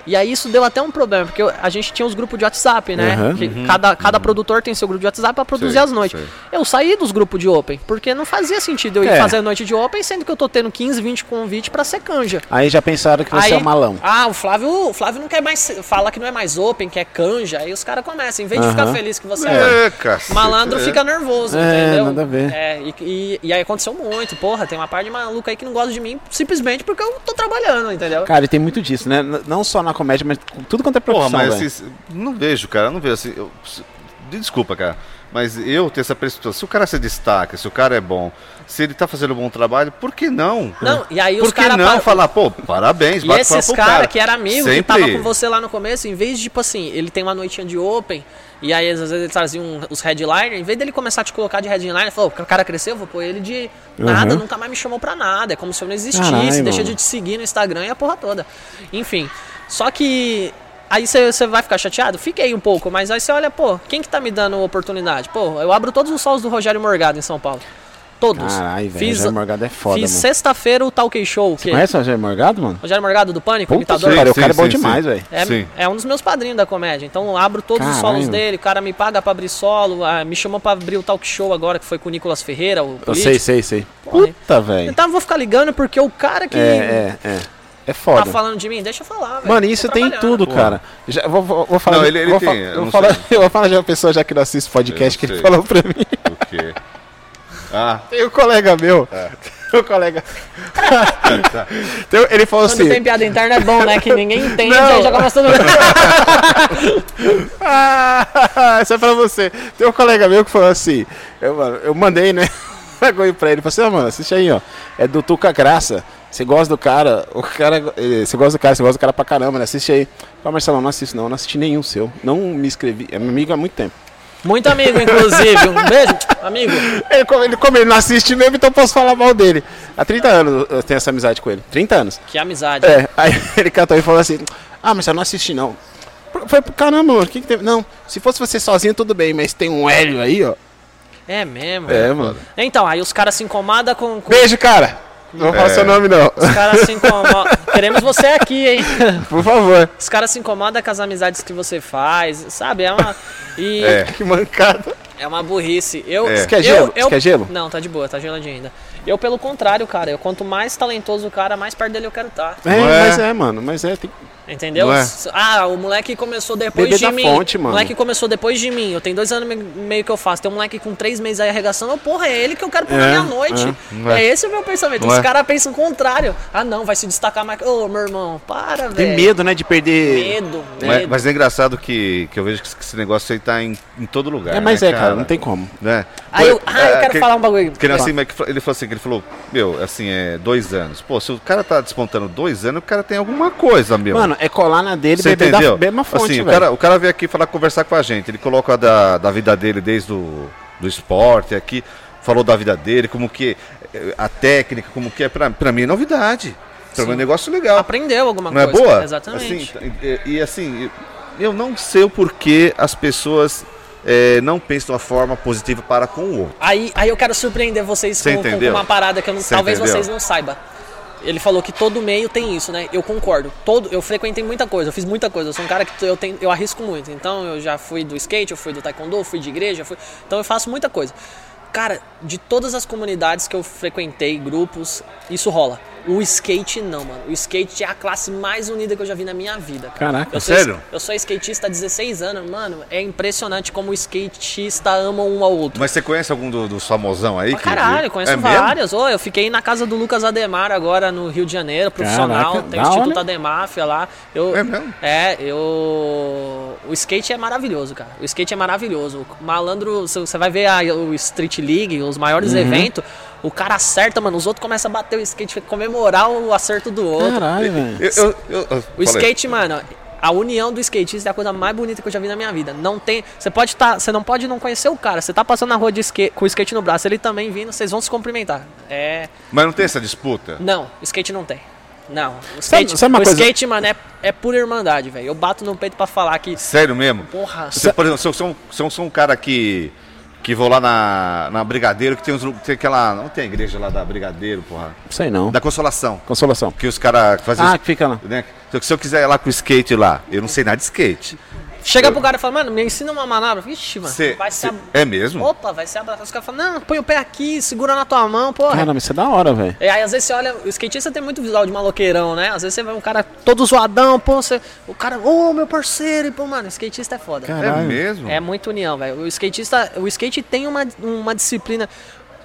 C: E aí isso deu até um problema, porque eu- a gente tinha os grupos de WhatsApp, né?
F: Aham.
C: que cada
A: Uhum.
C: cada produtor tem seu grupo de WhatsApp pra produzir
B: Sei,
C: as noites.
B: sei.
C: Eu saí dos grupos de Open, porque não fazia sentido eu ir
A: É.
C: fazer noite de Open, sendo que eu tô tendo 15, 20 convites pra ser canja.
A: Aí já pensaram que você
C: Aí-
A: é um malão.
C: Ah, o Flávio, o Flávio não quer mais. ser- Fala que não é mais open, que é canja. Aí os caras começam. Em vez de ficar feliz que você é
B: É, cacete.
C: Malandro
B: é.
C: fica nervoso,
A: É,
C: entendeu?
A: nada a ver.
C: É, e, e- e aí aconteceu muito, porra, tem uma parte de maluco aí que não gosta de mim simplesmente porque eu tô trabalhando, entendeu?
A: Cara, e tem muito disso, né? N- Não só na comédia, mas com tudo quanto é
B: Porra,
A: profissão,
B: mas
A: velho.
B: assim, não vejo, cara, não vejo assim. eu- me desculpa, cara, mas eu tenho essa percepção. Se o cara se destaca, se o cara é bom, se ele tá fazendo um bom trabalho, por que não?
C: Não, e aí os
B: por que
C: caras
B: não falar, pô, parabéns,
C: E
B: bate
C: esses
B: palma pro
C: caras que era amigo,
B: Sempre.
C: que tava com você lá no começo, em vez de, tipo assim, ele tem uma noitinha de open, e aí às vezes ele trazia um- os headliner, em vez dele começar a te colocar de headliner, ele falou, o cara cresceu, eu vou pôr ele de nada, nunca mais me chamou pra nada, é como se eu não existisse,
A: Caralho,
C: deixa
A: mano.
C: de te seguir no Instagram e a porra toda. Enfim, só que... Aí você vai ficar chateado? Fiquei um pouco, mas aí você olha, pô, quem que tá me dando oportunidade? Pô, eu abro todos os solos do Rogério Morgado em São Paulo. Todos.
A: Caralho, velho,
C: Fiz-
A: Rogério Morgado é foda,
C: Fiz
A: mano.
C: sexta-feira o Talk Show. que-
A: Conhece o Rogério Morgado, mano?
C: Rogério Morgado do Pânico,
A: Puta
C: imitador.
A: que pariu, o
B: Sim,
A: cara é
B: sim,
A: bom
B: sim.
A: demais, velho.
B: Sim.
C: É, é um dos meus padrinhos da comédia. Então eu abro todos os
A: Caralho.
C: solos dele. O cara me paga pra abrir solo. ah, me chamou pra abrir o talk show agora, que foi com o Nicolas Ferreira, o
A: Eu
C: político.
A: sei, sei, sei.
C: Porra,
A: Puta, velho.
C: Então eu vou ficar ligando porque o cara que
A: É, é, é. É
C: tá
A: foda.
C: falando de mim, deixa eu falar, velho.
A: Mano,
C: Tô
A: isso tem em
C: trabalhando.
A: tudo, cara. Já, vou, vou, vou falar.
B: Não,
A: de-
B: ele- ele
A: vou
B: tem,
A: fa-
B: eu
A: eu,
B: não
A: vou falar,
B: sei.
A: eu vou falar de uma pessoa já que não assiste podcast
B: Eu
A: que
B: não
A: ele
B: sei.
A: falou pra mim.
B: O quê? Ah,
A: Tem um colega meu.
B: É.
A: Tem um colega.
B: tá.
A: Tem um- ele falou
C: Quando
A: assim.
C: tem piada interna é bom, né? Que ninguém entende,
A: Não.
C: aí já começa todo mundo.
A: Ah, isso é pra você. Tem um colega meu que falou assim. Eu, mano, eu mandei, né? Agora pra ele. Falei assim, ó, mano, assiste aí, ó. É do Tuca Graça. Você gosta do cara, o cara. eh, Você gosta do cara, você gosta do cara pra caramba, né? Assiste aí. Fala, Marcelo, não assisto, não, não assisti nenhum seu. Não me inscrevi. É meu amigo há muito tempo.
C: Muito amigo, inclusive. Um beijo, amigo.
A: Ele, como ele, como ele não assiste mesmo, então eu posso falar mal dele. Há 30 anos eu tenho essa amizade com ele. 30 anos.
C: Que amizade.
A: É, aí ele catou e falou assim: Ah, mas eu não assisti não. Foi, caramba, mano, o que, que teve? Não, se fosse você sozinho, tudo bem, mas tem um Hélio aí, ó.
C: É, mesmo.
A: mano.
C: Então, aí os caras se incomodam com. com...
A: Beijo, cara! Não vou falar
B: É.
A: seu nome, não.
C: Os caras se incomodam. Queremos você aqui, hein?
A: Por favor.
C: Os caras se incomodam com as amizades que você faz, sabe? É uma. E
B: É.
C: é,
A: Que mancada.
C: uma burrice. Eu,
B: É. Você
A: quer
C: eu-
A: gelo?
C: eu-
A: Você quer gelo?
C: Não, tá de boa, tá geladinho ainda. Eu, pelo contrário, cara, eu quanto mais talentoso o cara, mais perto dele eu quero estar.
A: É,
B: Não é?
A: mas é, mano, mas é. tem-
C: Entendeu?
B: Não é?
C: S- Ah, o moleque começou depois
A: Bebê
C: de
A: da
C: mim.
A: fonte, mano.
C: O moleque começou depois de mim. Eu tenho dois anos e me- meio que eu faço. Tem um moleque com três meses aí arregaçando. Eu, porra, é ele que eu quero pôr na
A: É,
C: minha noite.
B: Não
C: É.
B: é?
C: esse o meu pensamento.
B: Não
C: Os
B: é?
C: caras pensam o contrário. Ah, não, vai se destacar mais. Ô, meu irmão, para, velho.
A: Tem medo, né, de perder.
C: Medo,
B: Mas,
C: medo.
B: mas é engraçado que, que eu vejo que esse- que esse negócio aí tá em, em todo lugar.
A: É, mas
B: né,
A: é, cara, não tem como.
B: Né?
C: Aí eu,
B: Pô,
C: ah, eu
B: é,
C: quero
B: que-
C: falar um bagulho.
B: Que ele, assim, mas que fa- ele falou assim, que ele falou, meu, assim, é dois anos. Pô, se o cara tá despontando dois anos, o cara tem alguma coisa, meu.
A: Mano, é colar na dele,
B: você
A: beber
B: entendeu?
A: da mesma fonte,
B: assim, o
A: velho.
B: cara, o cara veio aqui falar, conversar com a gente. Ele coloca a da, da vida dele desde o do esporte aqui, falou da vida dele, como que é, a técnica, como que é. Pra, pra mim é novidade. Pra mim é um negócio legal.
C: aprendeu alguma
B: Não é
C: coisa.
B: boa?
C: Exatamente.
B: Assim, e, e assim, eu não sei o porquê as pessoas eh, não pensam de uma forma positiva para com o outro.
C: Aí, aí eu quero surpreender vocês
B: Você
C: com, com
B: entendeu?
C: uma parada que eu não,
B: Você
C: talvez
B: entendeu?
C: vocês não saibam. ele falou que todo meio tem isso, né? Eu concordo. Todo, eu frequentei muita coisa, eu fiz muita coisa. Eu sou um cara que t- eu, tenho, eu arrisco muito. Então eu já fui do skate, eu fui do taekwondo, eu fui de igreja, eu fui, então eu faço muita coisa. Cara, de todas as comunidades que eu frequentei, grupos, isso rola. O skate não, mano. O skate é a classe mais unida que eu já vi na minha vida. Cara.
E: Caraca.
C: Eu sou, es-
D: sério?
C: Eu sou skatista há 16 anos, mano. É impressionante como o skatista ama um ao outro.
B: Mas você conhece algum do- dos famosão aí?
C: Pra Ah, caralho, conheço
B: É mesmo?
C: várias. Ô, eu fiquei na casa do Lucas Ademar agora no Rio de Janeiro, profissional.
E: Caraca,
C: tem o
E: da hora,
C: Instituto
E: hein?
C: Ademáfia lá. Eu,
B: É mesmo?
C: É, eu. O skate é maravilhoso, cara. O skate é maravilhoso. O malandro, você você vai ver a, o Street League, os maiores
B: Uhum.
C: eventos. O cara acerta, mano. Os outros começam a bater o skate, comemorar o acerto do outro.
E: Caralho, velho.
B: Eu, eu- eu- eu-
C: O
B: falei.
C: skate, mano, a união do skatista é a coisa mais bonita que eu já vi na minha vida. Não tem, você pode tá, você não pode não conhecer o cara. Você tá passando na rua de skate, com o skate no braço, ele também vindo, vocês vão se cumprimentar. É,
B: Mas não tem essa disputa?
C: não, skate não tem. Não, o
E: Sabe-
C: skate,
E: sabe uma
C: o
E: coisa-
C: skate mano, é, é pura irmandade, velho. Eu bato no peito pra falar que,
B: Sério mesmo?
C: porra,
B: Você, por exemplo, se eu sou, um- se eu sou um cara que. que vou lá na, na Brigadeiro, que tem, uns, lu- tem aquela. Não tem a igreja lá da Brigadeiro, porra.
E: Sei não.
B: Da Consolação.
E: Consolação.
B: Que os caras fazem.
E: Ah,
B: os-
E: que fica lá.
B: né? Se eu- Se eu quiser ir lá com o skate lá, eu não sei nada de skate.
C: chega pro cara e fala, mano, me ensina uma manobra. Vixe, mano,
B: Cê-
C: vai se
B: cê-
C: ab-
B: É mesmo?
C: Opa, vai se abraçar. Os caras falam, não, põe o pé aqui, segura na tua mão, porra.
E: Caramba, isso é da hora, velho.
C: E aí, às vezes, você olha, o skatista tem muito visual de maloqueirão, né? Às vezes você vê um cara todo zoadão, pô, você, o cara, ô, meu parceiro, e, pô, mano, skatista é foda.
B: É
E: Caralho.
B: mesmo?
C: É muita união, velho. O skatista, o skate tem uma, uma disciplina.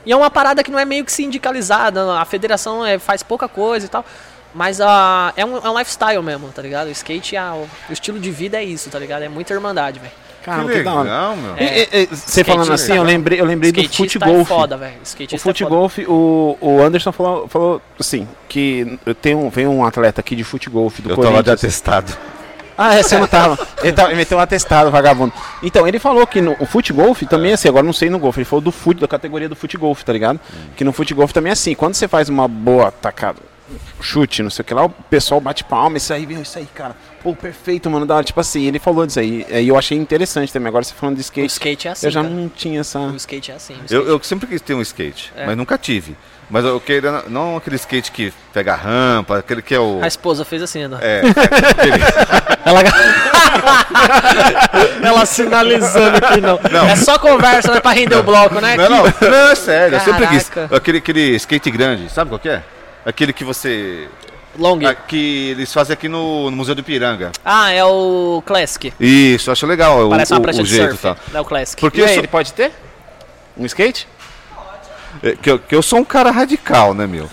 C: E é uma parada que não é meio que sindicalizada, a federação é, faz pouca coisa e tal. Mas ah, é, um, é um lifestyle mesmo, tá ligado? O skate, ah, o, o estilo de vida é isso, tá ligado? É muita irmandade, velho.
B: Que
E: Caramba, que, da hora.
B: legal, meu.
E: E- e- e, Você falando assim, eu lembrei, eu lembrei do
C: Skatista
E: futebol.
C: é foda, velho.
E: O
C: Skatista é foda.
E: futebol, o, o Anderson falou, falou assim, que eu tenho, vem um atleta aqui de futebol do
B: Eu tava
E: Corinthians.
B: de atestado.
E: Ah, é, você não tava. Ele, tava, ele meteu um atestado, vagabundo. Então, ele falou que no, o futgolf também é assim, agora não sei no golfe, ele falou do fute, da categoria do futgolf, tá ligado? Que no futgolf também é assim, quando você faz uma boa tacada, chute, não sei o que lá, o pessoal bate palma, isso aí, viu, isso aí, cara. Pô, perfeito, mano, da hora. Tipo assim, ele falou disso aí, aí eu achei interessante também. Agora você falando de
C: O
E: skate,
C: skate é assim,
E: eu já
C: cara.
E: não tinha essa...
C: O skate é assim. o
B: Eu,
C: skate-
B: eu sempre quis ter um skate,
C: É.
B: mas nunca tive. Mas eu queria não aquele skate que pega rampa, aquele que é o.
C: A esposa fez assim, né?
B: É,
C: Ela sinalizando que não.
B: Não.
C: É só conversa, né? Pra render o bloco, né?
B: não, não,
C: Que-
B: não, é sério, eu sempre quis.
C: Caraca.
B: Aquele, aquele skate grande, sabe qual que é? Aquele que você.
C: Long.
B: a- que eles fazem aqui no, no Museu do Ipiranga.
C: Ah, é o Classic.
B: Isso, eu acho legal o,
C: Parece
B: o,
C: uma prancha
B: o
C: de
B: jeito e
C: surf.
B: tal.
C: É o Classic.
B: Porque
E: E
B: eu
E: aí,
B: sou,
E: ele pode ter? Um skate?
B: é, que eu, que eu sou um cara radical, né, meu?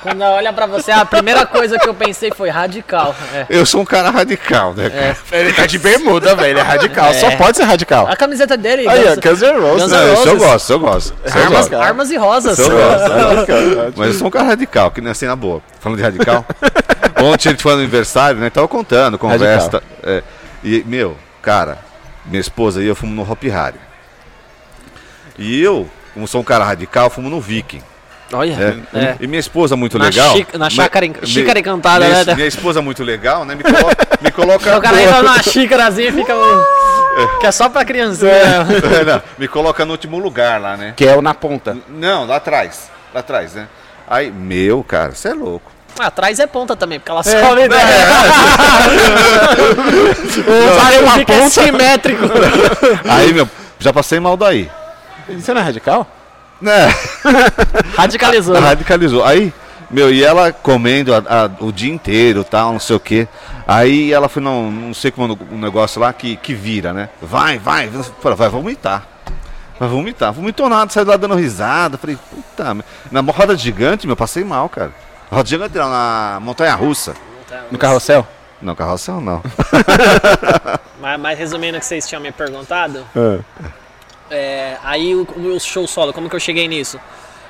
C: Quando ela olha pra você, a primeira coisa que eu pensei foi radical. É.
B: Eu sou um cara radical, né? cara?
E: Ele tá de bermuda, velho, ele é radical, só pode ser radical.
C: A camiseta dele.
E: Aí, ó,
C: Guns-
E: Guns N' Roses.
C: Guns
B: Não,
C: N'
B: isso eu
C: Roses.
B: gosto, isso eu gosto. isso eu
E: Armas,
B: gosto.
E: cara.
C: Armas e rosas.
B: Eu gosto, Mas eu sou um cara radical, que não é assim na boa. Falando de radical. Ontem a gente foi no aniversário, né? Tava contando, conversa. tá- é. e, meu, cara, minha esposa e eu fomos no Hop Harry. E eu, como sou um cara radical, fomos no Viking.
C: Olha.
B: né?
C: É.
B: E minha esposa muito
C: Na
B: legal.
C: xí- na
B: me-
C: chácara en-
B: me-
C: xícara encantada,
B: minha,
C: né?
B: Minha esposa muito legal, né? Me coloca. me coloca
C: O cara
B: no-
C: entra numa xícarazinha e fica. um- Que é só pra criancinha.
B: É, não, me coloca no último lugar lá, né?
E: Que é o na ponta.
B: Não, lá atrás. Lá atrás, né? Aí, meu, cara, você é louco.
C: Ah, Atrás é ponta também, porque ela sobe. né?
B: é.
C: O
E: Não.
C: barulho
E: Uma
C: fica
E: ponta.
C: simétrico.
B: Aí, meu, já passei mal daí.
E: Você não é radical?
B: Né?
C: Radicalizou.
B: Ela radicalizou. Aí, meu, e ela comendo a- a- o dia inteiro, tal, não sei o quê. Aí ela foi, não, não sei como, um negócio lá que, que vira, né? Vai, vai, Eu falei, vai vomitar. Vai vomitar. Vomitou nada, saiu lá dando risada. Falei, puta, meu. na roda gigante, meu, passei mal, cara. Roda gigante não, na montanha russa.
E: No carrossel?
B: Não, carroção não.
C: Mas, mas resumindo o que vocês tinham me perguntado, é, aí o, o meu show solo, como que eu cheguei nisso?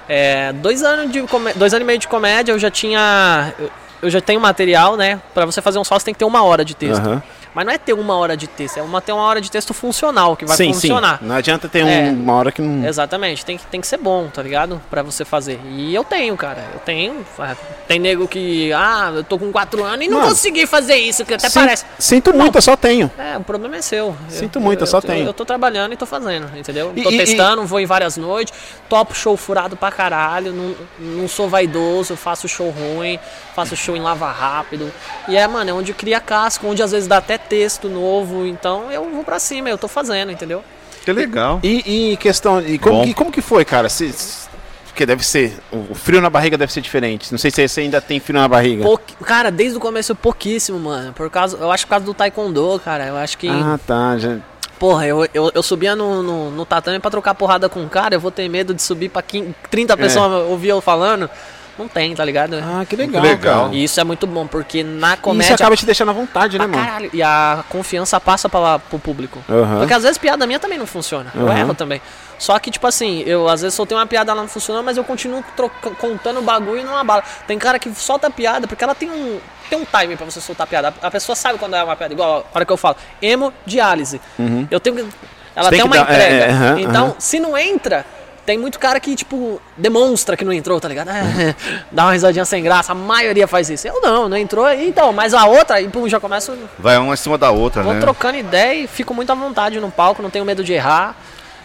C: É, dois anos de comé- dois anos e meio de comédia, eu já tinha, eu, eu já tenho material, né? Pra você fazer um solo, você tem que ter uma hora de texto. Mas não é ter uma hora de texto, é uma, ter uma hora de texto funcional, que vai
A: sim,
C: funcionar.
A: sim. Não adianta ter um-
C: É.
A: uma hora que não.
C: Exatamente, tem que, tem que ser bom, tá ligado? Pra você fazer. E eu tenho, cara. Eu tenho. Ah, Tem nego que. Ah, eu tô com 4 anos e não
A: Mano.
C: consegui fazer isso, que até
A: Sin-
C: parece.
A: Sinto muito, eu só tenho.
C: É, o problema é seu.
A: Sinto muito, eu só
C: tô-
A: tenho.
C: Eu tô trabalhando e tô fazendo, entendeu?
A: E-
C: tô
A: e-
C: testando, vou em várias noites, topo show furado pra caralho, não, não sou vaidoso, faço show ruim, faço show em lava rápido. E é, mano, é onde cria casco, onde às vezes dá até texto novo, então eu vou pra cima, eu tô fazendo, entendeu?
B: Que legal.
A: E, e questão. E como,
B: Bom.
A: que, como que foi, cara? Se, se- porque deve ser. O o frio na barriga deve ser diferente. Não sei se você ainda tem frio na barriga.
C: Pouqui- Cara, desde o começo pouquíssimo, mano. Por causa, eu acho por causa do Taekwondo, cara. Eu acho que.
A: Ah, tá. Já...
C: Porra, eu, eu, eu subia no, no, no tatame pra trocar porrada com um cara, eu vou ter medo de subir pra 15, 30 pessoas ouvir eu falando. Não tem, tá ligado?
A: É. Ah, que legal.
B: Que legal.
A: Cara. E
C: E isso é muito bom, porque na
A: isso
C: comédia.
A: acaba te deixando à vontade, né,
C: pra
A: mano?
C: caralho, e a confiança passa pra lá, pro público.
A: Aham.
C: Porque às vezes piada minha também não funciona. Eu
A: Aham.
C: erro também. Só que, tipo assim, eu às vezes soltei uma piada ela não funcionou, mas eu continuo troca- contando o bagulho e não abala. Tem cara que solta a piada, porque ela tem um. Tem um time pra você soltar a piada. A pessoa sabe quando é uma piada, igual a hora que eu falo, hemodiálise.
A: Uhum.
C: Eu tenho que. Ela
A: Você tem
C: tem,
A: que
C: uma
A: dar- é,
C: entrega.
A: é, aham,
C: então,
A: aham.
C: se não entra, tem muito cara que, tipo, demonstra que não entrou, tá ligado? É, dá uma risadinha sem graça, a maioria faz isso. Eu não, não entrou, então, mas a outra, aí pum, já começo
B: Vai uma em cima da outra,
C: Vou
A: É.
B: né?
C: trocando ideia e fico muito à vontade no palco, não tenho medo de errar.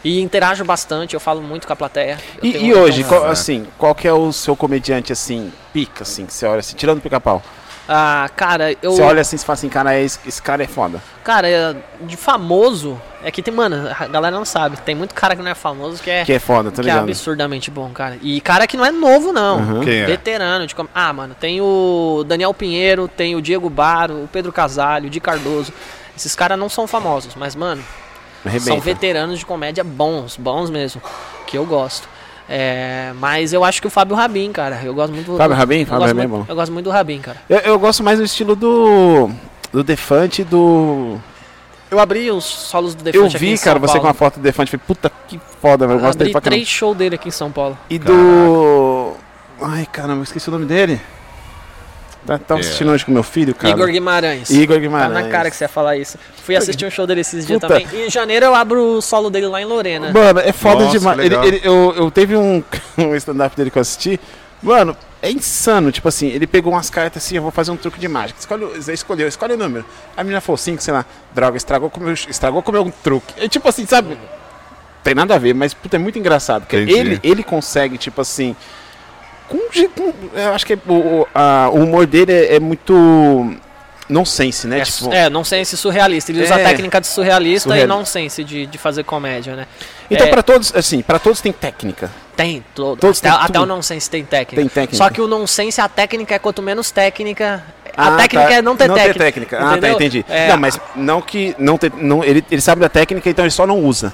C: E interajo bastante, eu falo muito com a plateia. Eu
A: E,
C: tenho-
A: e
C: eu
A: hoje,
C: tenho-
A: qual- assim, qual que é o seu comediante, assim, pica, assim, que você olha assim, tirando o pica-pau?
C: Ah, cara, eu.
A: Você olha assim e fala assim, cara, esse, esse cara é foda.
C: Cara, é- de famoso. É que tem, mano, a galera não sabe. Tem muito cara que não é famoso que é,
A: Que é foda, tá
C: que é
A: ligado?
C: absurdamente bom, cara. E cara que não é novo, não.
B: Quem é?
C: Veterano. De com... Ah, mano, tem o Daniel Pinheiro, tem o Diego Baro, o Pedro Casalho, o Di Cardoso. Esses caras não são famosos, mas, mano, São
A: Arrebenta.
C: veteranos de comédia bons, bons mesmo, que eu gosto. É, mas eu acho que o Fábio Rabin, cara, eu gosto muito do
A: Fábio Rabin?
C: eu
A: Fábio
C: gosto
A: Rabin é
C: muito-
A: bom.
C: Eu gosto muito do Rabin, cara.
A: Eu, eu gosto mais do estilo do. Do Defante e do.
C: Eu abri os solos do
A: Eu
C: Defante aqui em
A: vi,
C: São
A: cara, você
C: Paulo.
A: com a foto do Defante. Falei, puta que foda, velho. Eu gosto
C: Abri
A: dele pra caramba.
C: três shows dele aqui em São Paulo.
A: E do. Ai, caramba, eu esqueci o nome dele. Tá, tava
B: É.
A: assistindo hoje com meu filho, cara.
C: Igor Guimarães.
A: Igor
C: Tá
A: Guimarães.
C: na cara que você ia falar isso. Fui assistir um show dele esses dias
A: Puta.
C: também. E em janeiro eu abro o solo dele lá em Lorena.
A: Mano, é foda
B: Nossa,
A: demais.
B: que legal.
A: Ele- ele- eu, eu teve um, um stand-up dele que eu assisti. Mano, é insano. Tipo assim, ele pegou umas cartas assim, eu vou fazer um truque de mágica. Escolhe, o- ele escolheu, escolhe o número. A menina falou 5, sei lá. Droga, estragou com o meu, estragou com o meu truque. É tipo assim, sabe? Tem nada a ver, mas puta, é muito engraçado. Porque
B: Entendi.
A: ele, ele consegue, tipo assim. Com, je- com- eu acho que é, o, o- a- o humor dele é, é muito nonsense, né?
C: É,
A: tipo,
C: é, não sei se surrealista. Ele usa
A: É.
C: a técnica de surrealista
A: Surreal-
C: e não sei se de, de fazer comédia, né?
A: Então,
C: é-
A: pra todos, assim, pra todos tem técnica.
C: Tem, todo.
A: Todos
C: até,
A: têm
C: até
A: tudo.
C: o nonsense tem técnica.
A: Tem técnica.
C: Só que o nonsense, a técnica é quanto menos técnica. A
A: Ah,
C: técnica
A: tá.
C: é não ter técnica.
A: técnica. Ah, tá,
C: entendeu?
A: entendi.
C: É,
A: Não, mas não que. Não ter, não, ele, ele sabe da técnica, então ele só não usa.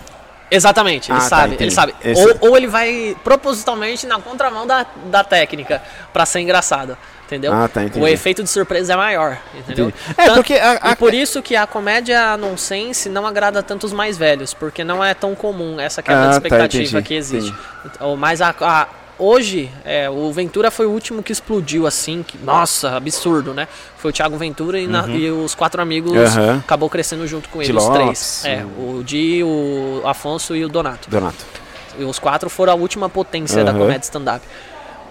C: Exatamente, ele
A: Ah, tá,
C: sabe, ele
A: entendi.
C: sabe.
A: Esse-
C: Ou, ou ele vai propositalmente na contramão da, da técnica pra ser engraçado. Entendeu?
A: Ah, tá, entendi.
C: O efeito de surpresa é maior, entendeu?
A: Entendi. É,
C: Tan-
A: porque a- a-
C: E por isso que a comédia nonsense não agrada tanto os mais velhos, porque não é tão comum essa quebra
A: Ah,
C: de
A: tá,
C: expectativa
A: entendi,
C: que existe. Ou Mas a, a- hoje, é, o Ventura foi o último que explodiu assim, que, nossa, absurdo, né? Foi o Thiago Ventura e, na- e os quatro amigos
A: Uhum. Aham.
C: acabou crescendo junto com
A: De
C: ele, os
A: Lopes,
C: três. É, o Di, o Afonso e o Donato.
A: Donato.
C: E os quatro foram a última potência da
A: Aham.
C: comédia stand-up.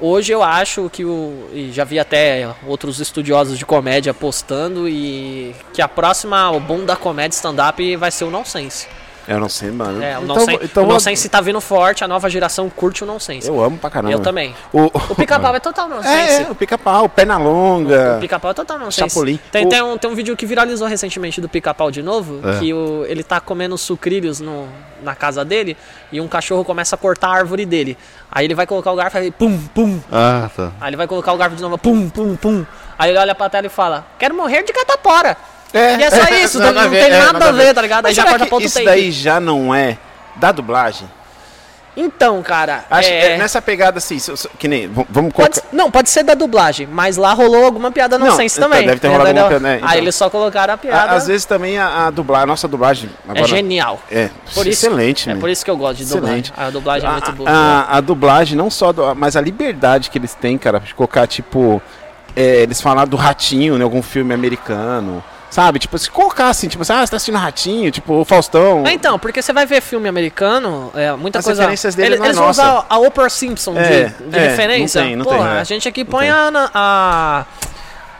C: Hoje eu acho que o. E já vi até outros estudiosos de comédia postando e que a próxima, o boom da comédia stand-up vai ser o nonsense.
A: Eu não sei, mano.
C: É, o
A: Então-
C: nonsense,
A: então
C: o
A: eu-
C: nonsense tá vindo forte, a nova geração curte o nonsense. Eu,
A: Eu amo pra caramba.
C: também.
A: O,
C: O pica-pau é total nonsense.
A: é, é, o pica-pau, perna longa.
C: O pica-pau é total nonsense.
A: Chapolin.
C: Tem,
A: O- É.
C: tem, um, tem um vídeo que viralizou recentemente do pica-pau de novo, que o- ele tá comendo sucrilhos no- na casa dele e um cachorro começa a cortar a árvore dele. Aí ele vai colocar o garfo e pum, pum.
B: Ah, tá.
C: Aí ele vai colocar o garfo de novo, pum, pum, pum. Aí ele olha pra tela e fala, quero morrer de catapora.
A: É,
C: E é só isso, não,
A: a
C: não
A: ver,
C: tem
A: é,
C: nada a ver, tá ligado? Aí
A: Mas
C: já
A: será
C: corta
A: que
C: pra outro
A: Isso
C: take.
A: daí já não é da dublagem?
C: Então, cara,
A: Acho,
C: é-
A: é, Nessa pegada assim, se- se- que nem. v- Vamos
C: Pode-
A: colocar.
C: não, pode ser da dublagem, mas lá rolou alguma piada
A: Não,
C: nonsense
A: então,
C: também.
A: deve ter rolado
C: entendeu?
A: alguma piada, né? Então.
C: Aí eles só colocaram a piada.
A: A- Às vezes também a, a dublagem, a nossa dublagem.
C: né? é
A: Agora,
C: genial.
A: É,
C: Por isso-
A: excelente,
C: É
A: meu.
C: por isso que eu gosto de
A: Excelente. Ah,
C: dublagem. A dublagem é muito
A: A-
C: boa.
A: A, a dublagem, não só, do- mas a liberdade que eles têm, cara, de colocar, tipo, é, eles falaram do ratinho em algum filme né, americano. Sabe? Tipo, se colocar assim, tipo assim, ah, você tá assistindo Ratinho, tipo, o Faustão.
C: É, então, porque você vai ver filme americano, é, muita
A: As
C: coisa.
A: referências dele
C: Ele-
A: não é
C: eles vão
A: nossa.
C: usar a Oprah Simpson de-
A: É,
C: de,
A: é,
C: referência.
A: não tem, não
C: Pô,
A: tem,
C: a
A: é.
C: gente aqui põe a, Ana, a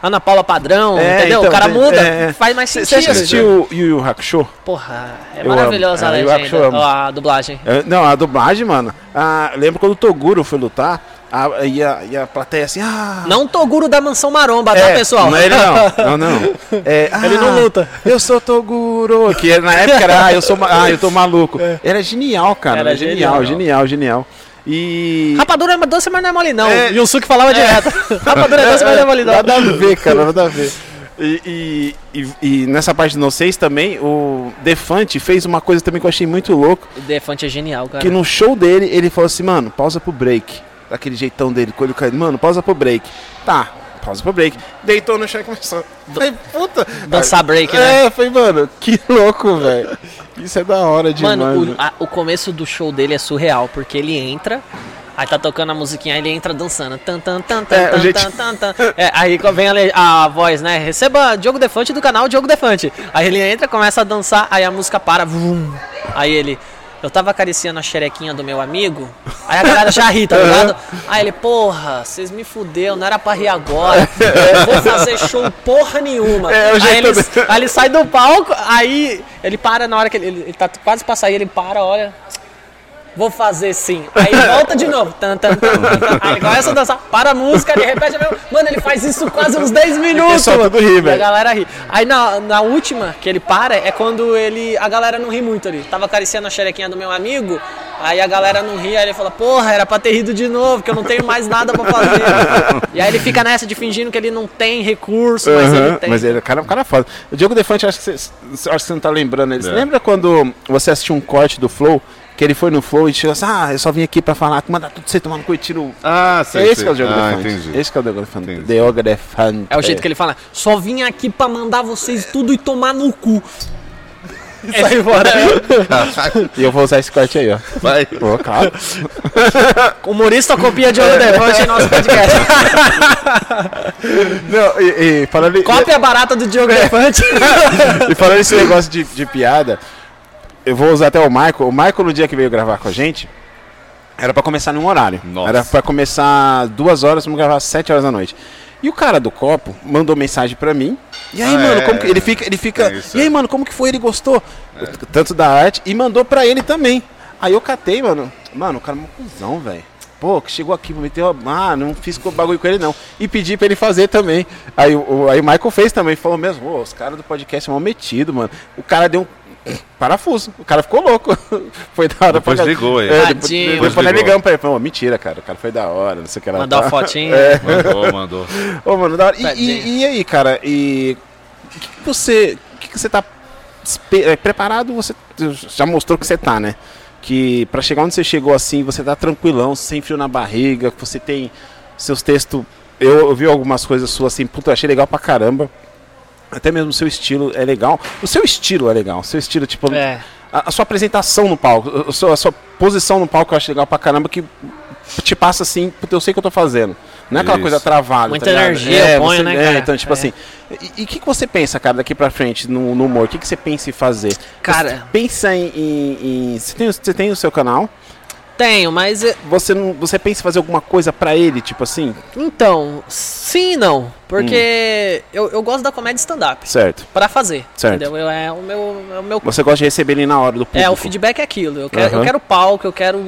C: Ana Paula Padrão,
A: É,
C: entendeu? o
A: então,
C: cara
A: tem-
C: muda,
A: é.
C: faz mais
A: Você
C: sentido. né?
A: já assistiu o Yu Yu Hakusho?
C: Porra, é
A: Eu
C: maravilhosa a
A: amo. Ah, eu acho que eu
C: legenda,
A: amo.
C: ó, a dublagem.
A: É, Não, a dublagem, mano. Ah, eu lembro quando o Toguro foi lutar, a, e, a, e a plateia assim, ah.
C: Não o Toguro da Mansão Maromba, tá,
A: É,
C: pessoal?
A: Não é ele não. Não, não. É,
C: Ele
A: ah,
C: não luta.
A: Eu sou Toguro. Que na época era, ah, eu sou, ma- ah, eu tô maluco. Era genial, cara.
C: Era
A: Era genial,
C: genial.
A: genial, genial. E.
C: Rapadura é doce, mas não é mole, não.
A: É.
C: Yusuke falava direto. Rapadura é doce, mas não é mole, não.
A: Nada a ver, cara, nada a ver. E, e- e- e nessa parte do vocês também, o Defante fez uma coisa também que eu achei muito louco,
C: O Defante é genial, cara.
A: que no show dele ele falou assim, mano, pausa pro break. Daquele jeitão dele, com ele caindo, mano, pausa pro break. Tá, pausa pro break. Deitou no chão e começou. Falei, puta.
C: Dançar break, né?
A: É, falei, mano, que louco, velho. Isso é da hora demais.
C: Mano,
A: Mano,
C: o, a- o começo do show dele é surreal, porque ele entra, aí tá tocando a musiquinha, aí ele entra dançando. Tan, tan, tan, tan,
A: É, o
C: tan,
A: jeito-
C: tan, tan, tan. É, aí vem a, le- a voz, né? Receba Diogo Defante do canal Diogo Defante. Aí ele entra, começa a dançar, aí a música para. vum. Aí ele. Eu tava acariciando a xerequinha do meu amigo, aí a galera já ri, tá ligado? Aí ele, porra, vocês me fudeu, não era pra rir agora. Eu vou fazer show porra nenhuma.
A: É, é o
C: aí,
A: jeito
C: ele,
A: dele.
C: Aí ele sai do palco, aí ele para na hora que ele, ele, ele tá quase pra sair, ele para, olha. Vou fazer sim. Aí volta de novo. Tan, tan, tan, tan, tan. Aí ele começa a dançar, para a música, ele repete a mesma. Mano, ele faz isso quase uns 10 minutos.
A: pessoal
C: mano.
A: É, tudo ri,
C: E A
A: velho.
C: galera ri. Aí na, na última que ele para é quando ele. A galera não ri muito ali. Tava acariciando a xerequinha do meu amigo, aí a galera não ri, aí ele fala, porra, era pra ter rido de novo, que eu não tenho mais nada pra fazer. e aí ele fica nessa de fingindo que ele não tem recurso, mas ele tem.
A: mas ele é cara, um cara foda. O Diogo Defante, acho que você, acho que você não tá lembrando
B: É.
A: ele. Você lembra quando você assistiu um corte do Flow? Que ele foi no Flow e chegou assim: Ah, eu só vim aqui pra falar, mandar tudo você tomar no cu e tiro.
B: Ah,
A: É
B: sei,
A: esse
B: sei.
A: que é o Diogo
B: Ah,
A: Defante.
B: entendi.
A: Esse que é o Diogo Defante.
B: Entendi.
A: Diogo Defante.
C: É o jeito que ele fala. Só vim aqui pra mandar vocês tudo e tomar no cu. É. E sai fora.
A: E eu vou usar esse corte aí, ó.
B: Vai.
A: Pô, cara.
C: Humorista copia Diogo Defante em nosso podcast.
A: Não, e, e falando em-
C: Cópia barata do Diogo Defante.
A: E falando esse negócio de, de piada, eu vou usar até o Michael. O Michael, no dia que veio gravar com a gente, era pra começar num horário.
B: Nossa.
A: Era pra começar duas horas, vamos gravar às sete horas da noite. E o cara do copo mandou mensagem pra mim. E aí,
B: Ah,
A: mano,
B: é,
A: como que.
B: é.
A: Ele fica. Ele fica
B: É isso,
A: e aí,
B: é.
A: mano, como que foi? Ele gostou tanto da arte e mandou pra ele também. Aí eu catei, mano. Mano, o cara é um cuzão, velho. Pô, que chegou aqui, meteu. Ah, não fiz co- bagulho com ele, não. E pedi pra ele fazer também. Aí o, o- aí o Michael fez também. Falou mesmo, "Ô, os caras do podcast são mal metido, mano. O cara deu um parafuso. O cara ficou louco. foi da hora
B: Depois
A: caralho.
B: ligou, é.
A: É,
C: Tadinho.
A: depois,
C: Depois
A: depois nós
B: ligou.
A: ligamos pra ele. Falou, "Ô, mentira, cara. O cara foi da hora, não sei o que lá.
C: Mandar
A: tá."
C: uma fotinha.
B: Mandou, mandou.
A: Ô, mano, da hora. E,
C: Tadinho.
A: e- e aí, cara? E o que, que você, o que, que você tá espe- é, preparado? Você já mostrou que você tá, né? Que pra chegar onde você chegou assim, você tá tranquilão, sem frio na barriga, que você tem seus textos. Eu ouvi algumas coisas suas assim, puta, eu achei legal pra caramba. Até mesmo o seu estilo é legal. O seu estilo é legal. O seu estilo, tipo,
C: É.
A: a, a sua apresentação no palco, o- o seu- a sua posição no palco eu acho legal pra caramba, que te passa assim, puta, eu sei o que eu tô fazendo. Não é aquela
B: Isso.
A: coisa travada.
C: Muita
A: ligado?
C: energia
A: é,
C: eu ponho,
A: você-
C: né,
A: é,
C: cara?
A: então, tipo
C: É.
A: assim. E o que, que você pensa, cara, daqui pra frente no, no humor? O que, que você pensa em fazer?
C: Cara-
A: Você pensa em. em- em- você, tem, o- você tem o seu canal?
C: É. Tenho, mas eh,
A: Você, não, você pensa em fazer alguma coisa pra ele, tipo assim?
C: então, sim e não. Porque eu, eu gosto da comédia stand-up.
A: Certo.
C: Pra fazer.
A: Certo.
C: Entendeu? Eu- é o meu, é o meu
A: Você gosta de receber ele na hora do público.
C: É, o feedback é aquilo. Eu quero, eu
A: Aham.
C: quero palco, eu quero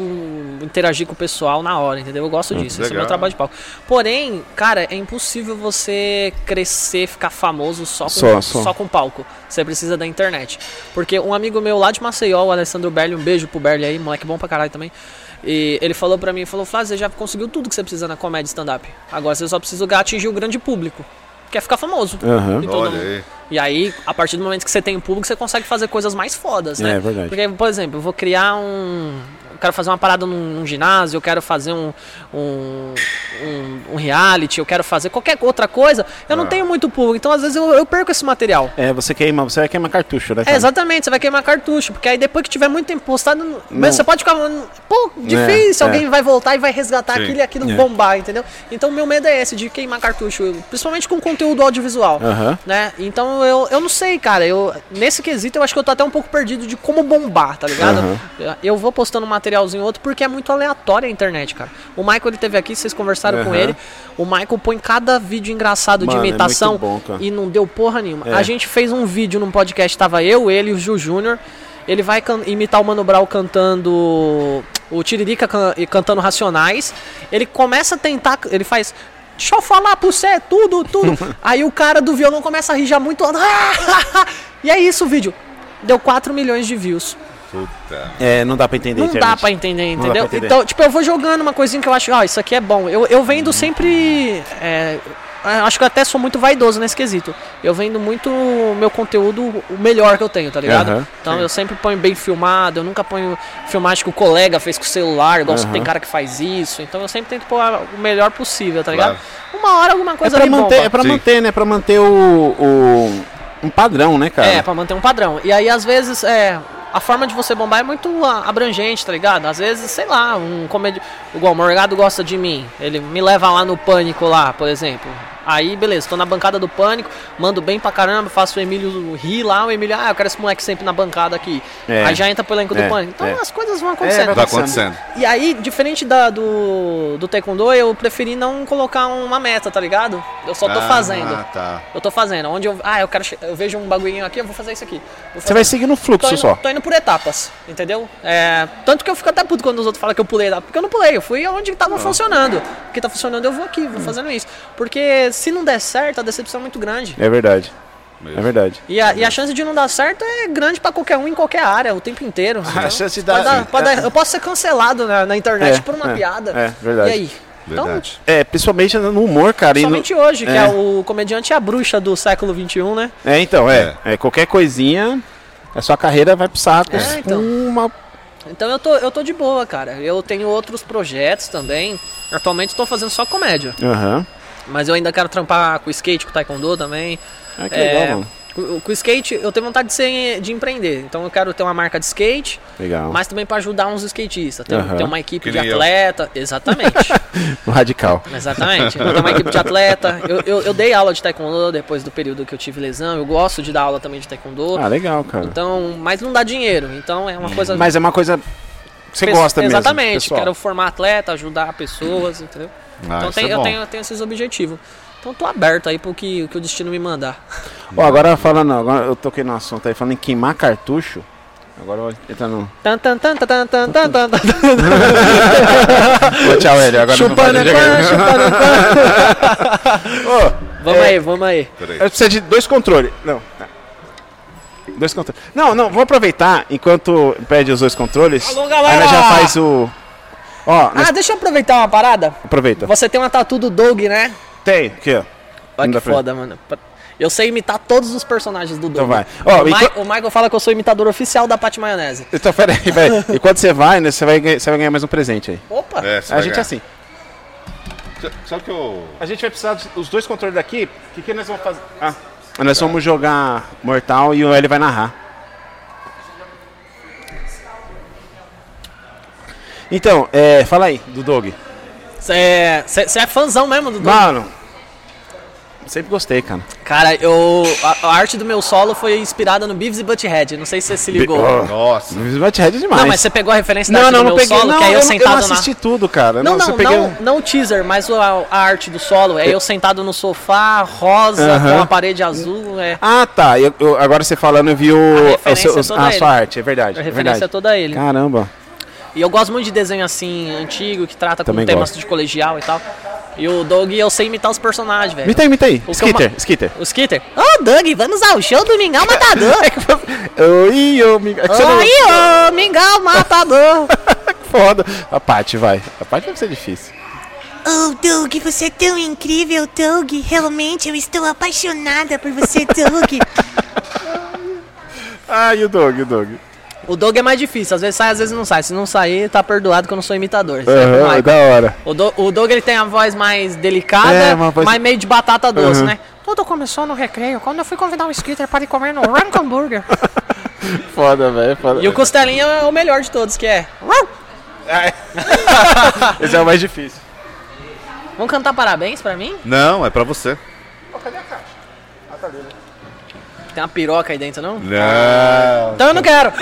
C: interagir com o pessoal na hora, entendeu? Eu
A: Hum,
C: gosto disso. Esse é o meu
B: legal.
C: trabalho de palco. Porém, cara, é impossível você crescer, ficar famoso só com,
A: Só, só.
C: com palco. Você precisa da internet. Porque um amigo meu lá de Maceió, o Alessandro Berli, um beijo pro Berli aí, moleque bom pra caralho também. E ele falou pra mim, falou, Flávio, você já conseguiu tudo que você precisa na comédia stand-up. Agora você só precisa atingir o grande público. Quer ficar famoso.
A: Aham.
C: E todo
B: Olha
C: mundo-
B: aí.
C: e aí, a partir do momento que você tem um público, você consegue fazer coisas mais fodas, né?
A: É, é verdade.
C: Porque, por exemplo, eu vou criar um. Eu quero fazer uma parada num, num ginásio, eu quero fazer um, um, um, um reality, eu quero fazer qualquer outra coisa. Eu
A: Ah.
C: não tenho muito público, então às vezes eu, eu perco esse material.
A: É, você queima, você vai queimar cartucho, né?
C: É,
A: cara?
C: exatamente, você vai queimar cartucho, porque aí depois que tiver muito tempo postado, não- mas você pode ficar. hum, Pô, difícil,
A: é.
C: alguém vai voltar e vai resgatar
B: Sim.
C: aquilo e aquilo bombar, é entendeu? Então meu medo é esse, de queimar cartucho, principalmente com conteúdo audiovisual.
A: Aham.
C: Né? Então mano, eu, eu não sei, cara. Eu, nesse quesito, eu acho que eu tô até um pouco perdido de como bombar, tá ligado? Eu- Eu vou postando um materialzinho ou outro porque é muito aleatório a internet, cara. O Michael, ele teve aqui, vocês conversaram com ele. O Michael põe cada vídeo engraçado
A: Mano, é
C: de
A: muito
C: imitação
A: bom, cara. É.
C: e não deu porra nenhuma. A gente fez um vídeo num podcast, tava eu, ele e o Ju Júnior. Ele vai can- imitar o Mano Brown cantando. O Tiririca can- e cantando Racionais. Ele começa a tentar. Ele faz. Deixa eu falar pra você, tudo, tudo. Aí o cara do violão começa a rir já muito. e é isso o vídeo. Deu 4 milhões de views.
B: Puta.
A: É, não dá pra entender.
C: Não dá
A: internet.
C: pra entender,
A: dá
C: entendeu?
A: pra entender.
C: Então, tipo, eu vou jogando uma coisinha que eu acho, ó, isso aqui é bom. Eu, eu vendo sempre. é, acho que eu até sou muito vaidoso nesse quesito. Eu vendo muito o meu conteúdo, o melhor que eu tenho, tá ligado?
A: Aham,
C: então eu sempre ponho bem filmado, eu nunca ponho filmagem que o colega fez com o celular, igual se tem cara que faz isso. Então eu sempre tento pôr a- o melhor possível, tá ligado? Uma hora alguma
A: É
C: coisa
A: pra,
C: ali
A: manter,
C: bomba.
A: é pra
B: Sim.
A: manter, né? Pra manter o, o- um padrão, né, cara?
C: É, pra manter um padrão. E aí, às vezes, é. A forma de você bombar é muito a- abrangente, tá ligado? Às vezes, sei lá, um comedi... Igual o Morgado gosta de mim. Ele me leva lá no pânico lá, por exemplo. Aí, beleza, tô na bancada do pânico, mando bem pra caramba, faço o Emílio rir lá, o Emílio, ah, eu quero esse moleque sempre na bancada aqui.
A: É.
C: Aí já entra pro elenco
A: É,
C: do pânico. Então
A: é.
C: as coisas vão acontecendo.
B: Tá acontecendo.
C: E aí, diferente da, do, do Taekwondo, eu preferi não colocar uma meta, tá ligado? Eu só tô fazendo.
B: Ah, tá.
C: Eu tô fazendo. Onde eu. Ah, eu quero. che- Eu vejo um bagulhinho aqui, eu vou fazer isso aqui. Vou
A: Você
C: fazer-
A: vai seguir no
C: tô
A: fluxo
C: indo,
A: só.
C: Tô indo por etapas, entendeu? É, tanto que eu fico até puto quando os outros falam que eu pulei lá. Porque eu não pulei, eu fui onde tava funcionando. O que tá funcionando, eu vou aqui,
A: Hum.
C: vou fazendo isso. Porque se não der certo, a decepção é muito grande.
A: É verdade.
B: Mesmo.
A: É verdade.
C: E a, e a chance de não dar certo é grande pra qualquer um em qualquer área, o tempo inteiro. entendeu?
A: Ah, chance de
C: Pode
A: dar-
C: dar- pode dar- eu posso ser cancelado na, na internet
A: É,
C: por uma
A: é,
C: piada.
A: é, verdade.
C: E aí? Então,
B: Verdade.
A: É, principalmente no humor, cara. e no-
C: somente hoje, que
A: é.
C: é o comediante e a bruxa do século XXI, né?
A: É, então, é. é. Qualquer coisinha, a sua carreira vai pro saco.
C: É, então.
A: Uma...
C: Então eu tô, eu tô de boa, cara. Eu tenho outros projetos também. Atualmente tô fazendo só comédia.
A: Aham.
C: Mas eu ainda quero trampar com skate, com taekwondo também.
A: Ah, que
C: É,
A: legal, mano.
C: Com, com skate, eu tenho vontade de, ser, de empreender. Então eu quero ter uma marca de skate,
A: Legal.
C: mas também pra ajudar uns skatistas. Ter,
A: Aham.
C: ter uma equipe
B: Que
C: de
B: nem eu.
C: atleta. Exatamente.
A: Radical.
C: Exatamente. Eu tenho uma equipe de atleta. Eu, eu, eu dei aula de taekwondo depois do período que eu tive lesão. Eu gosto de dar aula também de taekwondo.
A: Ah, legal, cara.
C: Então, mas não dá dinheiro. Então é uma coisa.
A: Mas é uma coisa que você
C: Pesso-
A: gosta mesmo.
C: Exatamente,
A: pessoal.
C: quero formar atleta, ajudar pessoas, entendeu?
B: Ah,
C: então
B: isso
C: tem-
B: é
C: eu,
B: bom.
C: tenho, eu tenho esses objetivos. Então tô aberto aí pro que, o que o destino me mandar.
A: Ó, agora falando, agora eu toquei no assunto aí, falando em queimar cartucho. Agora eu vou entrar no.
C: Tan, tan, tan, tan, tan, tan, tan, tan, tan.
A: Ô, tchau, Hélio. Agora eu não
C: Chupando
A: vou fazer
C: pan, chupando pan.
A: Ô,
C: Vamos aí, vamos aí.
B: Peraí.
A: eu preciso de dois controles. Não. tá. Dois controles. Não, não, vou aproveitar enquanto pede os dois controles.
C: Alô, galera!
A: Aí nós já faz o. Ó, nós-
C: Ah, deixa eu aproveitar uma parada.
A: aproveita.
C: Você tem uma tatu do Doug, né?
A: Tem, aqui, ó.
C: Olha
A: Não
C: que
A: dá pra-
C: foda, mano. Eu sei imitar todos os personagens do Doug.
A: Então vai. Ó,
C: o, Ma-
A: enquan-
C: o Michael fala que eu sou imitador oficial da Pat Maionese.
A: Então, peraí, peraí. E quando você vai, né, você vai, ganhar- você vai ganhar mais um presente aí.
C: Opa!
B: É, você
A: A
B: vai
A: gente é
B: ganhar.
A: assim.
B: Só- Só que eu.
A: A gente vai precisar dos os dois controles daqui. O que, que nós vamos fazer? Ah, nós vamos jogar Mortal e o L vai narrar. Então, é, fala aí, do Dog.
C: Você é, cê- cê é fãzão mesmo do Doug?
A: Mano, sempre gostei, cara.
C: Cara, eu. A, a arte do meu solo foi inspirada no Beavis e Butthead. Não sei se você se ligou.
A: Bi-
B: Nossa.
A: Oh, Butthead é demais.
C: não, mas você pegou a referência da
A: não,
C: arte
A: não,
C: do
A: não
C: meu
A: peguei.
C: solo,
A: não,
C: que é eu,
A: eu, não- eu não
C: sentado na.
A: assisti tudo, cara.
C: Não,
A: você
C: não,
A: peguei
C: não,
A: um-
C: não o teaser, mas o- a, a arte do solo. É eu sentado no sofá, rosa,
A: Aham.
C: com a parede azul. É.
A: Ah, tá. Eu, eu- agora você falando, eu vi o,
C: referência
A: o seu-
C: é toda
A: a
C: ele.
A: sua arte, é verdade.
C: A
A: é
C: referência é
A: verdade.
C: toda a ele.
A: Caramba.
C: E eu gosto muito de desenho assim, antigo, que trata com
A: Também
C: temas
A: gosto.
C: de colegial e tal. E o Doug, eu sei imitar os personagens, velho.
A: Imita aí, imita aí.
C: É. O que eu
A: Skitter,
C: ma-
A: Skitter.
C: O Skitter. É Ô, Doug, vamos ao show do Mingau Matador.
A: Oi, ô, amigo. É que você não-
C: Oi, ô, Mingau Matador.
A: Foda. A parte vai. A parte deve ser difícil.
G: Oh, Doug, você é tão incrível, Doug. Realmente eu estou apaixonada por você, Doug.
A: Ah, e o Doug, o Doug.
C: O Doug é mais difícil, às vezes sai, às vezes não sai. Se não sair, tá perdoado que eu não sou imitador. Isso é pro
A: Aham,
C: Michael.
A: da hora.
C: o, Do- o Doug ele tem a voz mais delicada,
A: É, uma voz-
C: mas meio de batata doce,
B: Uhum.
C: né?
H: Tudo começou no recreio, quando eu fui convidar um skater para ir comer no Rank Hamburger.
A: Foda, velho. Foda.
C: E o Costelinha é o melhor de todos, que é.
A: Esse é o mais difícil.
C: Vamos
B: é
C: cantar parabéns pra mim?
B: Não, é pra você.
C: Tem uma piroca aí dentro, não?
A: Ah.
B: Não.
C: Então eu não quero.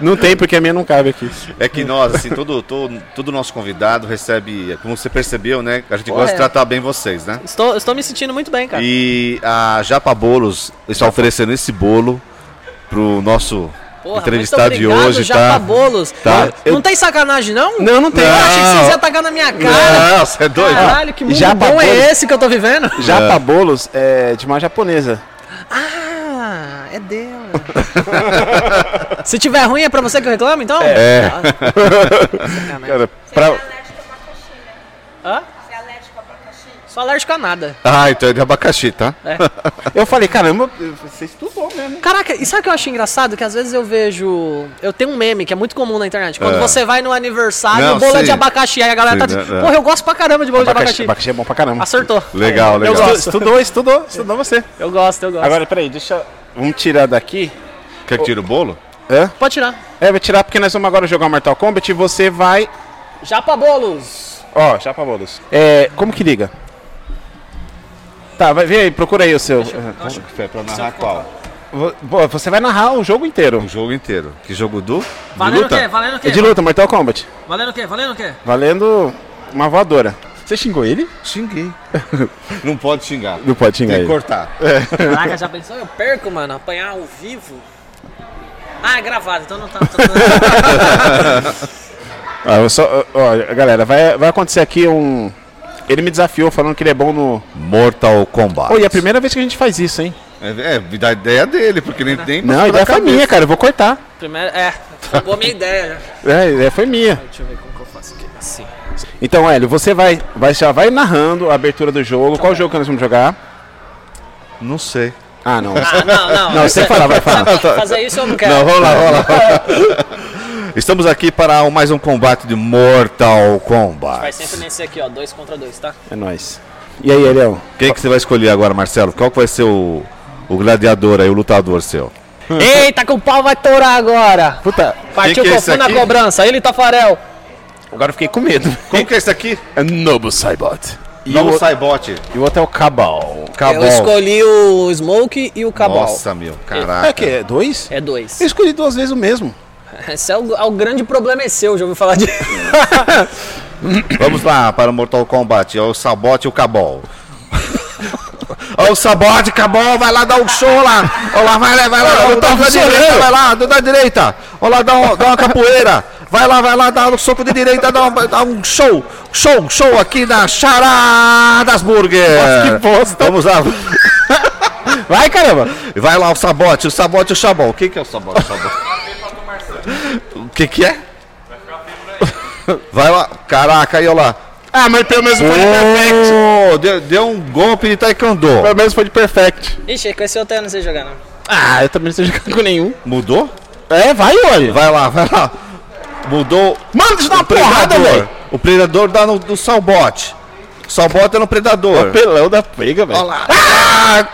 A: Não tem, porque a minha não cabe aqui.
B: É que nós, assim, todo, todo, todo nosso convidado recebe, como você percebeu, né? A gente
C: Pô,
B: gosta
C: é.
B: de tratar bem vocês, né?
C: Estou, estou me sentindo muito bem, cara.
B: E a Japa Bolos está oferecendo esse bolo pro nosso
C: Porra,
B: entrevistado
C: muito
B: de
C: obrigado,
B: hoje,
C: Japa
B: tá?
C: Bolos.
B: Tá.
C: Não, não tem sacanagem, não?
A: Não, não tem.
C: Eu achei que vocês iam atacar na minha cara.
B: Não, você é doido?
C: Caralho, que mundo
A: Japa
C: bom
A: Bolos.
C: é esse que eu tô vivendo?
A: Japa bolos é de uma japonesa.
C: Ah, é dela. Se tiver ruim, é pra você que eu reclamo, então?
B: É.
C: Cara, Hã? Sou alérgico a nada. né?
B: Ah, então é de abacaxi, tá?
A: Eu falei, caramba, você estudou mesmo. hein?
C: Caraca, e sabe o que eu acho engraçado? Que às vezes eu vejo. Eu tenho um meme que é muito comum na internet. Quando
B: É.
C: você vai no aniversário,
B: Não,
C: bolo é de
B: sim.
C: abacaxi. Aí a galera
B: Sim,
C: tá dizendo,
B: né, né.
C: porra, eu gosto pra caramba de bolo
A: Abacaxi,
C: de abacaxi.
A: abacaxi é bom pra caramba.
C: Acertou.
B: Legal,
C: Eu
B: legal.
C: gosto.
A: Estudou, estudou, estudou você.
C: Eu gosto, eu gosto.
A: Agora, peraí, deixa. Vamos tirar daqui.
B: Quer que tire o bolo?
C: Pode tirar.
A: É, vou tirar porque nós vamos agora jogar Mortal Kombat e você vai.
C: Japa Bolos.
A: Ó, chapa bolos. É, como que liga? Tá, vai ver aí, procura aí o seu.
B: Acho que foi pra narrar qual?
A: Vo- vo- Você vai narrar o jogo inteiro.
B: O jogo inteiro. Que jogo do? De
C: Valendo o
B: luta?
C: quê? Valendo o
A: É
C: quê?
A: de luta, Mortal Kombat.
C: Valendo o quê? Valendo o quê?
A: Valendo uma voadora. Você xingou ele?
B: é? Xinguei. Não pode xingar. É.
A: Não pode xingar
B: Tem que
A: ele.
B: cortar.
C: Caraca, já pensou? Eu perco, mano. Apanhar ao vivo. Ah, é gravado, então não tá. Então
A: Ah, eu só, ó, galera, vai, vai acontecer aqui um. Ele me desafiou falando que ele é bom no.
B: Mortal Kombat.
A: Pô, e é a primeira vez que a gente faz isso, hein?
B: É, é, da ideia dele, porque nem tem.
A: Não, a ideia foi minha, cara. Eu vou cortar.
C: Primeiro, é. Boa minha ideia. né?
A: É, a ideia foi minha.
C: Deixa eu ver como que eu faço aqui. Assim.
A: Então, Hélio, você vai, vai, já vai narrando a abertura do jogo. Qual jogo que nós vamos jogar?
B: Não sei.
A: Ah, não.
C: Ah, não, não.
A: Não, você fala, vai falar.
C: Fazer isso eu não quero.
B: Não, vamos lá, vamos lá. Estamos aqui para um- mais um combate de Mortal
C: Vai
B: Kombat.
C: sempre nesse aqui, ó. Dois contra dois, tá?
A: É nóis. E aí, Elião?
B: Quem que você vai escolher agora, Marcelo? Qual que vai ser o, o gladiador aí, o lutador seu?
C: Eita, que o pau vai tourar agora.
A: Puta,
C: Partiu
B: que é
C: Cofun
B: esse
C: na
B: aqui?
C: cobrança. Ele, Tafarel.
A: agora eu fiquei com medo.
B: Como que é esse aqui?
A: É Noble Saibot. E,
B: Não
A: o,
B: o Saibot.
A: e o outro é o Cabal.
B: Cabal.
C: Eu escolhi o Smoke e o Cabal.
B: Tá Nossa, meu,
A: É
B: caraca.
A: o quê? É dois?
C: É dois.
A: Eu escolhi duas vezes o mesmo.
C: Esse é o, é o grande problema é seu, já ouviu falar de.
B: Vamos lá para o Mortal Kombat. É o Sabote e o Cabal. Ó, o Sabote, Cabal, vai lá dar um show lá. Ó lá, vai lá, vai lá.
A: Não tá
B: dá um da
A: funcionando.
B: direita, vai lá, dá da direita. Ó lá, dá, um- dá uma capoeira. Vai lá, vai lá, dá um soco de direita, dá, um- dá um show. Show, show aqui na Charadas Burger.
A: que bosta.
B: Vamos lá.
A: Vai, caramba.
B: Vai lá o Sabote, o Sabote e o Xabol. O que que é o Sabote, o Xabol? O que que é? Vai lá, caraca, aí, ó lá.
A: Ah, mas pelo menos foi de perfect.
B: Ô, deu, deu um golpe de taekwondo.
A: Pelo menos foi de perfect.
C: Ixi, com esse hotel eu não sei jogar, não.
A: Ah, eu também não sei jogar com nenhum.
B: Mudou?
A: É, vai, olha.
B: Vai lá, vai lá. Mudou.
A: Mano, deixa eu dar uma
B: o predador.
A: porrada, velho.
B: O predador dá no, no salbote. Salbote é no predador.
A: Pelão da pega, velho.
B: Olha lá. Ah!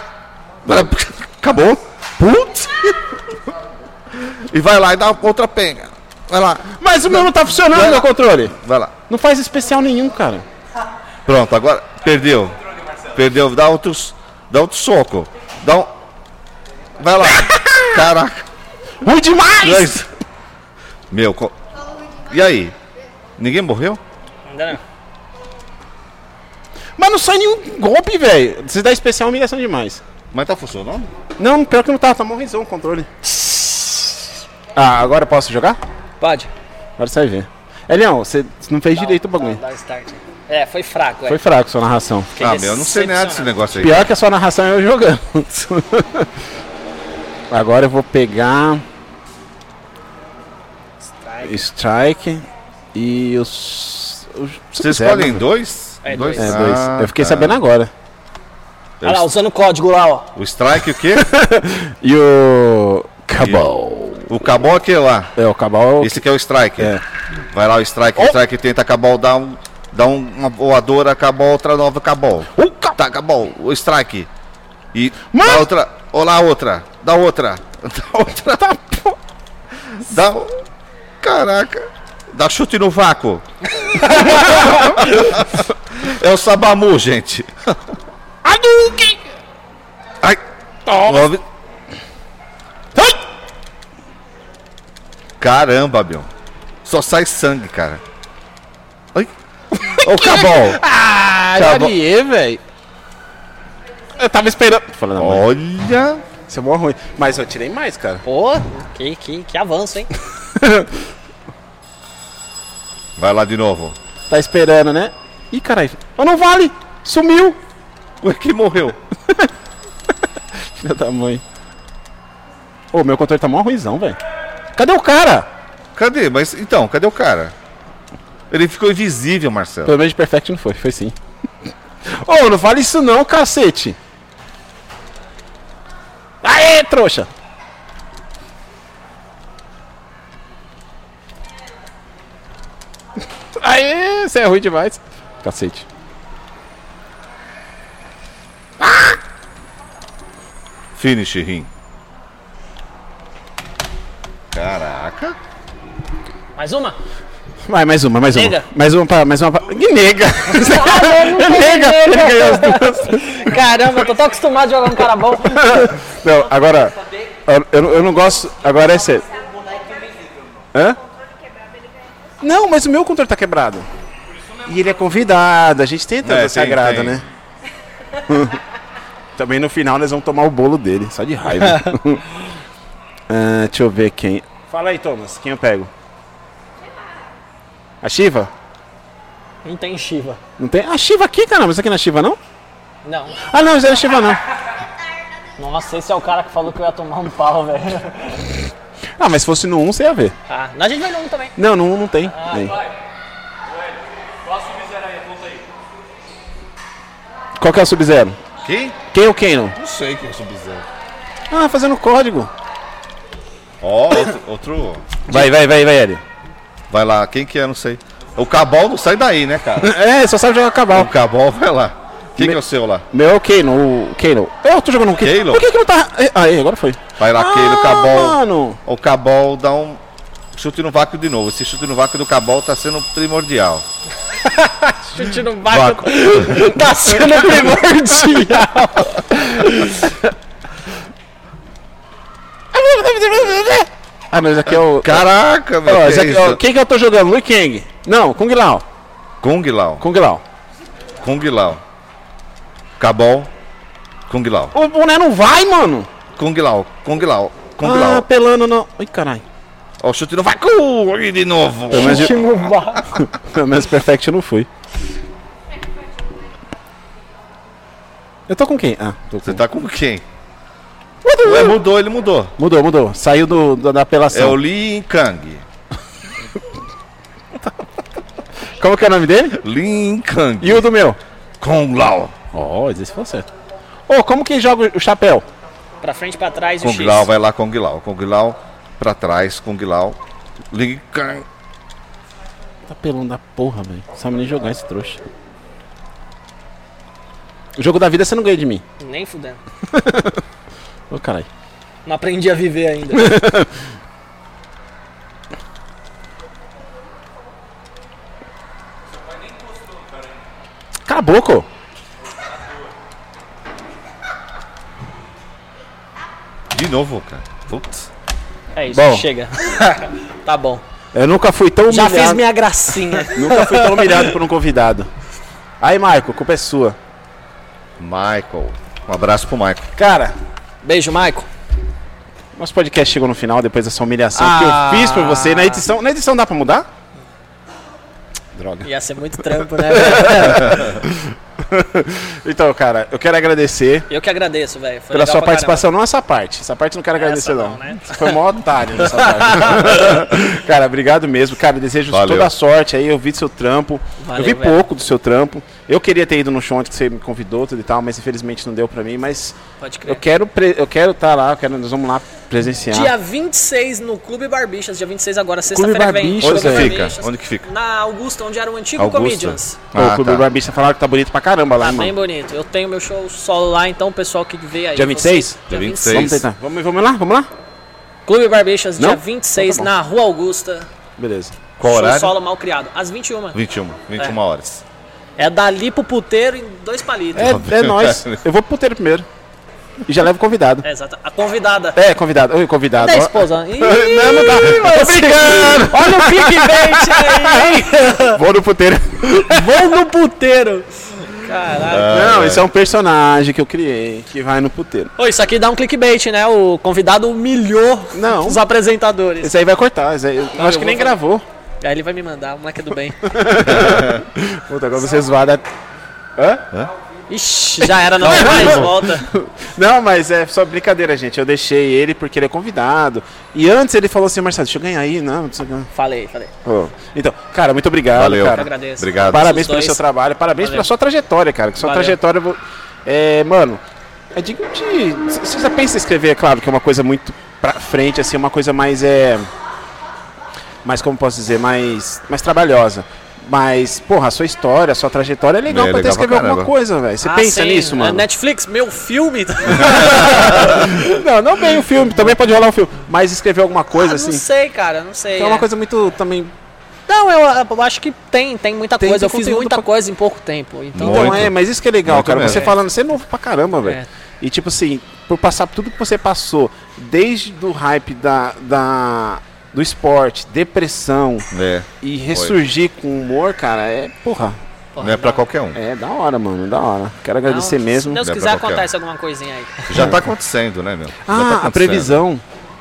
B: Acabou. Putz. E vai lá e dá outra penga. Vai lá,
A: Mas o meu não tá funcionando, meu controle.
B: vai lá.
A: Não faz especial nenhum, cara.
B: Pronto, agora perdeu. Perdeu, dá outro, dá outro soco. Dá um. Vai lá. Caraca.
A: Ruim demais!
B: Dois. Meu, co- e aí? Ninguém morreu?
C: Ainda não.
A: Mas não sai nenhum golpe, velho. Se dá especial, humilhação demais.
B: Mas tá funcionando?
A: Não, pior que não tá, tá morrendo o controle. Ah, agora eu posso jogar?
C: Pode.
A: Agora você vai ver. É, Leão, você não fez direito o bagulho.
C: Dá start. É, foi fraco, é.
A: Foi fraco sua narração.
C: Fiquei
B: ah, meu, eu não sei nada desse
C: decepcionado.
B: negócio aí.
A: Pior que a sua narração é eu jogando. agora eu vou pegar. Strike. E os. os- se
B: Vocês
A: quiser,
B: escolhem
A: né?
B: dois?
C: É,
A: É, dois.
B: Ah,
A: eu fiquei
B: tá.
A: sabendo agora.
B: Eu-
C: Olha lá, usando o código lá, ó.
B: O strike o quê?
A: E o. Cabal.
B: o cabal aqui lá.
A: É, o Cabal.
B: Esse aqui é o strike.
A: É. Oh!
B: Vai lá o strike, o strike tenta cabal, dá um. Dá um- uma voadora, cabal, outra nova, cabal. Tá, cabal, o strike. E dá outra. Olá, outra. Dá outra. Dá outra. Dá. po- Dá. o- Caraca. Dá chute no vácuo. é o Sabamu, gente. Ai! Nove. Ai! Caramba, Abel. Só sai sangue, cara. Ai. Ô, Cabal.
A: Ah,
B: Acabou.
A: Jarier, velho. Eu tava esperando. Fala, não, mãe,
B: Olha.
A: Isso é mó ruim. Mas eu tirei mais, cara.
C: Pô, que, que, que avanço, hein?
B: Vai lá de novo.
A: Tá esperando, né? Ih, caralho. Mas não vale! Sumiu!
B: Ué, quem morreu?
A: Filha da mãe. Ô, meu controle tá mó ruimzão, velho. Cadê o cara?
B: Cadê? Mas então, cadê o cara? Ele ficou invisível, Marcelo.
A: Pelo menos de Perfect não foi, foi sim. Ô, não vale isso não, cacete! Aê, trouxa! Aê, você é ruim demais. Cacete.
B: Finish, Rim. Caraca.
C: Mais uma?
A: Vai, mais uma, mais uma.
C: Nega.
A: Mais uma pra. Mais uma pra. Que nega! nega! Ele ganhou as duas.
C: Caramba, eu tô tão acostumado a jogar um cara bom.
A: Não, agora. Eu, eu não- eu não gosto. Agora é sério. Hã? Não, mas o meu controle tá quebrado. E ele é convidado, a gente tenta
B: É,
A: ser
B: tem,
A: sagrado,
B: tem.
A: né? Também no final nós vamos tomar o bolo dele, só de raiva. Ah, deixa eu ver quem. Fala aí, Thomas, quem eu pego? A Shiva?
C: Não tem Shiva.
A: Não tem? A Shiva aqui, caramba, isso aqui não é Shiva não?
C: Não.
A: Ah, não, isso era Shiva não.
C: Nossa, esse é o cara que falou que eu ia tomar um pau, velho.
A: Ah, mas se fosse no 1, você ia ver.
C: Ah, a gente vai num também.
A: Não, no 1 não tem. Nem. Qual que é o Sub-Zero?
B: Quem?
A: Quem ou quem não?
B: Não sei quem é o Sub-Zero.
A: Ah, fazendo código.
B: Ó, outro, outro.
A: Vai, vai, vai, vai, Eli.
B: Vai lá, quem que é? Não sei. O Cabal não sai daí, né, cara?
A: É, só sabe jogar
B: O
A: cabal.
B: Cabal vai lá. Quem que é o seu lá?
A: Meu é o Kano, o Kano. É, Eu tô jogando o Kano.
B: Kano?
A: Por que que não tá... Aí, agora foi. Ah,
B: Vai lá, aquele, o Cabal.
A: mano.
B: O Cabal dá um chute no vácuo de novo. Esse chute no vácuo do Cabal tá sendo primordial.
C: Chute no
B: Vácuo.
A: Tá sendo primordial. ah, mas aqui é o...
B: Caraca, velho.
A: Ó,
B: que
A: esse
B: é
A: aqui, ó,
B: isso?
A: quem que eu tô jogando? Liu Kang. Não, Kung Lao.
B: Kung Lao.
A: Kung Lao.
B: Kung Lao. Cabal. Kung Lao.
A: O boné não vai, mano.
B: Kung Lao. Kung Lao. Kung
A: Ah,
B: Lao.
A: pelando não. Ai, caralho.
B: Ó, o chute no vácuo. E de novo.
A: Pelo menos, pelo menos Perfect eu não fui. Eu tô com quem? Ah, tô com...
B: Você tá com quem? Ué, mudou, ele mudou.
A: Mudou, mudou. Saiu do, do- da
B: É o
A: apelação.
B: Lin Kang.
A: Como que é o nome dele?
B: Lin Kang.
A: E o do meu?
B: Kung Lao.
A: Ó, esse é foi certo. Ô, como que joga o chapéu?
C: Pra frente, pra trás e o
B: Kung
C: X.
B: Lao vai lá, Kung Lao. Kung Lao pra trás, Kung Lao. Lin Kang.
A: Tá pelando da porra, velho. Não sabe nem jogar esse trouxa. O jogo da vida você não ganha de mim.
C: Nem fudendo.
A: Ô, caralho.
C: Não aprendi a viver ainda.
A: Caboclo!
B: De novo, cara. Putz.
C: É isso,
A: Bom.
C: chega. tá bom.
A: Eu nunca fui tão
C: Já
A: humilhado.
C: fiz minha gracinha.
A: Nunca fui tão humilhado por um convidado. Aí, Marco, a culpa é sua.
B: Michael. Um abraço pro Michael.
A: Cara,
C: Beijo, Maico.
A: nosso podcast chegou no final depois dessa humilhação
C: Ah.
A: que eu fiz pra você na edição. Na edição dá pra mudar? Droga.
C: Ia ser muito trampo, né? velho?
A: Então, cara, eu quero agradecer
C: Eu que agradeço, velho. Foi
A: pela
C: legal
A: sua
C: pra caramba.
A: participação, não essa parte. Essa parte eu não quero agradecer,
C: não,
A: não.
C: né?
A: Você Foi mó otário nessa parte. cara, obrigado mesmo. Cara, desejo
B: Valeu.
A: toda a sorte aí. Eu vi do seu trampo. eu
C: Valeu,
A: vi
C: velho.
A: pouco do seu trampo. Eu queria ter ido no show onde você me convidou tudo e tal, mas infelizmente não deu pra mim. Mas
C: Pode crer.
A: eu quero pre- eu quero estar lá, eu quero, nós vamos lá presenciar.
C: Dia 26 no Clube Barbichas. Dia 26 agora,
A: Clube
C: sexta-feira que vem.
A: Barbichas,
B: Onde
A: Deixa
B: que
A: eu
B: fica?
C: Barbichas.
B: Onde que fica? Ah,
C: Na Augusta, onde era o antigo
B: Augusta?
C: Comedians.
A: Pô, o Clube Barbista falaram que Ah, tá bonito pra caramba lá,
C: Tá
A: hein,
C: bem
A: mano.
C: bonito. Eu tenho meu show solo lá, então o pessoal que vê aí.
A: Dia 26?
C: vocês-
B: Dia
C: Dia
B: 26.
C: 26.
A: Vamos tentar. Vamos, vamos lá, vamos lá?
C: Clube Barbichas,
A: Não?
C: dia 26,
A: Então tá
C: na Rua Augusta.
A: Beleza.
B: Qual
C: show
B: horário?
C: solo mal criado. Às 21.
B: 21. 21
C: É.
B: horas.
C: É dali pro puteiro em dois palitos.
A: É, é nóis. Eu vou pro puteiro primeiro. E já leva o convidado.
C: É, exata- A convidada.
A: É, convidado. Oi, convidado.
C: Da
A: Ó,
C: esposa. Ih,
A: Não, não tá. Tô brincando.
C: Olha o clickbait aí!
A: Vou no puteiro.
C: Vou no puteiro! Caralho.
A: Não, esse é um personagem que eu criei, que vai no puteiro.
C: Ô, isso aqui dá um clickbait, né? O convidado humilhou
A: Não.
C: os apresentadores.
A: Esse aí vai cortar. Esse aí, eu acho que
C: vou
A: nem
C: fazer.
A: gravou.
C: Aí ele vai me mandar, o moleque é do bem.
A: Puta, agora vocês vão dar.
C: Ixi, já era, não mais, volta.
A: Não, mas é só brincadeira, gente. Eu deixei ele porque ele é convidado. E antes ele falou assim, Marcelo, deixa eu ganhar aí. Não, não precisa ganhar.
C: Falei, falei.
A: Ô, Então, cara, muito obrigado,
B: Valeu.
A: cara.
C: Agradeço.
B: Obrigado.
A: Parabéns
C: Vocês
A: pelo
C: dois.
A: seu trabalho, parabéns
C: Valeu.
A: pela sua trajetória, cara. Que sua
C: Valeu.
A: trajetória. vo- É, mano, é digno de. c- Você já pensa em escrever, é claro, que é uma coisa muito pra frente, assim, uma coisa mais. É, mais, como posso dizer, mais, mais trabalhosa. Mas, porra, a sua história, a sua trajetória é legal
B: É
A: pra até
B: legal pra
A: escrever alguma
B: caramba.
A: coisa, velho. Você
C: Ah,
A: pensa
C: sim,
A: nisso,
C: é
A: mano?
C: Netflix, meu filme.
A: Não, não bem o filme, também pode rolar um filme. Mas escrever alguma coisa,
C: Ah,
A: assim.
C: Não sei, cara, não sei.
A: que é uma coisa muito também.
C: Não, eu, eu acho que tem, tem muita
A: Tem
C: coisa. Eu fiz
A: conteúdo
C: muita
A: pra-
C: coisa em pouco tempo. Então,
A: Então
B: Muito.
A: é, mas isso que é legal,
B: Muito
A: cara.
B: mesmo.
A: Você
B: É.
A: falando, você é novo pra caramba, velho.
C: É.
A: E tipo assim, por passar por tudo que você passou, desde do hype da, da, do esporte, depressão
B: É,
A: e ressurgir com humor, cara, é porra.
C: porra,
B: não é pra
C: dá-
B: qualquer um.
A: É da hora, mano, da hora. Quero
C: dá um-
A: agradecer mesmo.
C: Se Deus
B: Não é pra
C: quiser,
B: qualquer um.
C: acontece alguma coisinha aí.
B: Já tá acontecendo, né, meu? Já
A: É. Ah,
B: tá
A: a
B: acontecendo.
A: previsão.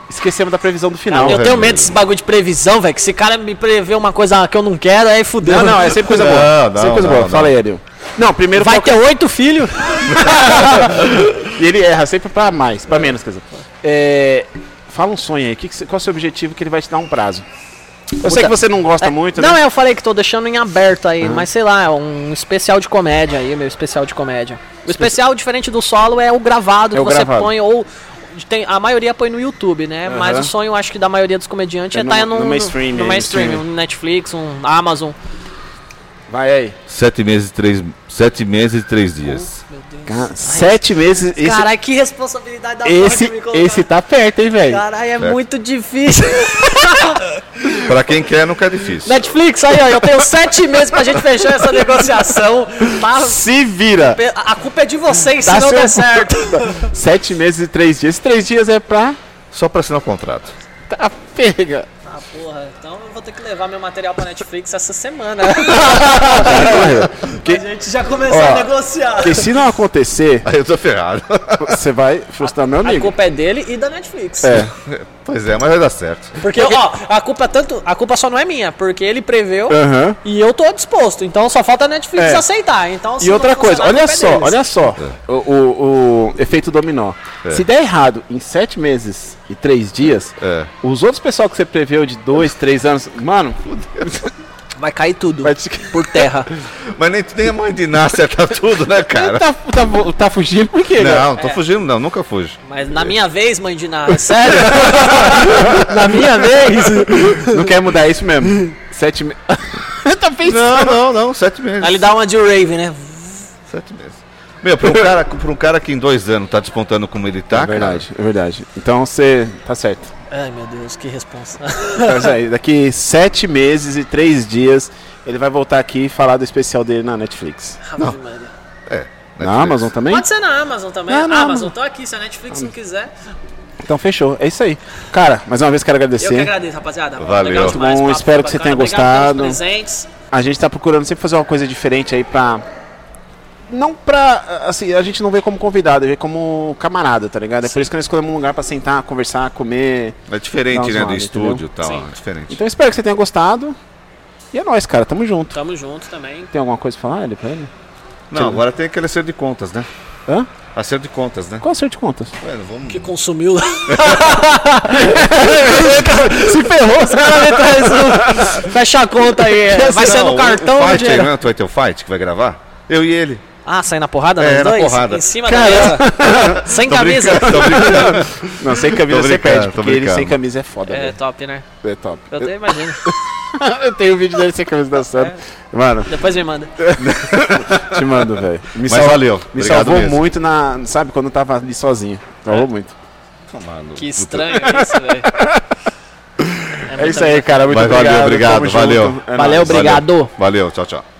A: Esquecemos da previsão do final.
C: eu
B: velho.
C: tenho medo desse bagulho de previsão, velho. Que se cara me prever uma coisa que eu não quero, aí fudeu.
A: Não, não, é sempre coisa
B: Não,
A: boa.
B: não,
A: sempre coisa
B: não,
A: boa.
B: não.
A: Fala aí, Adil. Não, primeiro
C: Vai
A: qual-
C: ter oito filhos?
A: E ele erra sempre pra mais, pra menos, quer dizer. É, fala um sonho aí. que que cê- qual é o seu objetivo que ele vai te dar um prazo? Eu sei que você não gosta muito,
C: É. não,
A: né? Uhum.
C: eu falei que tô deixando em aberto aí, mas sei lá, é um especial de comédia aí, meu especial de comédia. O especial, diferente do solo, é o gravado
A: É o
C: que você
A: gravado.
C: põe, ou. tem- a maioria põe no YouTube, né? Mas
A: Aham.
C: o sonho, acho que da maioria dos comediantes é,
A: É
C: tá
A: no-
C: num,
A: no mainstream,
C: no
A: é,
C: mainstream,
A: streaming.
C: um Netflix, um Amazon.
A: Vai aí.
B: Sete meses e três, sete meses e três dias.
C: Meu Deus.
A: Cara, sete meses. Esse,
C: Caralho, que responsabilidade da porra de
A: esse,
C: me colocar.
A: esse tá perto, hein, velho?
C: Caralho, é
B: Certo.
C: muito difícil.
B: Pra quem quer, nunca é difícil.
C: Netflix, aí, ó, eu tenho sete meses pra gente fechar essa negociação. Tá?
A: Se vira!
C: Pe- A culpa é de vocês
A: Tá
C: se não
A: seu-
C: der certo.
A: Sete meses e três dias. Três dias é pra.
B: Só pra assinar o contrato.
A: Tá, pega.
C: Ah, porra, então eu vou ter que levar meu material pra Netflix essa semana.
A: Que-
C: A gente já começou a
A: Ó,
C: negociar.
A: Porque se não acontecer,
B: Aí eu tô ferrado.
A: você vai frustrar meu
C: A
A: amigo.
C: culpa é dele e da Netflix.
A: É.
B: pois é, mas vai dar certo.
C: Porque, ó, a culpa tanto. A culpa só não é minha, porque ele preveu
A: Aham.
C: e eu tô disposto. Então só falta a Netflix
A: É.
C: aceitar. Então, se
A: E
C: não
A: outra coisa,
C: funcionar, a
A: olha
C: culpa é
A: só,
C: deles.
A: olha só o, o- o efeito dominó. Se der errado em sete meses e três dias,
B: É.
A: os outros pessoal que você preveu de dois, três anos, mano,
C: Vai cair tudo
A: vai te...
C: por terra.
B: Mas nem, nem a mãe de Ná acerta tudo, né, cara?
A: tá, tá vo- tá fugindo por quê? né?
B: Não, tô fugindo não, nunca fujo.
C: Mas na minha vez, mãe de nada, sério? na minha
A: Parabéns! Não quer mudar isso mesmo. Sete meses. tá pensando.
B: Não, não, não, sete meses.
C: Aí ele dá uma de Raven, né?
B: Sete meses. Meu, pra um, cara, pra um cara que em dois anos tá despontando como ele tá,
A: É verdade, é verdade. Então você tá certo.
C: Ai, meu Deus, que responsa.
A: Então, isso aí, daqui sete meses e três dias, ele vai voltar aqui e falar do especial dele na Netflix.
C: Ave Maria.
B: cara,
A: Na
B: Netflix.
A: Amazon tá- também?
C: Pode ser na Amazon também.
A: Não, na
C: Amazon,
A: Amazon.
C: tô aqui, se a Netflix não quiser.
A: Então fechou, é isso aí. Cara, mais uma vez quero
C: Eu que
A: agradecer.
C: agradeço, rapaziada.
B: Valeu. Muito
C: demais,
A: bom,
C: papo
A: espero que
C: foi
A: você tenha
C: Obrigado pelos
A: gostado.
C: presentes.
A: A gente tá procurando sempre fazer uma coisa diferente aí pra. Não pra. Assim, a gente não vê como convidado, vê como camarada, tá ligado? É por isso que nós escolhemos um lugar pra sentar, conversar, comer.
B: É diferente,
A: Dá uma
B: né, do
A: zoada, entendeu?
B: estúdio e tal,
C: Sim.
B: é diferente.
A: Então espero que você tenha gostado. E é nóis, cara, tamo junto.
C: Tamo junto também.
A: Tem alguma coisa pra falar ele, pra ele?
B: Não, agora tem aquele acerto de contas, né?
A: Hã?
B: Acerto de contas, né?
A: Qual o de contas?
B: Mano, vamos...
C: Que consumiu lá.
A: Se ferrou, os caras
C: Fecha a conta aí. é. Vai ser no
B: o- o
C: cartão ou no
B: fight, aí,
C: dinheiro?
B: não é? Tu vai ter o fight que vai gravar? Eu e ele.
C: Ah, sair na porrada?
B: É,
C: nós
B: na
C: dois?
B: porrada.
C: Em cima da mesa. Sem camisa.
B: Tô brincando.
A: Não, sem camisa
B: Tô
A: você
B: brincando,
A: perde,
B: tô
A: porque ele
B: brincando.
A: sem camisa é foda,
C: É
A: velho.
C: top, né?
A: É top.
C: Eu até imagino.
A: Eu tenho um vídeo dele sem camisa dançando.
B: É.
A: Mano,
C: Depois me manda.
A: te mando, velho. Me,
B: Mas valeu.
A: me
B: obrigado
A: salvou
B: mesmo. É.
A: muito na. Sabe, quando eu tava ali sozinho. Salvou muito.
B: Mano,
C: Que estranho isso, velho. É
A: É
C: muito
A: isso aí, cara. Muito
B: Vai,
A: obrigado.
B: valeu, obrigado,
A: tamo
B: valeu.
A: junto, é
C: Valeu,
A: nóis.
C: obrigado.
B: Valeu, tchau, tchau.